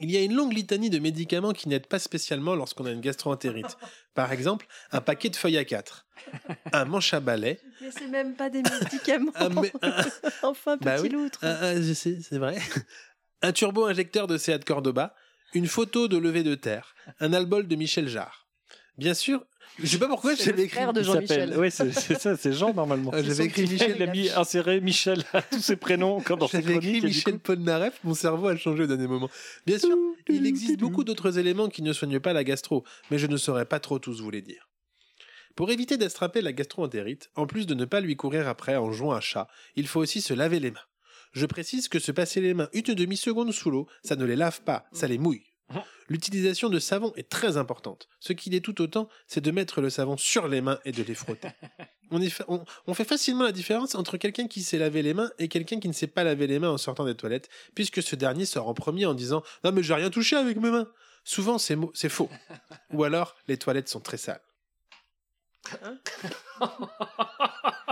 [SPEAKER 2] Il y a une longue litanie de médicaments qui n'aident pas spécialement lorsqu'on a une gastroentérite. Par exemple, un paquet de feuilles à 4, un manche à balai,
[SPEAKER 3] Mais c'est même pas des médicaments.
[SPEAKER 2] un, mé-
[SPEAKER 3] ah.
[SPEAKER 2] un-
[SPEAKER 3] Enfin, petit
[SPEAKER 2] Bah oui.
[SPEAKER 3] loutre.
[SPEAKER 2] Ah, ah, je sais, c'est vrai. Un turbo-injecteur de Seat Cordoba, une photo de levée de terre, un albol de Michel Jarre. Bien sûr, je sais pas pourquoi
[SPEAKER 3] C'est le
[SPEAKER 2] j'avais écrit.
[SPEAKER 3] frère de
[SPEAKER 1] Il
[SPEAKER 3] Jean-Michel.
[SPEAKER 1] s'appelle- Ouais, c'est c'est ça, c'est Jean normalement.
[SPEAKER 2] Ah, J'avais écrit Michel,
[SPEAKER 1] Il a mis inséré Michel à tous ses prénoms quand dans ses
[SPEAKER 2] j'avais écrit
[SPEAKER 1] chroniques. et du
[SPEAKER 2] Michel Polnareff, mon cerveau a changé au dernier moment. Bien sûr, il existe beaucoup d'autres éléments qui ne soignent pas la gastro, mais je ne saurais pas trop tous vous les dire. Pour éviter d'attraper la gastroentérite, en plus de ne pas lui courir après en jouant un chat, il faut aussi se laver les mains. Je précise que se passer les mains une demi-seconde sous l'eau, ça ne les lave pas, ça les mouille. L'utilisation de savon est très importante. Ce qu'il est tout autant, c'est de mettre le savon sur les mains et de les frotter. on, est fa- on- on fait facilement la différence entre quelqu'un qui s'est lavé les mains et quelqu'un qui ne s'est pas lavé les mains en sortant des toilettes, puisque ce dernier sort en premier en disant Non, mais j'ai rien touché avec mes mains. Souvent, c'est mo- c'est faux. Ou alors, les toilettes sont très sales.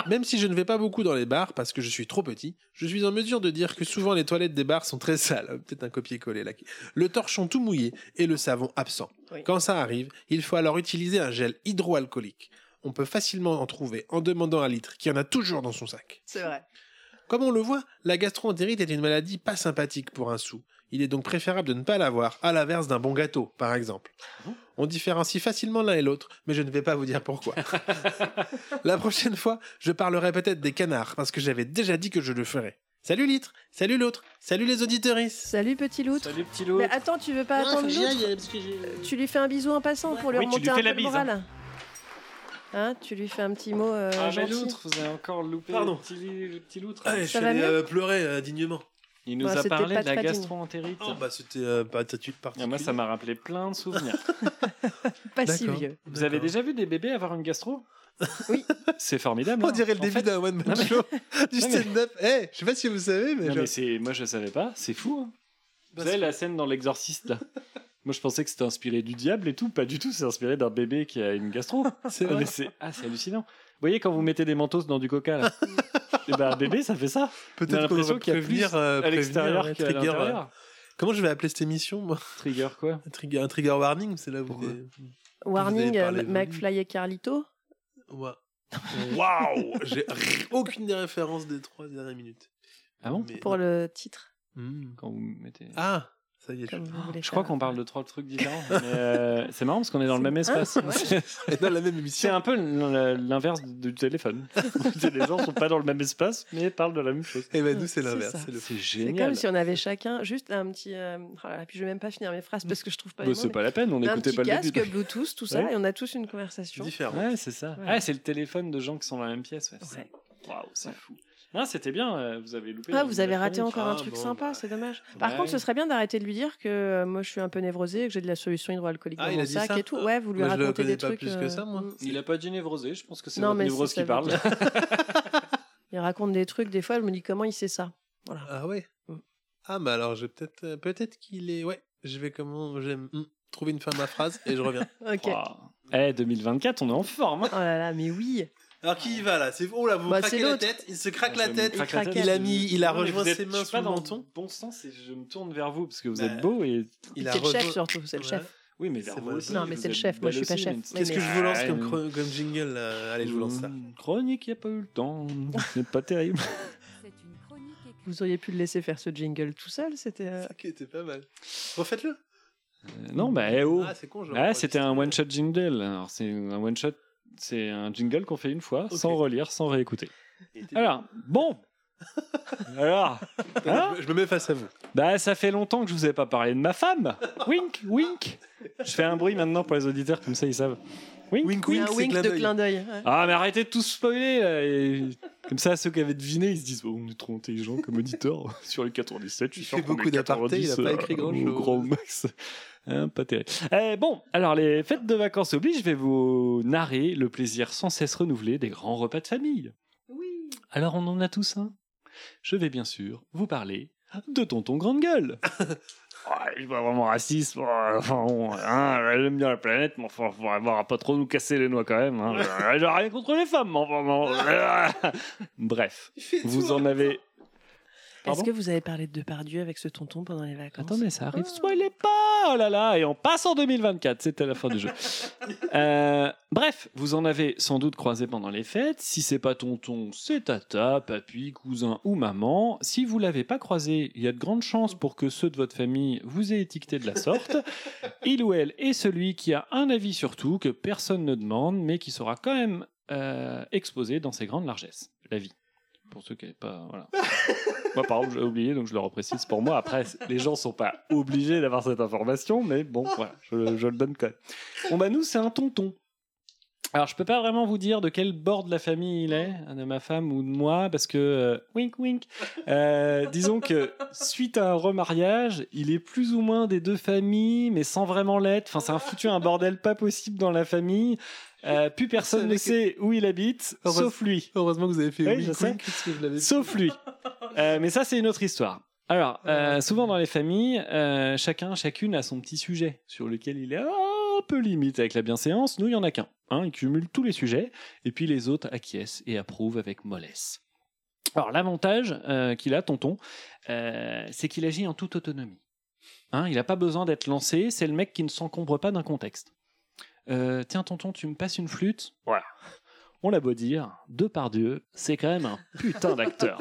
[SPEAKER 2] Même si je ne vais pas beaucoup dans les bars parce que je suis trop petit, je suis en mesure de dire que souvent les toilettes des bars sont très sales. Euh, Peut-être un copier-coller là. Le torchon tout mouillé et le savon absent. Quand ça arrive, il faut alors utiliser un gel hydroalcoolique. On peut facilement en trouver en demandant un litre, qui en a toujours dans son sac.
[SPEAKER 3] C'est vrai.
[SPEAKER 2] Comme on le voit, la gastroentérite est une maladie pas sympathique pour un sou. Il est donc préférable de ne pas l'avoir, à l'inverse d'un bon gâteau, par exemple. On différencie facilement l'un et l'autre, mais je ne vais pas vous dire pourquoi. la prochaine fois, je parlerai peut-être des canards, parce que j'avais déjà dit que je le ferais. Salut Litre, salut l'autre, salut les auditeuristes.
[SPEAKER 3] Salut petit loutre.
[SPEAKER 1] Salut petit
[SPEAKER 3] Mais attends, tu veux pas
[SPEAKER 2] Non,
[SPEAKER 3] attendre
[SPEAKER 2] faut que j'y aille,
[SPEAKER 3] l'autre Tu lui fais un bisou en passant pour lui
[SPEAKER 1] Oui, tu lui
[SPEAKER 3] remonter un
[SPEAKER 1] fais
[SPEAKER 3] peu
[SPEAKER 1] la
[SPEAKER 3] le
[SPEAKER 1] bise,
[SPEAKER 3] moral. Hein. tu lui fais un petit mot euh,
[SPEAKER 1] ah, mais
[SPEAKER 3] gentil.
[SPEAKER 1] l'autre, vous avez encore loupé
[SPEAKER 2] Pardon.
[SPEAKER 1] le petit, le petit loutre.
[SPEAKER 2] Ah, je suis
[SPEAKER 3] va
[SPEAKER 2] allé
[SPEAKER 3] mieux
[SPEAKER 2] euh, pleurer euh, dignement.
[SPEAKER 1] Il nous
[SPEAKER 3] Bah,
[SPEAKER 1] a
[SPEAKER 3] c'était
[SPEAKER 1] parlé
[SPEAKER 3] pas
[SPEAKER 1] de la
[SPEAKER 3] très digne.
[SPEAKER 1] gastro-entérite.
[SPEAKER 2] Oh, bah, c'était euh, pas tout de suite
[SPEAKER 1] Et Ah, moi, ça m'a rappelé plein de souvenirs.
[SPEAKER 3] Pas si vieux.
[SPEAKER 1] Vous avez déjà vu des bébés avoir une gastro Oui. C'est formidable.
[SPEAKER 2] On
[SPEAKER 1] hein.
[SPEAKER 2] dirait le
[SPEAKER 1] En
[SPEAKER 2] début
[SPEAKER 1] fait-
[SPEAKER 2] d'un one man
[SPEAKER 1] Non, mais-
[SPEAKER 2] show du
[SPEAKER 1] Non, mais-
[SPEAKER 2] stand-up. Eh, je sais pas si vous savez, mais,
[SPEAKER 1] Non,
[SPEAKER 2] genre-
[SPEAKER 1] mais c'est... Moi, je savais pas. C'est fou. hein.
[SPEAKER 2] Bah,
[SPEAKER 1] vous savez,
[SPEAKER 2] c'est-
[SPEAKER 1] la scène dans l'exorciste, là Moi, je pensais que c'était inspiré du diable et tout. Pas du tout. C'est inspiré d'un bébé qui a une gastro.
[SPEAKER 2] c'est
[SPEAKER 1] Ah,
[SPEAKER 2] vrai.
[SPEAKER 1] mais c'est- Ah, c'est hallucinant. Vous voyez, quand vous mettez des mentos dans du coca, là, et ben, un bébé, ça fait ça. On a
[SPEAKER 2] Peut-être qu'on
[SPEAKER 1] l'impression
[SPEAKER 2] va
[SPEAKER 1] qu'il y a
[SPEAKER 2] prévenir
[SPEAKER 1] plus
[SPEAKER 2] euh,
[SPEAKER 1] à
[SPEAKER 2] prévenir,
[SPEAKER 1] l'extérieur
[SPEAKER 2] ouais,
[SPEAKER 1] qu'à
[SPEAKER 2] trigger,
[SPEAKER 1] l'intérieur.
[SPEAKER 2] euh, Comment je vais appeler cette émission moi
[SPEAKER 1] Trigger, quoi.
[SPEAKER 2] un trigger, un trigger warning, c'est là où.
[SPEAKER 1] Pourquoi
[SPEAKER 2] des-
[SPEAKER 3] Warning,
[SPEAKER 2] avez parlé
[SPEAKER 3] euh,
[SPEAKER 2] de-
[SPEAKER 3] McFly et Carlito.
[SPEAKER 2] Ouais. Waouh J'ai r- aucune des références des trois dernières minutes.
[SPEAKER 1] Ah bon
[SPEAKER 2] Mais-
[SPEAKER 3] Pour le titre,
[SPEAKER 2] Hmm.
[SPEAKER 1] Quand vous mettez...
[SPEAKER 2] Ah, ça y est. je-
[SPEAKER 3] comme vous voulez
[SPEAKER 1] Je crois
[SPEAKER 3] faire.
[SPEAKER 1] qu'on parle de trois trucs différents, mais euh, c'est marrant parce qu'on est dans le même espace.
[SPEAKER 2] Et dans la même
[SPEAKER 1] C'est
[SPEAKER 2] émission.
[SPEAKER 1] un peu l- l'inverse du téléphone. Les gens sont pas dans le même espace, mais parlent de la même chose.
[SPEAKER 2] Et ben nous, c'est
[SPEAKER 3] C'est
[SPEAKER 2] l'inverse.
[SPEAKER 3] ça.
[SPEAKER 2] C'est le
[SPEAKER 1] C'est
[SPEAKER 3] C'est
[SPEAKER 1] génial.
[SPEAKER 3] comme si on avait chacun juste un petit. euh, oh là là, puis je vais même pas finir mes phrases parce que je trouve pas. les
[SPEAKER 1] Bah,
[SPEAKER 3] mots,
[SPEAKER 1] c'est
[SPEAKER 3] mais-
[SPEAKER 1] pas la peine, on
[SPEAKER 3] un
[SPEAKER 1] n'écoutait
[SPEAKER 3] petit
[SPEAKER 1] pas le
[SPEAKER 3] casque,
[SPEAKER 1] début.
[SPEAKER 3] Bluetooth, tout ça,
[SPEAKER 1] Ouais.
[SPEAKER 3] et on a tous une conversation.
[SPEAKER 2] différent.
[SPEAKER 1] Ouais, c'est ça.
[SPEAKER 3] Ouais.
[SPEAKER 1] Ah, c'est le téléphone de gens qui sont dans la même pièce. ouais.
[SPEAKER 3] Ouais.
[SPEAKER 1] C'est- Waouh, c'est fou. Non, c'était bien. euh, Vous avez loupé.
[SPEAKER 3] Ah,
[SPEAKER 1] la-
[SPEAKER 3] vous
[SPEAKER 1] la
[SPEAKER 3] avez raté
[SPEAKER 1] chronique.
[SPEAKER 3] encore un
[SPEAKER 2] Ah,
[SPEAKER 3] truc
[SPEAKER 2] bon,
[SPEAKER 3] sympa,
[SPEAKER 2] bah.
[SPEAKER 3] c'est dommage. Par
[SPEAKER 1] Ouais.
[SPEAKER 3] contre, ce serait bien d'arrêter de lui dire que euh, moi je suis un peu névrosée, que j'ai de la solution hydroalcoolique
[SPEAKER 2] Ah,
[SPEAKER 3] dans
[SPEAKER 2] il
[SPEAKER 3] mon
[SPEAKER 2] a dit
[SPEAKER 3] sac
[SPEAKER 2] ça
[SPEAKER 3] et tout. Ouais, vous lui
[SPEAKER 2] Moi, je le
[SPEAKER 3] racontez
[SPEAKER 2] connais
[SPEAKER 3] des
[SPEAKER 2] pas
[SPEAKER 3] trucs.
[SPEAKER 2] plus que ça, moi.
[SPEAKER 3] mm.
[SPEAKER 1] Il a pas du névrosé. Je pense que c'est
[SPEAKER 3] Non,
[SPEAKER 1] votre
[SPEAKER 3] mais si,
[SPEAKER 1] névrose
[SPEAKER 3] ça
[SPEAKER 1] qui
[SPEAKER 3] veut
[SPEAKER 1] parle.
[SPEAKER 3] dire. Il raconte des trucs, des fois, je me dis comment il sait ça.
[SPEAKER 2] Ah ouais.
[SPEAKER 3] Mm.
[SPEAKER 2] Ah bah alors je vais peut-être euh, peut-être qu'il est ouais. Je vais comment j'aime mm, trouver une fin à ma phrase et je reviens.
[SPEAKER 3] Ok. Oh
[SPEAKER 1] Waouh. Eh, 2024, on est en forme. hein.
[SPEAKER 3] là là, mais oui.
[SPEAKER 2] alors qui y va là C'est oh là vous
[SPEAKER 3] Bah,
[SPEAKER 2] craquez
[SPEAKER 3] c'est
[SPEAKER 2] la
[SPEAKER 3] l'autre.
[SPEAKER 2] tête. Il se craque la
[SPEAKER 1] Je me
[SPEAKER 2] tête.
[SPEAKER 1] craque
[SPEAKER 3] Il
[SPEAKER 2] craque. Il a mis- il a
[SPEAKER 1] Non, mais
[SPEAKER 2] rejoint
[SPEAKER 1] vous êtes-
[SPEAKER 2] ses mains
[SPEAKER 1] je suis pas
[SPEAKER 2] sous le
[SPEAKER 1] dans
[SPEAKER 2] menton.
[SPEAKER 1] Bon sens, et je me tourne vers vous parce que vous
[SPEAKER 2] Bah,
[SPEAKER 1] êtes beau et.
[SPEAKER 2] Il
[SPEAKER 3] C'est le
[SPEAKER 2] rejoint-
[SPEAKER 3] chef surtout, c'est le
[SPEAKER 2] Ouais.
[SPEAKER 3] chef.
[SPEAKER 1] Oui, mais
[SPEAKER 2] C'est
[SPEAKER 1] vers vous
[SPEAKER 2] vrai.
[SPEAKER 1] aussi,
[SPEAKER 3] Non, mais
[SPEAKER 1] vous
[SPEAKER 3] c'est le
[SPEAKER 1] êtes
[SPEAKER 3] chef, moi, je
[SPEAKER 1] belle
[SPEAKER 3] suis pas
[SPEAKER 1] aussi,
[SPEAKER 3] chef.
[SPEAKER 1] même si-
[SPEAKER 3] Mais-
[SPEAKER 2] Qu'est-ce que je vous lance comme,
[SPEAKER 1] Ah,
[SPEAKER 2] chro- comme jingle là Allez, je vous lance ça.
[SPEAKER 1] Mmh, Chronique, il n'y a pas eu le temps. Euh, C'est pas terrible.
[SPEAKER 7] C'est une chronique écrite.
[SPEAKER 3] Vous auriez pu le laisser faire ce jingle tout seul, c'était. euh,
[SPEAKER 2] Ça Ah, qui était pas mal. Refaites-le.
[SPEAKER 1] Euh, non, bah, eh oh.
[SPEAKER 2] Ah, c'est con. j'aurais
[SPEAKER 1] Ah,
[SPEAKER 2] pas
[SPEAKER 1] c'était
[SPEAKER 2] enregistré.
[SPEAKER 1] un one-shot jingle. Alors, c'est un one-shot. C'est un jingle qu'on fait une fois,
[SPEAKER 2] Ok.
[SPEAKER 1] sans relire, sans réécouter.
[SPEAKER 2] Et t'es-
[SPEAKER 1] Alors, bon Alors, hein
[SPEAKER 2] Ah, Je me- je me mets face à vous.
[SPEAKER 1] bah, ça fait longtemps que je vous ai pas parlé de ma femme Wink, wink Je fais un bruit maintenant pour les auditeurs, comme ça ils savent. Wink,
[SPEAKER 2] Wink,
[SPEAKER 3] il y a
[SPEAKER 2] wink,
[SPEAKER 3] un
[SPEAKER 2] c'est
[SPEAKER 3] wink
[SPEAKER 2] clin
[SPEAKER 3] de
[SPEAKER 2] d'œil.
[SPEAKER 3] clin d'œil. ouais.
[SPEAKER 1] Ah, mais arrêtez de tout spoiler là, et- Comme ça, ceux qui avaient deviné, ils se disent Oh, On est trop intelligents comme auditeurs sur les 97. Je suis
[SPEAKER 2] Il
[SPEAKER 1] sûr
[SPEAKER 2] fait
[SPEAKER 1] qu'on
[SPEAKER 2] beaucoup
[SPEAKER 1] est
[SPEAKER 2] d'apartés, il
[SPEAKER 1] 90,
[SPEAKER 2] a pas écrit
[SPEAKER 1] euh,
[SPEAKER 2] grand-chose.
[SPEAKER 1] au grand max. Hein, pas terrible. Eh, bon, alors les fêtes de vacances obligent, je vais vous narrer le plaisir sans cesse renouvelé des grands repas de famille. Oui. Alors on en a tous un. Je vais bien sûr vous parler de tonton grande gueule. Ouais, je suis pas vraiment raciste. bon, enfin, bon, hein, j'aime bien la planète, mais enfin, faut avoir à pas trop nous casser les noix quand même. hein. J'ai rien contre les femmes, mais enfin, bon. Bref,
[SPEAKER 2] Il fait
[SPEAKER 1] vous
[SPEAKER 2] tout. hein.
[SPEAKER 1] en avez.
[SPEAKER 3] Est-ce
[SPEAKER 1] Pardon
[SPEAKER 3] que vous avez parlé de Depardieu avec ce tonton pendant les vacances
[SPEAKER 1] Attendez, ça arrive. Spoilez pas Oh là là Et on passe en 2024, c'était la fin du jeu. Euh, bref, vous en avez sans doute croisé pendant les fêtes. Si c'est pas tonton, c'est tata, papy, cousin ou maman. Si vous l'avez pas croisé, il y a de grandes chances pour que ceux de votre famille vous aient étiqueté de la sorte. Il ou elle est celui qui a un avis sur tout, que personne ne demande, mais qui sera quand même euh, exposé dans ses grandes largesses. La vie. Pour ceux qui n'avaient pas... Voilà. Moi, par exemple, j'ai oublié, donc je le reprécise pour moi. Après, c- les gens sont pas obligés d'avoir cette information, mais bon, voilà, je, je le donne quand même. Bon, bah, nous, c'est un tonton. Alors, je peux pas vraiment vous dire de quel bord de la famille il est, de ma femme ou de moi, parce que, euh, wink wink, Euh, disons que suite à un remariage, il est plus ou moins des deux familles, mais sans vraiment l'être. Enfin, c'est un foutu un bordel pas possible dans la famille. Euh, plus personne ne sait où il habite,
[SPEAKER 2] Heureuse-
[SPEAKER 1] sauf lui.
[SPEAKER 2] Heureusement que vous avez fait
[SPEAKER 1] Oui,
[SPEAKER 2] wink,
[SPEAKER 1] je sais.
[SPEAKER 2] wink, parce que je l'avais-
[SPEAKER 1] Sauf lui. Euh, mais ça, c'est une autre histoire. Alors, euh, souvent dans les familles, euh, chacun, chacune a son petit sujet sur lequel il est un peu limite avec la bienséance. Nous, il y en a qu'un. Hein, il cumule tous les sujets, et puis les autres acquiescent et approuvent avec mollesse. Alors, l'avantage euh, qu'il a, tonton, euh, c'est qu'il agit en toute autonomie. Hein, il n'a pas besoin d'être lancé, c'est le mec qui ne s'encombre pas d'un contexte. Euh, tiens, tonton, tu me passes une flûte Ouais. On l'a beau dire, deux par Dieu, c'est quand même un putain d'acteur.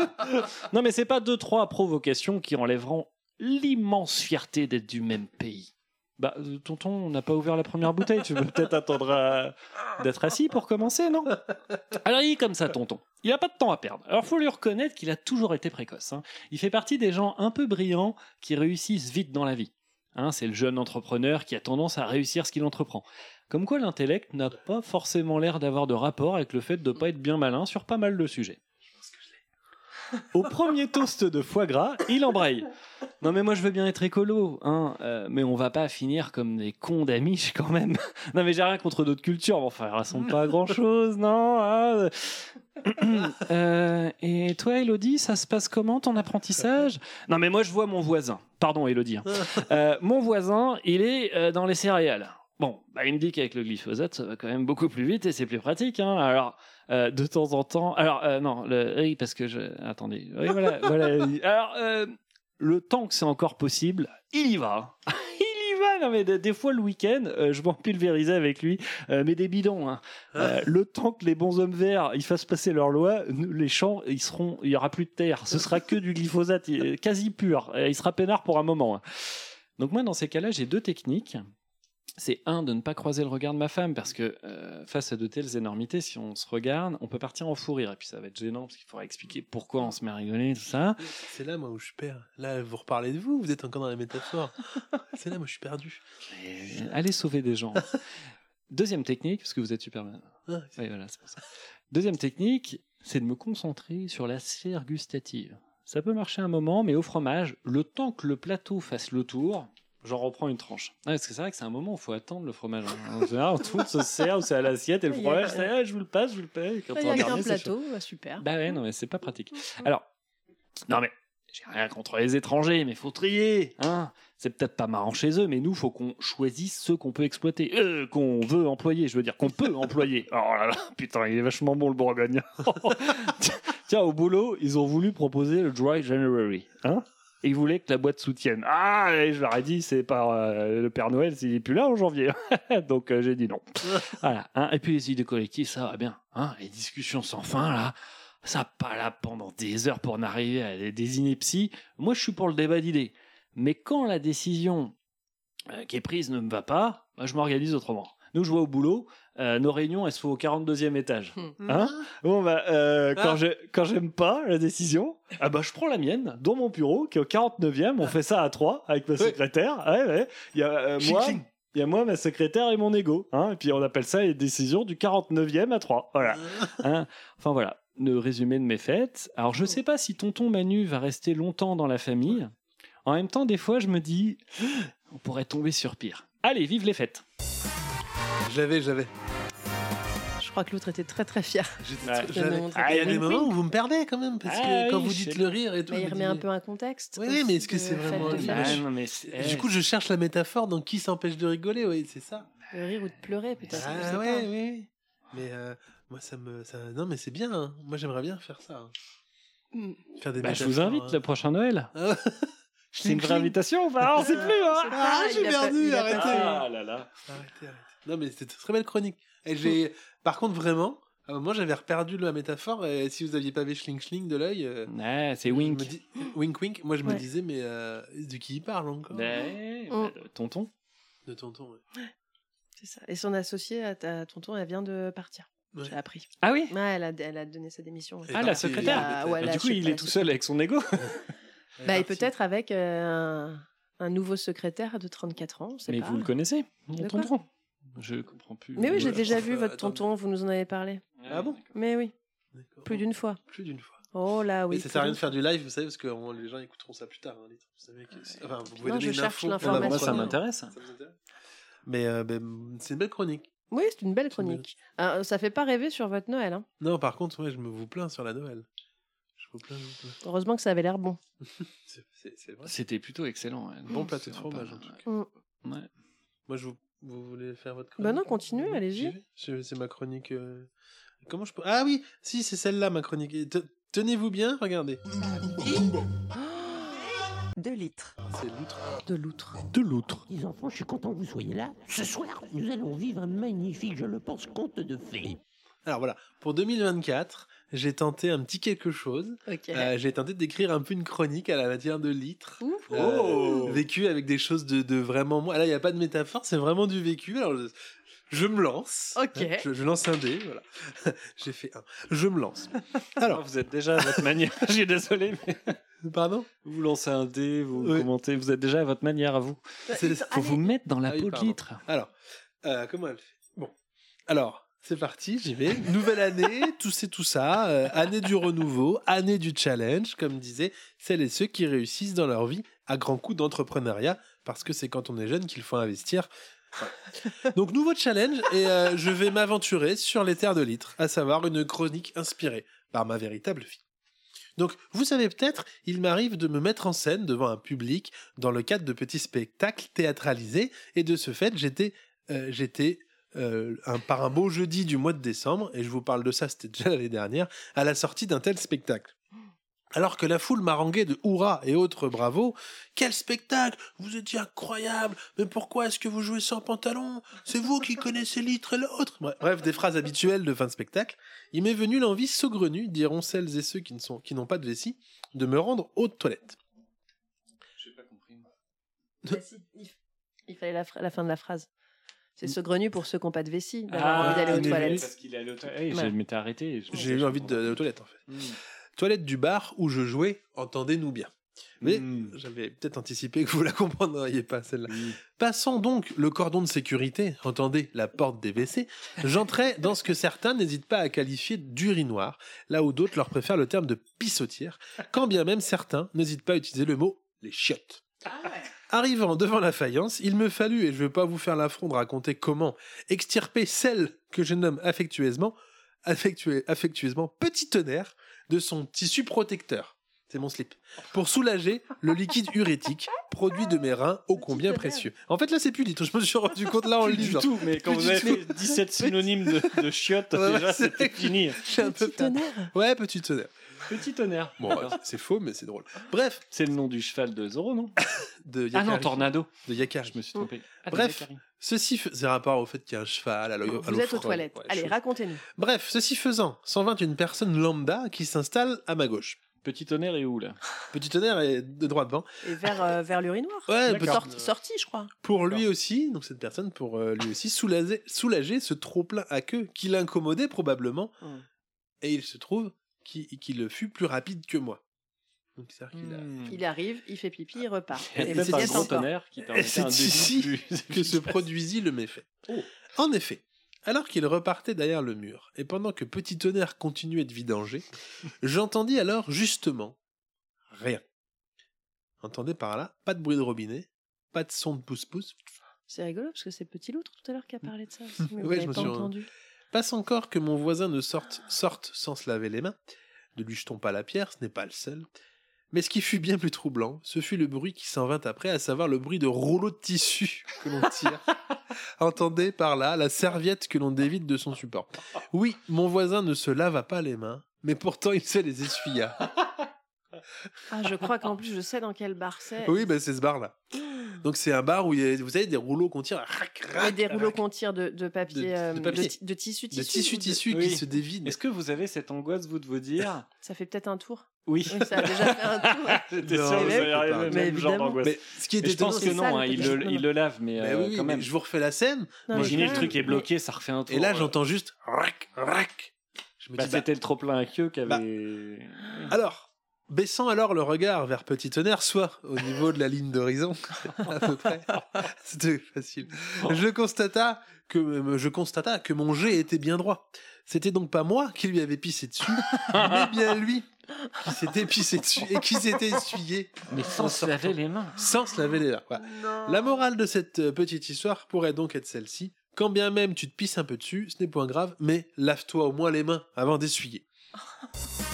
[SPEAKER 1] non, mais c'est pas deux, trois provocations qui enlèveront l'immense fierté d'être du même pays. Bah, euh, tonton, on n'a pas ouvert la première bouteille, tu veux peut-être attendre à- d'être assis pour commencer, non Alors, il est comme ça, tonton. Il n'a pas de temps à perdre. Alors, faut lui reconnaître qu'il a toujours été précoce. hein. Il fait partie des gens un peu brillants qui réussissent vite dans la vie. Hein, c'est le jeune entrepreneur qui a tendance à réussir ce qu'il entreprend. Comme quoi l'intellect n'a pas forcément l'air d'avoir de rapport avec le fait de ne pas être bien malin sur pas mal de sujets. Au premier toast de foie gras, il embraye. Non mais moi je veux bien être écolo, hein, euh, mais on va pas finir comme des cons d'amish quand même. Non mais j'ai rien contre d'autres cultures, mais enfin elles ressemblent pas à grand chose, non hein. Euh, Et toi Elodie, ça se passe comment ton apprentissage Non mais moi je vois mon voisin, pardon Elodie, hein. Euh, mon voisin il est euh, dans les céréales. Bon, bah, il me dit qu'avec le glyphosate, ça va quand même beaucoup plus vite et c'est plus pratique. hein. Alors, euh, de temps en temps... Alors, euh, non, le... oui, parce que je... Attendez. Oui, voilà, voilà. Alors, euh, le temps que c'est encore possible, il y va. il y va. Non, mais des, des fois, le week-end, euh, je m'en pulvérisais avec lui, euh, mais des bidons. hein.
[SPEAKER 2] Ah.
[SPEAKER 1] Euh, le temps que les bons hommes verts ils fassent passer leur loi, nous, les champs, ils seront, il y aura plus de terre. Ce sera que du glyphosate euh, quasi pur. Euh, Il sera peinard pour un moment. hein. Donc, moi, dans ces cas-là, j'ai deux techniques c'est un de ne pas croiser le regard de ma femme parce que euh, face à de telles énormités, si on se regarde, on peut partir en fou rire et puis ça va être gênant parce qu'il faudra expliquer pourquoi on se met à rigoler tout ça.
[SPEAKER 2] C'est là, moi, où je perds. Là, vous reparlez de vous, vous êtes encore dans la métaphore. C'est là, moi, je suis perdu.
[SPEAKER 1] Mais allez sauver des gens. Deuxième technique, parce que vous êtes super malin.
[SPEAKER 2] Ah,
[SPEAKER 1] Oui, voilà, c'est pour ça. Deuxième technique, c'est de me concentrer sur la sphère gustative. Ça peut marcher un moment, mais au fromage, le temps que le plateau fasse le tour, j'en reprends une tranche. Ah, parce que c'est vrai que c'est un moment où il faut attendre le fromage. hein. En général, tout se sert, ou c'est à l'assiette, et le
[SPEAKER 3] Il y a
[SPEAKER 1] fromage,
[SPEAKER 3] que-
[SPEAKER 1] c'est ah, je vous le passe, je vous le paye. Quand
[SPEAKER 3] Il y
[SPEAKER 1] on
[SPEAKER 3] a
[SPEAKER 1] regarde,
[SPEAKER 3] qu'un
[SPEAKER 1] c'est chaud.
[SPEAKER 3] plateau, bah, super.
[SPEAKER 1] Bah ouais, non, mais c'est pas pratique. Alors, non, mais j'ai rien contre les étrangers, mais faut trier, hein. C'est peut-être pas marrant chez eux, mais nous, faut qu'on choisisse ceux qu'on peut exploiter, euh, qu'on veut employer, je veux dire, qu'on peut employer. Oh là là, putain, il est vachement bon le Bourgogne. Tiens, Tiens, au boulot, ils ont voulu proposer le Dry January, hein. Et ils voulaient que la boîte soutienne. Ah, et je leur ai dit, c'est par euh, le Père Noël, s'il est plus là en janvier. Donc euh, j'ai dit non. voilà. hein. Et puis les idées collectives, ça va bien. hein. Les discussions sans fin, là. Ça pas là pendant des heures pour en arriver à des- des inepties. Moi, je suis pour le débat d'idées. Mais quand la décision euh, qui est prise ne me va pas, bah, je m'organise autrement. Nous, je vois au boulot, euh, nos réunions, elles se font au 42e étage. Hein bon, bah, euh, quand j'ai- quand j'aime pas la décision, ah bah, je prends la mienne dans mon bureau qui est au 49e. On fait ça à trois avec ma secrétaire. Ah, Ouais, ouais. Il y a euh, moi. Il y a moi, ma secrétaire et mon ego. Hein, et puis on appelle ça les décisions du 49e à 3. Voilà. Hein, enfin voilà, le résumé de mes fêtes. Alors je sais pas si tonton Manu va rester longtemps dans la famille. En même temps, des fois, je me dis, on pourrait tomber sur pire. Allez, vive les fêtes
[SPEAKER 2] J'avais, j'avais.
[SPEAKER 3] Je crois que l'autre était très très fier.
[SPEAKER 1] Ouais.
[SPEAKER 3] Parce que
[SPEAKER 2] J'avais.
[SPEAKER 3] nous, on
[SPEAKER 2] Ah, il y a
[SPEAKER 3] traite
[SPEAKER 2] des
[SPEAKER 3] de
[SPEAKER 2] moments
[SPEAKER 3] wink-wink.
[SPEAKER 2] où vous me perdez quand même, parce
[SPEAKER 3] Ah
[SPEAKER 2] que quand
[SPEAKER 3] oui,
[SPEAKER 2] vous
[SPEAKER 3] je
[SPEAKER 2] dites
[SPEAKER 3] sais.
[SPEAKER 2] le rire et tout.
[SPEAKER 3] Mais
[SPEAKER 2] je
[SPEAKER 3] Bah, il
[SPEAKER 2] me
[SPEAKER 3] remet
[SPEAKER 2] dis,
[SPEAKER 3] un peu un contexte.
[SPEAKER 2] Oui, oui, mais est-ce que
[SPEAKER 3] aussi
[SPEAKER 2] c'est
[SPEAKER 3] de fête
[SPEAKER 2] vraiment
[SPEAKER 3] de
[SPEAKER 2] lui
[SPEAKER 3] famille.
[SPEAKER 1] Ah, non, mais c'est-
[SPEAKER 2] Du coup, je cherche la métaphore dans qui s'empêche de rigoler, oui, c'est ça.
[SPEAKER 3] De rire ou de pleurer, peut-être. je sais
[SPEAKER 2] Ah,
[SPEAKER 3] pas.
[SPEAKER 2] ouais, oui. Mais euh, moi, ça me. ça- Non, mais c'est bien. hein. Moi, j'aimerais bien faire ça. hein.
[SPEAKER 3] Mm.
[SPEAKER 2] Faire des
[SPEAKER 1] Bah, je
[SPEAKER 2] métaphores,
[SPEAKER 1] vous invite
[SPEAKER 2] hein.
[SPEAKER 1] le prochain Noël.
[SPEAKER 2] Ah.
[SPEAKER 1] C'est une vraie invitation, bah, on sait plus. hein.
[SPEAKER 2] Ah, j'ai
[SPEAKER 3] il a pas-
[SPEAKER 2] perdu,
[SPEAKER 3] il a pas-
[SPEAKER 2] arrêtez.
[SPEAKER 1] Ah là là.
[SPEAKER 2] Arrêtez, arrêtez. Non, mais c'était une très belle chronique. Et j'ai, par contre, vraiment, à un moment, j'avais reperdu la métaphore. Et si vous aviez pas vu Schling Schling de l'œil, euh,
[SPEAKER 1] Ouais, c'est
[SPEAKER 2] je me
[SPEAKER 1] Wink.
[SPEAKER 2] dis- wink wink, moi je me
[SPEAKER 3] Ouais.
[SPEAKER 2] disais, mais euh, de qui il parle encore
[SPEAKER 1] Ouais,
[SPEAKER 3] Mm.
[SPEAKER 1] bah, le tonton.
[SPEAKER 2] De tonton. ouais.
[SPEAKER 3] C'est ça. Et son associé à, ta- à tonton, elle vient de partir.
[SPEAKER 2] Ouais.
[SPEAKER 3] J'ai appris.
[SPEAKER 1] Ah oui
[SPEAKER 3] Ouais, elle, a, elle a donné sa démission. ouais.
[SPEAKER 2] Elle est
[SPEAKER 1] Ah, la
[SPEAKER 2] partie- euh,
[SPEAKER 1] secrétaire.
[SPEAKER 3] Ah, ouais,
[SPEAKER 2] elle
[SPEAKER 3] la-
[SPEAKER 2] est
[SPEAKER 1] du coup,
[SPEAKER 3] je sais
[SPEAKER 1] il
[SPEAKER 3] pas,
[SPEAKER 1] est
[SPEAKER 3] la
[SPEAKER 1] tout
[SPEAKER 3] secrétaire.
[SPEAKER 1] seul avec son ego.
[SPEAKER 3] Bah, et
[SPEAKER 2] partie.
[SPEAKER 3] peut-être avec euh, un, un nouveau secrétaire de 34 ans. on sait
[SPEAKER 1] Mais
[SPEAKER 3] pas.
[SPEAKER 1] vous le connaissez, mon
[SPEAKER 3] De quoi
[SPEAKER 1] tonton. Je comprends plus.
[SPEAKER 3] Mais oui, j'ai
[SPEAKER 1] Voilà.
[SPEAKER 3] déjà vu
[SPEAKER 2] euh,
[SPEAKER 1] Enfin,
[SPEAKER 3] votre
[SPEAKER 1] attends.
[SPEAKER 3] tonton, vous nous en avez parlé.
[SPEAKER 1] Ah bon
[SPEAKER 3] Mais oui. Plus d'une fois.
[SPEAKER 2] Plus d'une fois.
[SPEAKER 3] Oh là oui.
[SPEAKER 2] Mais ça sert à rien de
[SPEAKER 3] plus
[SPEAKER 2] faire du live, vous savez, parce que euh, les gens écouteront ça plus tard. hein, les trucs. Vous savez que- enfin, vous pouvez
[SPEAKER 3] Non,
[SPEAKER 2] donner
[SPEAKER 3] je
[SPEAKER 2] une
[SPEAKER 3] cherche
[SPEAKER 2] info.
[SPEAKER 3] l'information.
[SPEAKER 1] Ah bah, Moi, ça m'intéresse.
[SPEAKER 2] Mais euh, ben, c'est une belle chronique.
[SPEAKER 3] d'une. Oui, c'est une belle chronique. Ah, ça fait pas rêver sur votre Noël. hein.
[SPEAKER 2] Non, par contre, ouais, je me vous plains sur la Noël. Je vous plains, je vous plains.
[SPEAKER 3] Heureusement que ça avait l'air bon.
[SPEAKER 2] C'est- c'est- c'est vrai.
[SPEAKER 1] C'était plutôt excellent. ouais.
[SPEAKER 2] Bon
[SPEAKER 1] Donc,
[SPEAKER 2] plateau de
[SPEAKER 1] c'est
[SPEAKER 2] fromage,
[SPEAKER 1] pas-
[SPEAKER 2] en tout cas.
[SPEAKER 3] Mm.
[SPEAKER 1] Ouais. Ah,
[SPEAKER 2] Moi, je vous, vous voulez faire votre chronique
[SPEAKER 3] Bah non, continuez,
[SPEAKER 2] J'y
[SPEAKER 3] allez-y.
[SPEAKER 2] vais. Je- C'est ma chronique. euh, Comment je peux. Ah oui, si, c'est celle-là, ma chronique. Et te- Tenez-vous bien, regardez.
[SPEAKER 4] 2 litres.
[SPEAKER 2] C'est l'outre.
[SPEAKER 3] De l'outre.
[SPEAKER 2] De l'outre.
[SPEAKER 4] Les enfants, je suis content que vous soyez là. Ce soir, nous allons vivre un magnifique, je le pense, conte de fées.
[SPEAKER 2] Alors voilà, pour 2024, j'ai tenté un petit quelque chose.
[SPEAKER 3] Ok.
[SPEAKER 2] Euh, j'ai tenté d'écrire un peu une chronique à la matière de litres.
[SPEAKER 3] Ouh.
[SPEAKER 2] Euh, vécu avec des choses de, de vraiment moi. Là, il n'y a pas de métaphore, c'est vraiment du vécu. Alors, je, je me lance.
[SPEAKER 3] Ok.
[SPEAKER 2] Je, je lance un dé, voilà. j'ai fait un. Je me lance. Alors,
[SPEAKER 1] vous êtes déjà à votre manière. Je suis désolé. Mais...
[SPEAKER 2] Pardon
[SPEAKER 1] Vous lancez un dé, vous
[SPEAKER 2] Oui.
[SPEAKER 1] commentez. Vous êtes déjà à votre manière à vous.
[SPEAKER 2] C'est-
[SPEAKER 1] Faut vous mettre dans la
[SPEAKER 2] Ah oui,
[SPEAKER 1] peau de
[SPEAKER 2] pardon.
[SPEAKER 1] litre.
[SPEAKER 2] Alors, euh, comment elle fait Bon. Alors, c'est parti, j'y vais. Nouvelle année, tout c'est tout ça. euh, année du renouveau, année du challenge, comme disaient celles et ceux qui réussissent dans leur vie à grands coups d'entrepreneuriat, parce que c'est quand on est jeune qu'il faut investir. Voilà. Donc, nouveau challenge, et euh, je vais m'aventurer sur les terres de litre, à savoir une chronique inspirée par ma véritable vie. Donc, vous savez peut-être, il m'arrive de me mettre en scène devant un public dans le cadre de petits spectacles théâtralisés, et de ce fait, j'étais, euh, j'étais euh, un, par un beau jeudi du mois de décembre, et je vous parle de ça, c'était déjà l'année dernière, à la sortie d'un tel spectacle. Alors que la foule m'haranguait de hurrah et autres bravos, quel spectacle Vous étiez incroyable Mais pourquoi est-ce que vous jouez sans pantalon C'est vous qui connaissez l'itre et l'autre Bref- Bref, des phrases habituelles de fin de spectacle. Il m'est venu l'envie saugrenue, diront celles et ceux qui ne sont- qui n'ont pas de vessie, de me rendre aux toilettes.
[SPEAKER 1] J'ai pas compris.
[SPEAKER 3] Il fallait la, fra- la fin de la phrase. C'est ce grenu pour ceux qui n'ont pas de vessie,
[SPEAKER 2] Bah, Ah,
[SPEAKER 3] d'avoir
[SPEAKER 1] Ah,
[SPEAKER 3] envie d'aller aux toilettes.
[SPEAKER 1] qu'il est allé aux toilettes. Mm.
[SPEAKER 3] Ouais.
[SPEAKER 1] Je m'étais arrêté. et je-
[SPEAKER 2] J'ai eu envie de- d'aller aux toilettes en fait. Toilette du bar où je jouais, entendez-nous bien. Mais
[SPEAKER 1] Mm.
[SPEAKER 2] j'avais peut-être anticipé que vous la comprendriez pas celle-là. Passons donc le cordon de sécurité, entendez la porte des WC, j'entrais dans ce que certains n'hésitent pas à qualifier d'urinoir, là où d'autres leur préfèrent le terme de pissotière, quand bien même certains n'hésitent pas à utiliser le mot les chiottes. Arrivant devant la faïence, il me fallut, et je ne vais pas vous faire l'affront de raconter comment, extirper celle que je nomme affectueusement, affectué- affectueusement petit tonnerre de son tissu protecteur. C'est mon slip. Pour soulager le liquide urétique, produit de mes reins ô combien précieux. En fait, là, c'est plus litre. Je me suis rendu compte là en le
[SPEAKER 1] Plus du
[SPEAKER 2] lisant.
[SPEAKER 1] tout, mais quand
[SPEAKER 2] Plus
[SPEAKER 1] vous
[SPEAKER 2] du
[SPEAKER 1] avez
[SPEAKER 2] tout.
[SPEAKER 1] fait 17 synonymes de, de chiottes,
[SPEAKER 2] Ouais,
[SPEAKER 1] déjà
[SPEAKER 2] ouais, c'est
[SPEAKER 1] c'était
[SPEAKER 2] vrai que
[SPEAKER 1] fini.
[SPEAKER 2] J'ai un peu
[SPEAKER 3] tonnerre. Ah.
[SPEAKER 2] Ouais, petit tonnerre.
[SPEAKER 1] Petit tonnerre.
[SPEAKER 2] Bon, ouais, c'est faux, mais c'est drôle. Bref.
[SPEAKER 1] C'est le nom du cheval de Zoro, non
[SPEAKER 2] De
[SPEAKER 1] Ah
[SPEAKER 2] Yakari.
[SPEAKER 1] non, Tornado.
[SPEAKER 2] De Yakari.
[SPEAKER 1] Je me
[SPEAKER 3] Mm.
[SPEAKER 1] suis trompé. Ah, de
[SPEAKER 2] Bref,
[SPEAKER 1] Yakari.
[SPEAKER 2] ceci faisait rapport au fait qu'il y a un cheval à l'œil- à
[SPEAKER 3] Vous êtes aux
[SPEAKER 2] l'offre-
[SPEAKER 3] toilettes.
[SPEAKER 2] ouais,
[SPEAKER 3] Allez,
[SPEAKER 2] chose.
[SPEAKER 3] racontez-nous.
[SPEAKER 2] Bref, ceci faisant, 121 personnes lambda qui s'installent à ma gauche.
[SPEAKER 1] Petit tonnerre est où là
[SPEAKER 2] Petit tonnerre est de hein. droit devant.
[SPEAKER 3] Et vers, euh, vers l'urinoir.
[SPEAKER 2] Ouais,
[SPEAKER 3] D'accord.
[SPEAKER 2] peut-être.
[SPEAKER 3] Sorti- sorti, je crois.
[SPEAKER 2] Pour lui aussi, donc cette personne, pour euh, lui aussi, soulager, soulager ce trop-plein à queue qui l'incommodait probablement.
[SPEAKER 3] Mm.
[SPEAKER 2] Et il se trouve qu'il qu'il le fut plus rapide que moi. Donc c'est
[SPEAKER 3] Mm.
[SPEAKER 2] qu'il a.
[SPEAKER 3] Il arrive, il fait pipi, il repart.
[SPEAKER 2] Hmm. Il y a
[SPEAKER 3] Et
[SPEAKER 2] peut-être
[SPEAKER 3] vous
[SPEAKER 2] un
[SPEAKER 3] y êtes
[SPEAKER 2] gros
[SPEAKER 3] encore.
[SPEAKER 1] tonnerre qui permettait
[SPEAKER 2] Et c'est
[SPEAKER 1] un débit
[SPEAKER 2] ici
[SPEAKER 1] plus
[SPEAKER 2] que se produisit le méfait. En effet, alors qu'il repartait derrière le mur, et pendant que Petit Tonnerre continuait de vidanger, j'entendis alors justement rien. Entendez par là, pas de bruit de robinet, pas de son de pouce-pouce,
[SPEAKER 3] C'est rigolo parce que c'est Petit Loutre tout à l'heure qui a parlé de ça. aussi, mais vous
[SPEAKER 2] Ouais,
[SPEAKER 3] l'avez pas
[SPEAKER 2] rendu.
[SPEAKER 3] entendu.
[SPEAKER 2] Passe encore que mon voisin ne sorte, sorte sans se laver les mains. Ne lui jetons pas la pierre, ce n'est pas le seul. Mais ce qui fut bien plus troublant, ce fut le bruit qui s'en vint après, à savoir le bruit de rouleaux de tissu que l'on tire. Entendez par là la serviette que l'on dévide de son support. Oui, mon voisin ne se lava pas les mains, mais pourtant il se les essuya.
[SPEAKER 3] Ah, je crois qu'en plus, je sais dans quel bar c'est.
[SPEAKER 2] Oui, ben c'est ce bar-là. Donc c'est un bar où il y a, vous savez, des rouleaux qu'on tire. rac,
[SPEAKER 3] Et
[SPEAKER 2] rac,
[SPEAKER 3] des rouleaux
[SPEAKER 2] rac.
[SPEAKER 3] qu'on tire de, de
[SPEAKER 2] De- Ah, de
[SPEAKER 3] papier, euh, de,
[SPEAKER 2] papier.
[SPEAKER 3] ti- de tissu,
[SPEAKER 2] De
[SPEAKER 3] tissu.
[SPEAKER 2] tissu,
[SPEAKER 3] ou de-
[SPEAKER 2] tissu qui se dévide.
[SPEAKER 1] Est-ce que vous avez cette angoisse, vous, de vous dire
[SPEAKER 3] Ça fait peut-être un tour.
[SPEAKER 1] Oui.
[SPEAKER 3] ça a déjà fait un tour.
[SPEAKER 1] J'étais
[SPEAKER 2] Non,
[SPEAKER 1] sûr que vous
[SPEAKER 2] mais
[SPEAKER 1] alliez arriver au
[SPEAKER 2] évidemment. Mais
[SPEAKER 1] même genre
[SPEAKER 2] évidemment.
[SPEAKER 1] d'angoisse.
[SPEAKER 2] Mais ce qui est
[SPEAKER 1] Mais je pense que
[SPEAKER 2] étonnant, c'est ça,
[SPEAKER 1] non, hein,
[SPEAKER 2] le
[SPEAKER 1] il,
[SPEAKER 2] petit
[SPEAKER 1] le, il le lave, mais, euh,
[SPEAKER 2] Mais Bah oui, Ben oui,
[SPEAKER 1] quand
[SPEAKER 2] mais
[SPEAKER 1] même.
[SPEAKER 2] je vous refais la scène.
[SPEAKER 3] Non, mais
[SPEAKER 1] Imaginez,
[SPEAKER 3] quand
[SPEAKER 1] le truc
[SPEAKER 3] même.
[SPEAKER 1] est bloqué, ça refait un tour.
[SPEAKER 2] Et là,
[SPEAKER 1] euh,
[SPEAKER 2] j'entends juste rac, rac. Je me
[SPEAKER 1] bah,
[SPEAKER 2] dis, bah,
[SPEAKER 1] c'était le trop-plein à queue qui avait.
[SPEAKER 2] alors, baissant alors le regard vers Petit Tonnerre, soit au niveau de la ligne d'horizon, à peu près, c'était facile, je constata que euh, je constata que mon jet était bien droit. C'était donc pas moi qui lui avait pissé dessus, mais bien lui qui s'était pissé dessus et qui s'était essuyé.
[SPEAKER 13] Mais sans
[SPEAKER 2] en
[SPEAKER 13] se laver
[SPEAKER 2] sortant.
[SPEAKER 13] les mains.
[SPEAKER 2] Sans se laver les mains. voilà. La morale de cette euh, petite histoire pourrait donc être celle-ci. Quand bien même tu te pisses un peu dessus, ce n'est point grave, mais lave-toi au moins les mains avant d'essuyer.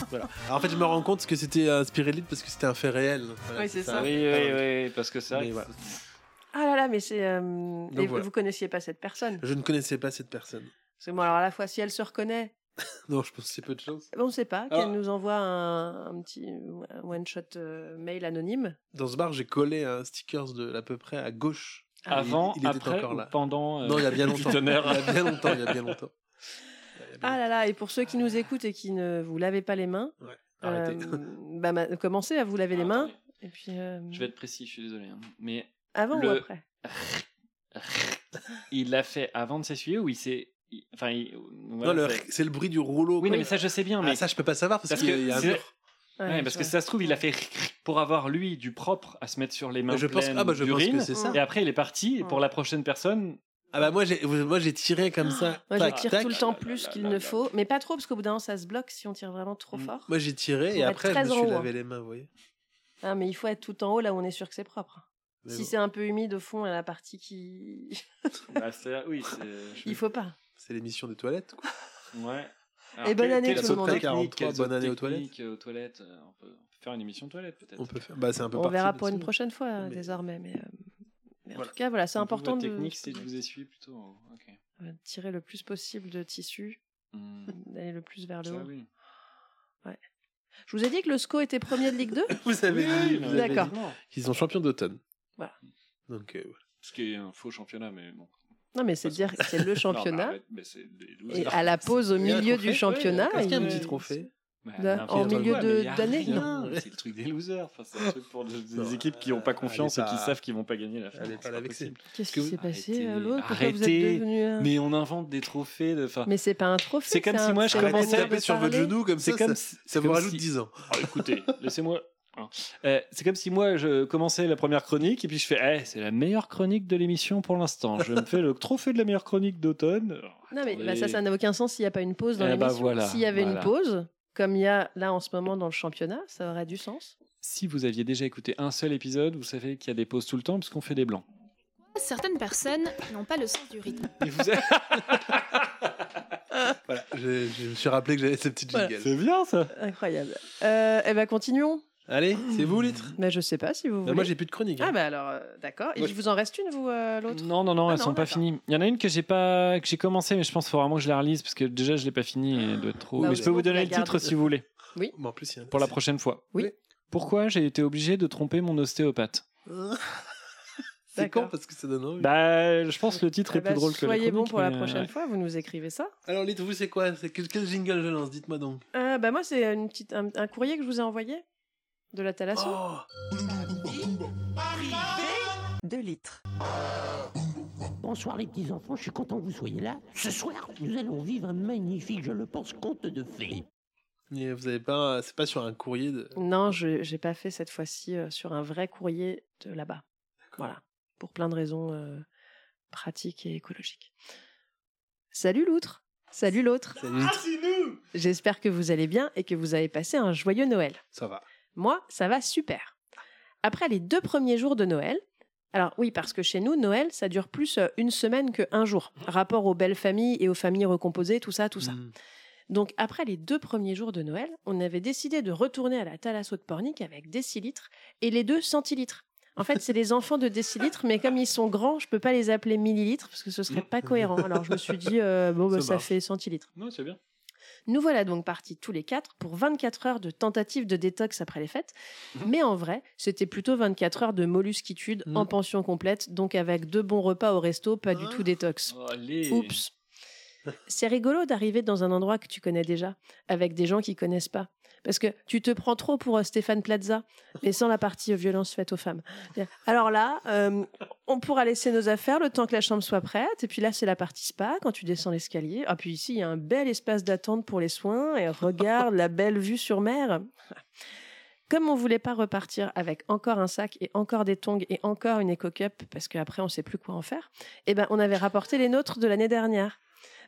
[SPEAKER 2] voilà. Alors, en fait, je me rends compte que c'était inspiré de parce que c'était un fait réel. Voilà,
[SPEAKER 3] Oui, c'est ça.
[SPEAKER 1] Oui, oui, oui, parce que ça.
[SPEAKER 2] Mais voilà.
[SPEAKER 3] Ah là là, mais c'est. euh, et vous-
[SPEAKER 2] voilà.
[SPEAKER 3] Vous connaissiez pas cette personne.
[SPEAKER 2] Je ne connaissais pas cette personne.
[SPEAKER 3] C'est moi, alors à la fois, si elle se reconnaît,
[SPEAKER 2] Non, je pense que c'est peu de chance.
[SPEAKER 3] on ne sait pas,
[SPEAKER 2] Ah.
[SPEAKER 3] qu'elle nous envoie un, un petit euh, one-shot euh, mail anonyme.
[SPEAKER 2] Dans ce bar, j'ai collé un stickers de à peu près à gauche.
[SPEAKER 3] Ah.
[SPEAKER 2] Il-
[SPEAKER 1] Avant,
[SPEAKER 2] il, était
[SPEAKER 1] après
[SPEAKER 2] encore
[SPEAKER 1] ou
[SPEAKER 2] là.
[SPEAKER 1] pendant, euh,
[SPEAKER 2] non, il y a bien
[SPEAKER 1] du
[SPEAKER 2] longtemps.
[SPEAKER 1] tonnerre
[SPEAKER 2] Il y a bien longtemps. Il y a bien longtemps.
[SPEAKER 3] Ah là là, et pour ceux qui nous écoutent et qui ne vous lavez pas les mains,
[SPEAKER 1] arrêtez.
[SPEAKER 3] euh, bah, ma- commencez à vous
[SPEAKER 2] Ah,
[SPEAKER 3] laver les mains. Et puis, euh,
[SPEAKER 1] Je vais être précis, je suis désolé. hein. Mais
[SPEAKER 3] Avant
[SPEAKER 1] le-
[SPEAKER 3] ou après
[SPEAKER 1] Il l'a fait avant de s'essuyer ou il s'est. il- Enfin, il-
[SPEAKER 2] Non,
[SPEAKER 1] voilà,
[SPEAKER 2] le-
[SPEAKER 1] c'est-
[SPEAKER 2] c'est le bruit du rouleau.
[SPEAKER 1] Oui, non,
[SPEAKER 2] quoi.
[SPEAKER 1] mais ça, je sais bien.
[SPEAKER 2] Ah,
[SPEAKER 1] Mais...
[SPEAKER 2] ça, je peux pas savoir parce qu'il y a un
[SPEAKER 1] c'est-
[SPEAKER 2] mur.
[SPEAKER 1] Ouais,
[SPEAKER 2] Ouais,
[SPEAKER 1] parce
[SPEAKER 2] je
[SPEAKER 1] que
[SPEAKER 2] vois.
[SPEAKER 1] ça se trouve, il a fait pour avoir lui du propre à se mettre sur les mains
[SPEAKER 2] Je pense-
[SPEAKER 1] pleines
[SPEAKER 2] ah, bah, je pense que
[SPEAKER 1] d'urine,
[SPEAKER 2] c'est ça.
[SPEAKER 1] Et après, il est parti. Et pour la prochaine personne,
[SPEAKER 2] Ah bah moi j'ai moi j'ai tiré comme ça.
[SPEAKER 3] Ah. Moi,
[SPEAKER 2] tac,
[SPEAKER 3] je tire
[SPEAKER 2] tac.
[SPEAKER 3] tout le temps plus
[SPEAKER 1] Bah,
[SPEAKER 3] qu'il ne faut, mais pas trop, parce qu'au bout d'un moment, ça se bloque si on tire vraiment trop fort.
[SPEAKER 2] Moi j'ai
[SPEAKER 3] Faut
[SPEAKER 2] tiré et
[SPEAKER 3] être
[SPEAKER 2] après je
[SPEAKER 3] très
[SPEAKER 2] me
[SPEAKER 3] en
[SPEAKER 2] suis
[SPEAKER 3] haut,
[SPEAKER 2] lavé
[SPEAKER 3] hein.
[SPEAKER 2] les mains, vous voyez.
[SPEAKER 3] Ah, mais il faut être tout en haut, là où on est sûr que c'est propre.
[SPEAKER 2] Mais
[SPEAKER 3] si
[SPEAKER 2] bon.
[SPEAKER 3] c'est un peu humide au fond, à la partie qui.
[SPEAKER 1] bah, c'est- oui, c'est.
[SPEAKER 3] il faut pas.
[SPEAKER 2] C'est l'émission des toilettes. Quoi.
[SPEAKER 1] Ouais.
[SPEAKER 3] Et bonne
[SPEAKER 1] quelle-
[SPEAKER 3] année,
[SPEAKER 1] quelles
[SPEAKER 3] tout le
[SPEAKER 1] autres
[SPEAKER 3] monde. hein.
[SPEAKER 1] techniques,
[SPEAKER 2] 43,
[SPEAKER 1] quelles
[SPEAKER 2] bonne
[SPEAKER 1] autres
[SPEAKER 2] année aux
[SPEAKER 1] techniques, euh, aux toilettes. euh, on, peut, on peut faire une émission toilette peut-être.
[SPEAKER 2] On peut faire. Bah c'est un peu.
[SPEAKER 3] On
[SPEAKER 2] parti
[SPEAKER 3] verra
[SPEAKER 2] de
[SPEAKER 3] pour
[SPEAKER 2] ça.
[SPEAKER 3] une prochaine fois, euh,
[SPEAKER 2] Mais-
[SPEAKER 3] désormais. Mais, euh, mais en
[SPEAKER 1] Voilà.
[SPEAKER 3] tout cas, voilà, c'est
[SPEAKER 1] Donc,
[SPEAKER 3] important
[SPEAKER 1] votre
[SPEAKER 3] de
[SPEAKER 1] technique, c'est je vous essuie plutôt. hein. Ok.
[SPEAKER 3] euh, tirer le plus possible de tissu,
[SPEAKER 1] Hmm.
[SPEAKER 3] d'aller le plus vers le
[SPEAKER 1] Ça,
[SPEAKER 3] haut.
[SPEAKER 1] oui.
[SPEAKER 3] Ouais. Je vous ai dit que le SCO était premier de Ligue 2
[SPEAKER 2] Vous avez
[SPEAKER 1] Oui,
[SPEAKER 2] dit.
[SPEAKER 1] non,
[SPEAKER 2] vous avez
[SPEAKER 3] D'accord.
[SPEAKER 2] dit
[SPEAKER 1] Non.
[SPEAKER 2] qu'ils sont champions d'automne.
[SPEAKER 3] Voilà.
[SPEAKER 2] Donc euh, voilà.
[SPEAKER 1] Ce qui est un faux championnat, mais bon.
[SPEAKER 3] Non, mais c'est dire que c'est le
[SPEAKER 1] Non, bah, mais
[SPEAKER 3] championnat.
[SPEAKER 1] arrête, mais c'est des
[SPEAKER 3] et
[SPEAKER 1] losers.
[SPEAKER 3] à la pause au
[SPEAKER 2] Il y a un
[SPEAKER 3] milieu
[SPEAKER 2] trophée,
[SPEAKER 3] du championnat,
[SPEAKER 2] ouais, Est-ce qu'il y a un
[SPEAKER 3] il-
[SPEAKER 2] petit trophée
[SPEAKER 1] Bah,
[SPEAKER 3] Là,
[SPEAKER 1] n'importe
[SPEAKER 3] en milieu
[SPEAKER 1] quoi,
[SPEAKER 3] de-
[SPEAKER 1] mais y a
[SPEAKER 3] d'année.
[SPEAKER 1] rien. C'est le truc des losers. Enfin, c'est un truc pour des, des équipes qui n'ont pas confiance et qui
[SPEAKER 2] euh, pas-
[SPEAKER 1] savent qu'ils vont pas gagner la fin.
[SPEAKER 2] Allez pas la vexer.
[SPEAKER 3] qu'est-ce
[SPEAKER 1] que
[SPEAKER 3] qui
[SPEAKER 1] vous-
[SPEAKER 3] s'est passé
[SPEAKER 1] Arrêtez.
[SPEAKER 3] euh, l'autre Pourquoi vous
[SPEAKER 1] Arrêtez.
[SPEAKER 3] êtes devenu un-
[SPEAKER 1] Mais on invente des trophées. De... Enfin,
[SPEAKER 3] Mais c'est pas un trophée.
[SPEAKER 1] c'est comme
[SPEAKER 3] un-
[SPEAKER 1] si moi
[SPEAKER 3] c'est
[SPEAKER 1] je
[SPEAKER 3] la
[SPEAKER 2] Arrêtez de
[SPEAKER 1] commençais
[SPEAKER 3] manière
[SPEAKER 1] à
[SPEAKER 2] taper sur
[SPEAKER 3] parler.
[SPEAKER 2] votre genou comme
[SPEAKER 1] C'est
[SPEAKER 2] ça.
[SPEAKER 1] comme
[SPEAKER 2] ça,
[SPEAKER 1] si-
[SPEAKER 2] ça
[SPEAKER 1] c'est
[SPEAKER 2] vous
[SPEAKER 1] comme
[SPEAKER 2] rajoute
[SPEAKER 1] si-
[SPEAKER 2] 10 ans.
[SPEAKER 1] Oh, écoutez, laissez-moi. Euh, c'est comme si moi je commençais la première chronique et puis je fais Eh, c'est la meilleure chronique de l'émission pour l'instant. Je me fais le trophée de la meilleure chronique d'automne. Oh,
[SPEAKER 3] Non, mais
[SPEAKER 1] attendez.
[SPEAKER 3] bah, ça, ça n'a aucun sens s'il n'y a pas une pause dans
[SPEAKER 1] Eh bah,
[SPEAKER 3] l'émission.
[SPEAKER 1] voilà,
[SPEAKER 3] S'il y avait
[SPEAKER 1] voilà.
[SPEAKER 3] une pause, comme il y a là en ce moment dans le championnat, ça aurait du sens.
[SPEAKER 1] Si vous aviez déjà écouté un seul épisode, vous savez qu'il y a des pauses tout le temps parce qu'on fait des blancs.
[SPEAKER 7] Certaines personnes n'ont pas le sens du rythme.
[SPEAKER 1] Et vous avez-
[SPEAKER 2] Voilà. Je, je me suis rappelé que j'avais cette petite
[SPEAKER 3] Voilà.
[SPEAKER 2] jingle.
[SPEAKER 1] C'est bien ça
[SPEAKER 3] Incroyable. Euh, eh ben, continuons.
[SPEAKER 2] Allez, c'est vous litre.
[SPEAKER 3] Mais je sais pas si vous voulez.
[SPEAKER 2] Bah, moi j'ai plus de chronique. hein.
[SPEAKER 3] Ah bah alors, euh, d'accord. Et
[SPEAKER 2] Moi, je-
[SPEAKER 3] il vous en reste une, vous, euh, l'autre
[SPEAKER 1] Non, non, non,
[SPEAKER 3] Ah
[SPEAKER 1] elles
[SPEAKER 3] non,
[SPEAKER 1] sont pas
[SPEAKER 3] d'accord.
[SPEAKER 1] finies. Il y en a une que j'ai pas, que j'ai commencé, mais je pense qu'il faut vraiment que je la relise parce que déjà je l'ai pas finie et elle doit être trop.
[SPEAKER 3] Bah,
[SPEAKER 1] mais
[SPEAKER 3] c'est
[SPEAKER 1] je peux
[SPEAKER 3] bon,
[SPEAKER 1] vous
[SPEAKER 3] tu
[SPEAKER 1] donner
[SPEAKER 3] la
[SPEAKER 1] le titre
[SPEAKER 3] gardes.
[SPEAKER 1] si vous voulez
[SPEAKER 2] Mais en plus il y a un-
[SPEAKER 1] pour la prochaine fois.
[SPEAKER 3] Oui.
[SPEAKER 1] Pourquoi j'ai été obligé de tromper mon ostéopathe
[SPEAKER 2] C'est
[SPEAKER 3] D'accord.
[SPEAKER 2] con parce que ça donne envie.
[SPEAKER 1] Bah, je pense que le titre
[SPEAKER 3] Eh
[SPEAKER 1] est
[SPEAKER 3] ben,
[SPEAKER 1] plus drôle que la
[SPEAKER 3] Soyez bon
[SPEAKER 1] chronique,
[SPEAKER 3] pour la
[SPEAKER 1] mais, euh,
[SPEAKER 3] prochaine
[SPEAKER 1] ouais.
[SPEAKER 3] fois, vous nous écrivez ça.
[SPEAKER 2] Alors litre, vous c'est quoi C'est quel, quel jingle je lance Dites-moi donc.
[SPEAKER 3] Euh, bah moi, c'est une petite, un, un courrier que je vous ai envoyé de la Thalasso.
[SPEAKER 2] Oh
[SPEAKER 14] Deux litres.
[SPEAKER 4] Bonsoir les petits enfants, je suis content que vous soyez là. Ce soir, nous allons vivre un magnifique, je le pense, conte de fées.
[SPEAKER 2] Mais vous avez pas, c'est pas sur un courrier de.
[SPEAKER 3] Non, je j'ai pas fait cette fois-ci euh, sur un vrai courrier de là-bas. Voilà, pour plein de raisons euh, pratiques et écologiques. Salut l'outre Salut l'autre J'espère que vous allez bien et que vous avez passé un joyeux Noël.
[SPEAKER 2] Ça va.
[SPEAKER 3] Moi, ça va super. Après les deux premiers jours de Noël, alors oui, parce que chez nous, Noël, ça dure plus euh, une semaine que un jour, rapport aux belles familles et aux familles recomposées, tout ça, tout ça.
[SPEAKER 12] Hmm.
[SPEAKER 3] Donc après les deux premiers jours de Noël, on avait décidé de retourner à la thalasso de Pornic avec décilitres et les deux centilitres. En fait, c'est les enfants de décilitres, mais comme ils sont grands, je peux pas les appeler millilitres parce que ce serait pas cohérent. Alors je me suis dit, euh, bon, bah,
[SPEAKER 1] Ça
[SPEAKER 3] ça
[SPEAKER 1] marche.
[SPEAKER 3] fait centilitres.
[SPEAKER 1] Non, c'est bien.
[SPEAKER 3] Nous voilà donc partis tous les quatre pour 24 heures de tentative de détox après les fêtes.
[SPEAKER 1] Mhm.
[SPEAKER 3] Mais en vrai, c'était plutôt 24 heures de mollusquitude en pension complète, donc avec deux bons repas au resto, pas
[SPEAKER 1] Ah.
[SPEAKER 3] du tout détox.
[SPEAKER 1] Oh, allez.
[SPEAKER 3] Oups. C'est rigolo d'arriver dans un endroit que tu connais déjà, avec des gens qui connaissent pas. Parce que tu te prends trop pour euh, Stéphane Plaza, mais sans la partie euh, violence faite aux femmes. Alors là, euh, on pourra laisser nos affaires le temps que la chambre soit prête. Et puis là, c'est la partie spa quand tu descends l'escalier. Ah, puis ici, il y a un bel espace d'attente pour les soins. Et regarde la belle vue sur mer. Comme on voulait pas repartir avec encore un sac et encore des tongs et encore une éco-cup, parce qu'après on sait plus quoi en faire, eh ben on avait rapporté les nôtres de l'année dernière.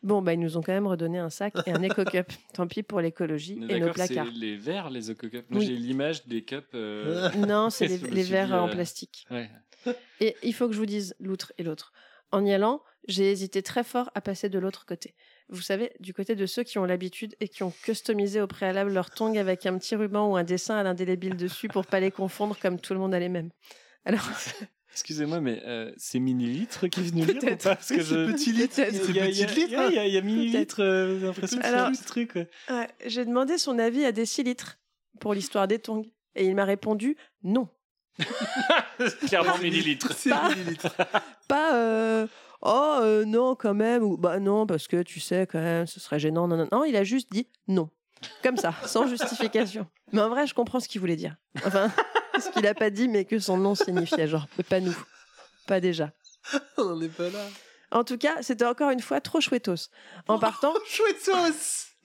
[SPEAKER 3] Bon, bah, ils nous ont quand même redonné un sac et un éco-cup. Tant pis pour l'écologie
[SPEAKER 1] On est
[SPEAKER 3] et nos
[SPEAKER 1] d'accord,
[SPEAKER 3] placards.
[SPEAKER 1] C'est les verres, les Eco Cups. Moi,
[SPEAKER 3] Oui.
[SPEAKER 1] j'ai l'image des cups. euh,
[SPEAKER 3] Non, c'est les,
[SPEAKER 1] je me
[SPEAKER 3] les
[SPEAKER 1] suis
[SPEAKER 3] verres
[SPEAKER 1] dit,
[SPEAKER 3] en
[SPEAKER 1] euh,
[SPEAKER 3] plastique.
[SPEAKER 1] ouais.
[SPEAKER 3] Et il faut que je vous dise l'outre et l'autre. En y allant, j'ai hésité très fort à passer de l'autre côté. Vous savez, du côté de ceux qui ont l'habitude et qui ont customisé au préalable leur tongue avec un petit ruban ou un dessin à l'indélébile dessus pour pas les confondre comme tout le monde a les mêmes. Alors,
[SPEAKER 1] Excusez-moi, mais euh, c'est millilitres qui venus lire ou
[SPEAKER 3] Peut-être.
[SPEAKER 1] pas Parce que
[SPEAKER 3] Oui, c'est
[SPEAKER 1] je...
[SPEAKER 3] petit litre.
[SPEAKER 1] Il y a-
[SPEAKER 3] C'est
[SPEAKER 1] il y a-
[SPEAKER 3] petit
[SPEAKER 1] il y a-
[SPEAKER 3] litre, hein.
[SPEAKER 1] Il y a- il y a millilitres, euh, j'ai l'impression que c'est
[SPEAKER 3] Alors-
[SPEAKER 1] un petit truc. ouais.
[SPEAKER 3] Ouais, j'ai demandé son avis à des litres pour l'histoire des tongs. Et il m'a répondu non.
[SPEAKER 1] Clairement millilitres.
[SPEAKER 3] Pas euh, oh euh, non quand même ou bah non parce que tu sais quand même ce serait gênant. Non, non, non. Il a juste dit non. Comme ça, sans justification. Mais en vrai, je comprends ce qu'il voulait dire. Enfin, ce qu'il a pas dit, mais que son nom signifiait. Genre, pas nous. Pas déjà.
[SPEAKER 12] On n'en est pas là.
[SPEAKER 3] En tout cas, c'était encore une fois trop chouettos. En partant.
[SPEAKER 12] Oh,
[SPEAKER 3] chouettos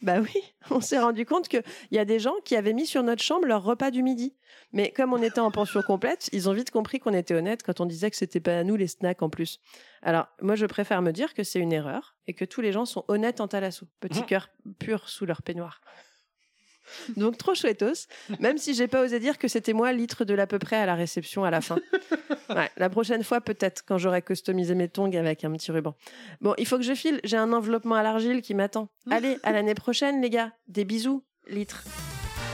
[SPEAKER 3] Bah oui, on s'est rendu compte qu'il y a des gens qui avaient mis sur notre chambre leur repas du midi. Mais comme on était en pension complète, ils ont vite compris qu'on était honnête quand on disait que c'était pas à nous les snacks en plus. Alors, moi, je préfère me dire que c'est une erreur et que tous les gens sont honnêtes en talasso. Petit cœur pur sous leur peignoir. Donc, trop chouettos, même si j'ai pas osé dire que c'était moi litre de l'à peu près à la réception à la fin. Ouais, la prochaine fois, peut-être, quand j'aurai customisé mes tongs avec un petit ruban. Bon, il faut que je file, j'ai un enveloppement à l'argile qui m'attend. Allez, à l'année prochaine, les gars. Des bisous, litre.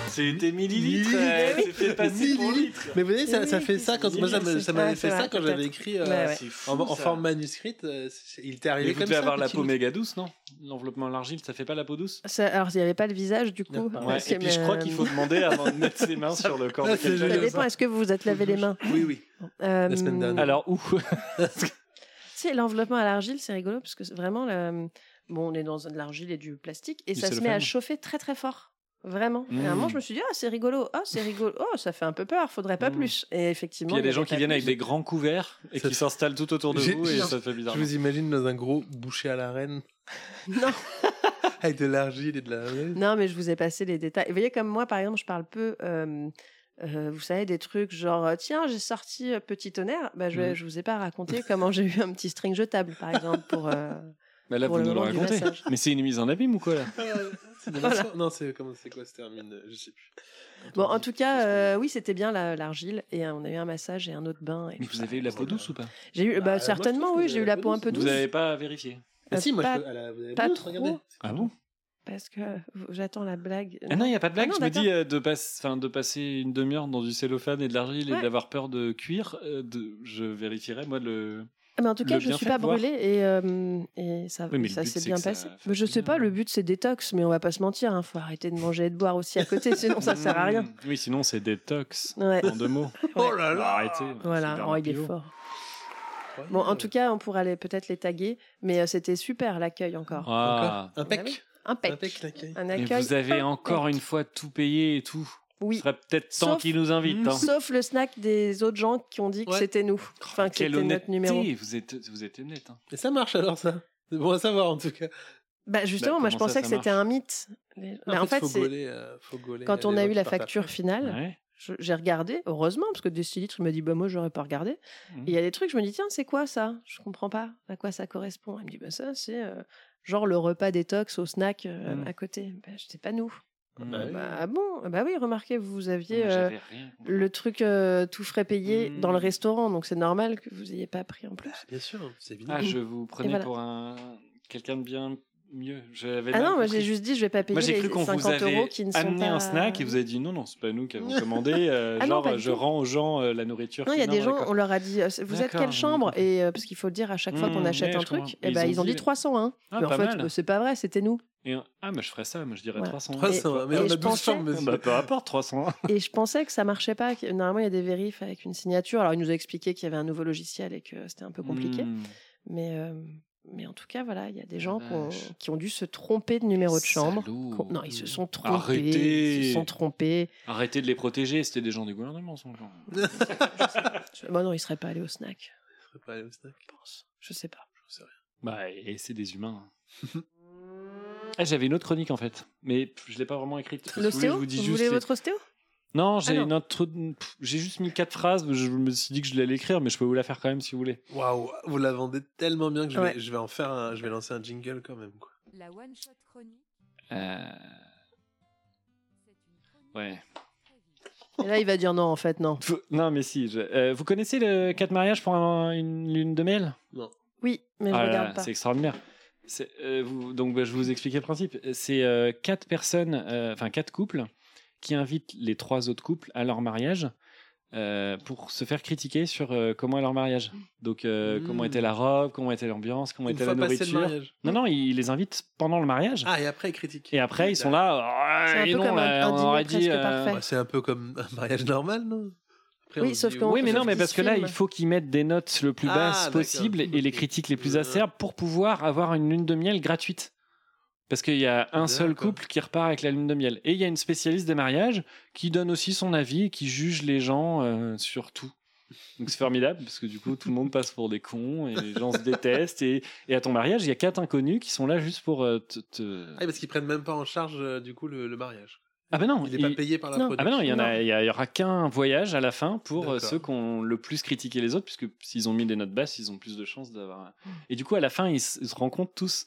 [SPEAKER 1] C'était millilitres. euh,
[SPEAKER 3] Eh Oui.
[SPEAKER 1] c'est fait passer pour litres.
[SPEAKER 12] Mais vous voyez, ça,
[SPEAKER 3] Oui,
[SPEAKER 12] ça fait ça quand moi, ça me-
[SPEAKER 3] c'est
[SPEAKER 12] ça
[SPEAKER 3] vrai,
[SPEAKER 12] m'avait fait
[SPEAKER 3] c'est
[SPEAKER 12] ça
[SPEAKER 3] vrai,
[SPEAKER 12] quand j'avais
[SPEAKER 3] peut-être.
[SPEAKER 12] écrit euh,
[SPEAKER 3] Ouais, ouais.
[SPEAKER 1] C'est fou,
[SPEAKER 12] en, en
[SPEAKER 1] ça.
[SPEAKER 12] forme manuscrite. euh, c'est- il t'est
[SPEAKER 1] Mais
[SPEAKER 12] arrivé
[SPEAKER 1] vous
[SPEAKER 12] comme
[SPEAKER 1] devez
[SPEAKER 12] ça.
[SPEAKER 1] avoir la
[SPEAKER 12] petit
[SPEAKER 1] peau
[SPEAKER 12] loup.
[SPEAKER 1] méga douce, non L'enveloppement à l'argile, ça fait pas la peau douce
[SPEAKER 3] Ça- alors, il n'y avait pas le visage, du coup.
[SPEAKER 1] Ouais,
[SPEAKER 3] parce
[SPEAKER 1] Et
[SPEAKER 3] que,
[SPEAKER 1] puis je crois
[SPEAKER 3] mais,
[SPEAKER 1] qu'il faut
[SPEAKER 3] euh,
[SPEAKER 1] demander avant de mettre ses mains sur le corps de
[SPEAKER 12] Ah, c'est
[SPEAKER 1] quelqu'un.
[SPEAKER 3] Ça dépend, est-ce que vous vous êtes lavé les mains
[SPEAKER 12] Oui, oui.
[SPEAKER 3] Euh,
[SPEAKER 12] La semaine dernière.
[SPEAKER 1] Alors où
[SPEAKER 3] Tu sais, l'enveloppement à l'argile, c'est rigolo parce que c'est vraiment, le- bon, on est dans de l'argile et du plastique et
[SPEAKER 1] Du
[SPEAKER 3] ça se met
[SPEAKER 1] cellophane.
[SPEAKER 3] à chauffer très très fort. Vraiment. Et à
[SPEAKER 1] Mm.
[SPEAKER 3] un moment, je me suis dit, ah, c'est rigolo, ah, c'est rigolo, oh, ça fait un peu peur, faudrait pas plus. Et
[SPEAKER 1] Mmh.
[SPEAKER 3] effectivement.
[SPEAKER 1] Puis il y a des
[SPEAKER 3] avait
[SPEAKER 1] gens qui
[SPEAKER 3] pas
[SPEAKER 1] viennent
[SPEAKER 3] plus.
[SPEAKER 1] avec des grands couverts et qui s'installent tout autour de
[SPEAKER 12] J'ai-
[SPEAKER 1] vous et
[SPEAKER 12] j'ai-
[SPEAKER 1] ça fait bizarre.
[SPEAKER 12] Je vous imagine dans un gros boucher à la reine.
[SPEAKER 3] Non.
[SPEAKER 12] Avec de l'argile et de la.
[SPEAKER 3] Non, mais je vous ai passé les détails. Vous voyez, comme moi, par exemple, je parle peu, euh, euh, vous savez, des trucs genre, euh, tiens, j'ai sorti euh, Petit Tonnerre. Bah, je,
[SPEAKER 1] Mhm.
[SPEAKER 3] je vous ai pas raconté comment j'ai eu un petit string jetable, par exemple, pour. euh,
[SPEAKER 1] Mais là,
[SPEAKER 3] pour
[SPEAKER 1] vous
[SPEAKER 3] le
[SPEAKER 1] nous le
[SPEAKER 3] moment du
[SPEAKER 1] racontez.
[SPEAKER 3] massage.
[SPEAKER 1] Mais c'est une mise en abîme ou quoi là
[SPEAKER 12] Ah, C'est de
[SPEAKER 3] Voilà.
[SPEAKER 12] la- Non, c'est comment c'est quoi, c'était un mine, je sais plus.
[SPEAKER 3] Bon, en tout cas, euh, oui, c'était bien la- l'argile. Et euh, on a eu un massage et un autre bain. et
[SPEAKER 1] Mais
[SPEAKER 3] tout
[SPEAKER 1] vous
[SPEAKER 3] ça.
[SPEAKER 1] avez eu la peau douce ou pas
[SPEAKER 3] J'ai eu, bah,
[SPEAKER 12] moi, je
[SPEAKER 3] certainement,
[SPEAKER 12] trouve que
[SPEAKER 3] oui,
[SPEAKER 12] vous
[SPEAKER 3] j'ai eu
[SPEAKER 12] avez la
[SPEAKER 3] la peau
[SPEAKER 12] peau
[SPEAKER 3] un peu
[SPEAKER 1] Vous
[SPEAKER 3] douce.
[SPEAKER 1] n'avez pas vérifié
[SPEAKER 12] Ah si, moi,
[SPEAKER 3] pas-
[SPEAKER 12] je, elle a- vous avez
[SPEAKER 3] pas
[SPEAKER 12] pas
[SPEAKER 3] trop.
[SPEAKER 12] regardez.
[SPEAKER 1] Ah bon
[SPEAKER 3] Parce que euh, j'attends la blague.
[SPEAKER 1] Ah non, il n'y a pas de blague.
[SPEAKER 3] Ah non,
[SPEAKER 1] je me
[SPEAKER 3] d'accord.
[SPEAKER 1] dis euh, de, pas- enfin, de passer une demi-heure dans du cellophane et de l'argile et
[SPEAKER 3] Ouais.
[SPEAKER 1] d'avoir peur de cuire. euh, de... Je vérifierai moi le.
[SPEAKER 3] Ah, Mais en tout cas,
[SPEAKER 1] le
[SPEAKER 3] je ne suis
[SPEAKER 1] bienfait,
[SPEAKER 3] pas
[SPEAKER 1] voir.
[SPEAKER 3] brûlée et, euh, et ça,
[SPEAKER 1] Oui, mais le
[SPEAKER 3] ça
[SPEAKER 1] but,
[SPEAKER 3] s'est
[SPEAKER 1] c'est
[SPEAKER 3] bien
[SPEAKER 1] que ça
[SPEAKER 3] passé.
[SPEAKER 1] fasse
[SPEAKER 3] Mais je sais pas, le but c'est détox, mais on va pas se mentir, hein, faut arrêter de manger et de boire aussi à côté, sinon ça sert à rien.
[SPEAKER 1] Mm. Oui, sinon c'est détox.
[SPEAKER 3] Ouais.
[SPEAKER 1] En deux mots.
[SPEAKER 12] Oh là là
[SPEAKER 1] Arrêtez.
[SPEAKER 3] Voilà,
[SPEAKER 1] c'est
[SPEAKER 3] oh, il est
[SPEAKER 1] Bernard Pivot.
[SPEAKER 3] fort. Bon, en tout cas, on pourra les- peut-être les taguer, mais euh, c'était super l'accueil encore.
[SPEAKER 1] Ah.
[SPEAKER 12] Un pec.
[SPEAKER 3] Un
[SPEAKER 12] Un
[SPEAKER 3] pec.
[SPEAKER 12] pec, l'accueil.
[SPEAKER 3] Un
[SPEAKER 1] Et
[SPEAKER 3] accueil.
[SPEAKER 1] vous avez
[SPEAKER 3] un
[SPEAKER 1] encore
[SPEAKER 3] pec.
[SPEAKER 1] une fois tout payé et tout.
[SPEAKER 3] Oui.
[SPEAKER 1] Ce serait peut-être temps
[SPEAKER 3] Sauf-
[SPEAKER 1] qu'ils nous invitent. hein.
[SPEAKER 3] Sauf le snack des autres gens qui ont dit que
[SPEAKER 12] Ouais.
[SPEAKER 3] c'était nous. Enfin, que
[SPEAKER 1] Oh, Quelle
[SPEAKER 3] c'était notre numéro.
[SPEAKER 1] honnêteté Vous êtes, vous êtes honnête. hein.
[SPEAKER 12] Et ça marche alors, ça. C'est bon à savoir, en tout cas.
[SPEAKER 3] Bah, justement,
[SPEAKER 1] Bah,
[SPEAKER 3] moi je
[SPEAKER 1] comment ça,
[SPEAKER 3] pensais
[SPEAKER 1] ça
[SPEAKER 3] que c'était un mythe. Les- Bah, en fait,
[SPEAKER 12] faut
[SPEAKER 3] c'est
[SPEAKER 12] gauler, euh, faut gauler
[SPEAKER 3] quand
[SPEAKER 12] les
[SPEAKER 3] on a
[SPEAKER 12] votes
[SPEAKER 3] eu la
[SPEAKER 12] par ta-
[SPEAKER 3] facture
[SPEAKER 2] Ah,
[SPEAKER 3] finale.
[SPEAKER 1] Ouais.
[SPEAKER 3] Je- J'ai regardé, heureusement, parce que des litres, il m'a dit, bah moi, j'aurais pas regardé.
[SPEAKER 1] Mhm.
[SPEAKER 3] Et il y a des trucs, je me dis, tiens, c'est quoi ça Je comprends pas à quoi ça correspond. Elle me dit, bah ça, c'est euh, genre le repas détox au snack euh,
[SPEAKER 1] Mhm.
[SPEAKER 3] à côté. Bah, je sais pas nous.
[SPEAKER 1] Mm.
[SPEAKER 12] Bah oui.
[SPEAKER 3] Bah ah bon, Ah bah oui, remarquez, vous
[SPEAKER 1] Mais
[SPEAKER 3] aviez euh,
[SPEAKER 1] j'avais rien compris.
[SPEAKER 3] le truc euh, tout frais payé
[SPEAKER 1] Mhm.
[SPEAKER 3] dans le restaurant, donc c'est normal que vous ayez pas pris en plus.
[SPEAKER 12] Bien sûr, c'est évident.
[SPEAKER 1] Ah, je vous prenais
[SPEAKER 3] voilà.
[SPEAKER 1] pour un quelqu'un de bien mieux. J'avais
[SPEAKER 3] Ah
[SPEAKER 1] mal
[SPEAKER 3] non, moi
[SPEAKER 1] compris.
[SPEAKER 3] j'ai juste dit, je vais pas payer
[SPEAKER 1] Moi, j'ai
[SPEAKER 3] les
[SPEAKER 1] cru qu'on
[SPEAKER 3] 50
[SPEAKER 1] vous avait
[SPEAKER 3] euros qui ne sont
[SPEAKER 1] amené
[SPEAKER 3] pas- euh,
[SPEAKER 1] un snack et vous avez dit non, non, c'est pas nous qui avons commandé. euh,
[SPEAKER 3] Ah non,
[SPEAKER 1] genre,
[SPEAKER 3] pas du
[SPEAKER 1] je
[SPEAKER 3] tout.
[SPEAKER 1] rends aux gens euh, la nourriture.
[SPEAKER 3] Non, il y a
[SPEAKER 1] qu'ils-
[SPEAKER 3] des gens,
[SPEAKER 1] d'accord.
[SPEAKER 3] on leur a dit, euh, vous êtes
[SPEAKER 1] D'accord,
[SPEAKER 3] quelle
[SPEAKER 1] j'ai
[SPEAKER 3] chambre
[SPEAKER 1] compris.
[SPEAKER 3] Et euh, parce qu'il faut le dire à chaque fois qu'on
[SPEAKER 1] Mhm,
[SPEAKER 3] achète
[SPEAKER 1] ouais,
[SPEAKER 3] un
[SPEAKER 1] je
[SPEAKER 3] truc,
[SPEAKER 1] comprends.
[SPEAKER 3] et bah, ils ont dit 300. Hein.
[SPEAKER 1] Ah,
[SPEAKER 3] mais en
[SPEAKER 1] pas
[SPEAKER 3] fait,
[SPEAKER 1] mal.
[SPEAKER 3] bah, c'est pas vrai, c'était nous.
[SPEAKER 1] Et un- Ah, mais je ferais ça, moi, je dirais
[SPEAKER 3] Voilà.
[SPEAKER 1] 300.
[SPEAKER 2] Ah,
[SPEAKER 12] 300, mais
[SPEAKER 3] et
[SPEAKER 12] on
[SPEAKER 3] je
[SPEAKER 12] a 12 chambres,
[SPEAKER 1] Ah,
[SPEAKER 12] monsieur.
[SPEAKER 1] bah, peu importe, 300.
[SPEAKER 3] Et je pensais que ça marchait pas. que- Normalement, il y a des vérifs avec une signature. Alors, il nous a expliqué qu'il y avait un nouveau logiciel et que c'était un peu compliqué.
[SPEAKER 1] Mm.
[SPEAKER 3] Mais, euh, mais en tout cas, voilà, il y a des gens
[SPEAKER 1] La
[SPEAKER 3] qui ont-
[SPEAKER 1] vache.
[SPEAKER 3] qui ont dû se tromper de numéro de chambre.
[SPEAKER 1] Salaud.
[SPEAKER 3] Qu'on- Non, ils se sont trompés.
[SPEAKER 1] Arrêtez.
[SPEAKER 3] Ils se sont trompés.
[SPEAKER 1] Arrêtez de les protéger, c'était des gens du gouvernement, son genre.
[SPEAKER 3] Bon, non, ils seraient pas allés au snack,
[SPEAKER 12] Je peux pas aller au snack.
[SPEAKER 3] je pense. Je sais pas.
[SPEAKER 1] Bah, et c'est des humains. hein. ah, j'avais une autre chronique en fait, mais je l'ai pas vraiment écrite. parce que vous voulez,
[SPEAKER 3] L'ostéo
[SPEAKER 1] je vous dis
[SPEAKER 3] Vous
[SPEAKER 1] juste
[SPEAKER 3] voulez
[SPEAKER 1] les-
[SPEAKER 3] votre ostéo
[SPEAKER 1] Non, j'ai
[SPEAKER 3] non.
[SPEAKER 1] une intro- pff, j'ai juste mis quatre phrases. Je me suis dit que je l'allais écrire, mais je peux vous la faire quand même si vous voulez.
[SPEAKER 2] Waouh, vous la vendez tellement bien que je,
[SPEAKER 1] Ouais.
[SPEAKER 2] vais, je vais en faire un, je vais lancer un jingle quand même. Quoi.
[SPEAKER 7] La one shot chronique.
[SPEAKER 1] Euh, Ouais.
[SPEAKER 3] Et là, il va dire non, en fait, non.
[SPEAKER 1] Vous- Non, mais si. je- euh, vous connaissez le 4 mariages pour un- une lune de miel
[SPEAKER 2] Non.
[SPEAKER 3] Oui, mais je
[SPEAKER 1] Ah là
[SPEAKER 3] regarde
[SPEAKER 1] là,
[SPEAKER 3] pas.
[SPEAKER 1] C'est extraordinaire. C'est, euh, vous- donc, bah, je vais vous expliquer le principe. C'est euh, quatre personnes, euh, enfin quatre couples, qui invitent les trois autres couples à leur mariage euh, pour se faire critiquer sur euh, comment est leur mariage. Donc, euh,
[SPEAKER 2] Mm.
[SPEAKER 1] comment était la robe, comment était l'ambiance, comment
[SPEAKER 2] Une
[SPEAKER 1] était
[SPEAKER 2] fois
[SPEAKER 1] la
[SPEAKER 2] passé le
[SPEAKER 1] nourriture.
[SPEAKER 2] mariage.
[SPEAKER 1] Non, non, ils les invitent pendant le mariage.
[SPEAKER 2] Ah, et après, ils critiquent.
[SPEAKER 1] Et après, ils sont là.
[SPEAKER 2] C'est un
[SPEAKER 1] et
[SPEAKER 2] peu
[SPEAKER 1] non,
[SPEAKER 2] comme
[SPEAKER 1] là,
[SPEAKER 2] un- un
[SPEAKER 1] on
[SPEAKER 2] dîner
[SPEAKER 1] aurait
[SPEAKER 2] presque
[SPEAKER 1] dit. euh,
[SPEAKER 2] parfait. Bah, c'est un peu comme un mariage normal, non Après, on se dit,
[SPEAKER 1] Oui,
[SPEAKER 2] oh,
[SPEAKER 1] mais non,
[SPEAKER 2] je
[SPEAKER 1] mais
[SPEAKER 2] dis
[SPEAKER 1] parce
[SPEAKER 2] ce
[SPEAKER 1] que là,
[SPEAKER 2] film.
[SPEAKER 1] il faut qu'ils mettent des notes le plus
[SPEAKER 2] Ah,
[SPEAKER 1] basses
[SPEAKER 2] d'accord. Euh.
[SPEAKER 1] possible et les critiques les plus acerbes pour pouvoir avoir une lune de miel gratuite. Parce qu'il y a un seul couple qui repart avec la lune de miel. Et il y a une spécialiste des mariages qui donne aussi son avis et qui juge les gens euh, sur tout. Donc c'est formidable parce que du coup tout le monde passe pour des cons et les gens se détestent. Et, et à ton mariage, il y a quatre inconnus qui sont là juste pour euh, te- te,
[SPEAKER 2] Ah, parce qu'ils prennent même pas en charge euh, du coup le, le mariage.
[SPEAKER 1] ah ben non,
[SPEAKER 2] Il est pas payé par la
[SPEAKER 1] non.
[SPEAKER 2] production.
[SPEAKER 1] Ah ben non, il y en a, il y, a- il y aura qu'un voyage à la fin pour euh,
[SPEAKER 2] D'accord.
[SPEAKER 1] ceux qui ont le plus critiqué les autres, puisque s'ils ont mis des notes basses, ils ont plus de chances d'avoir. Et du coup, à la fin, ils, s- ils se rencontrent tous.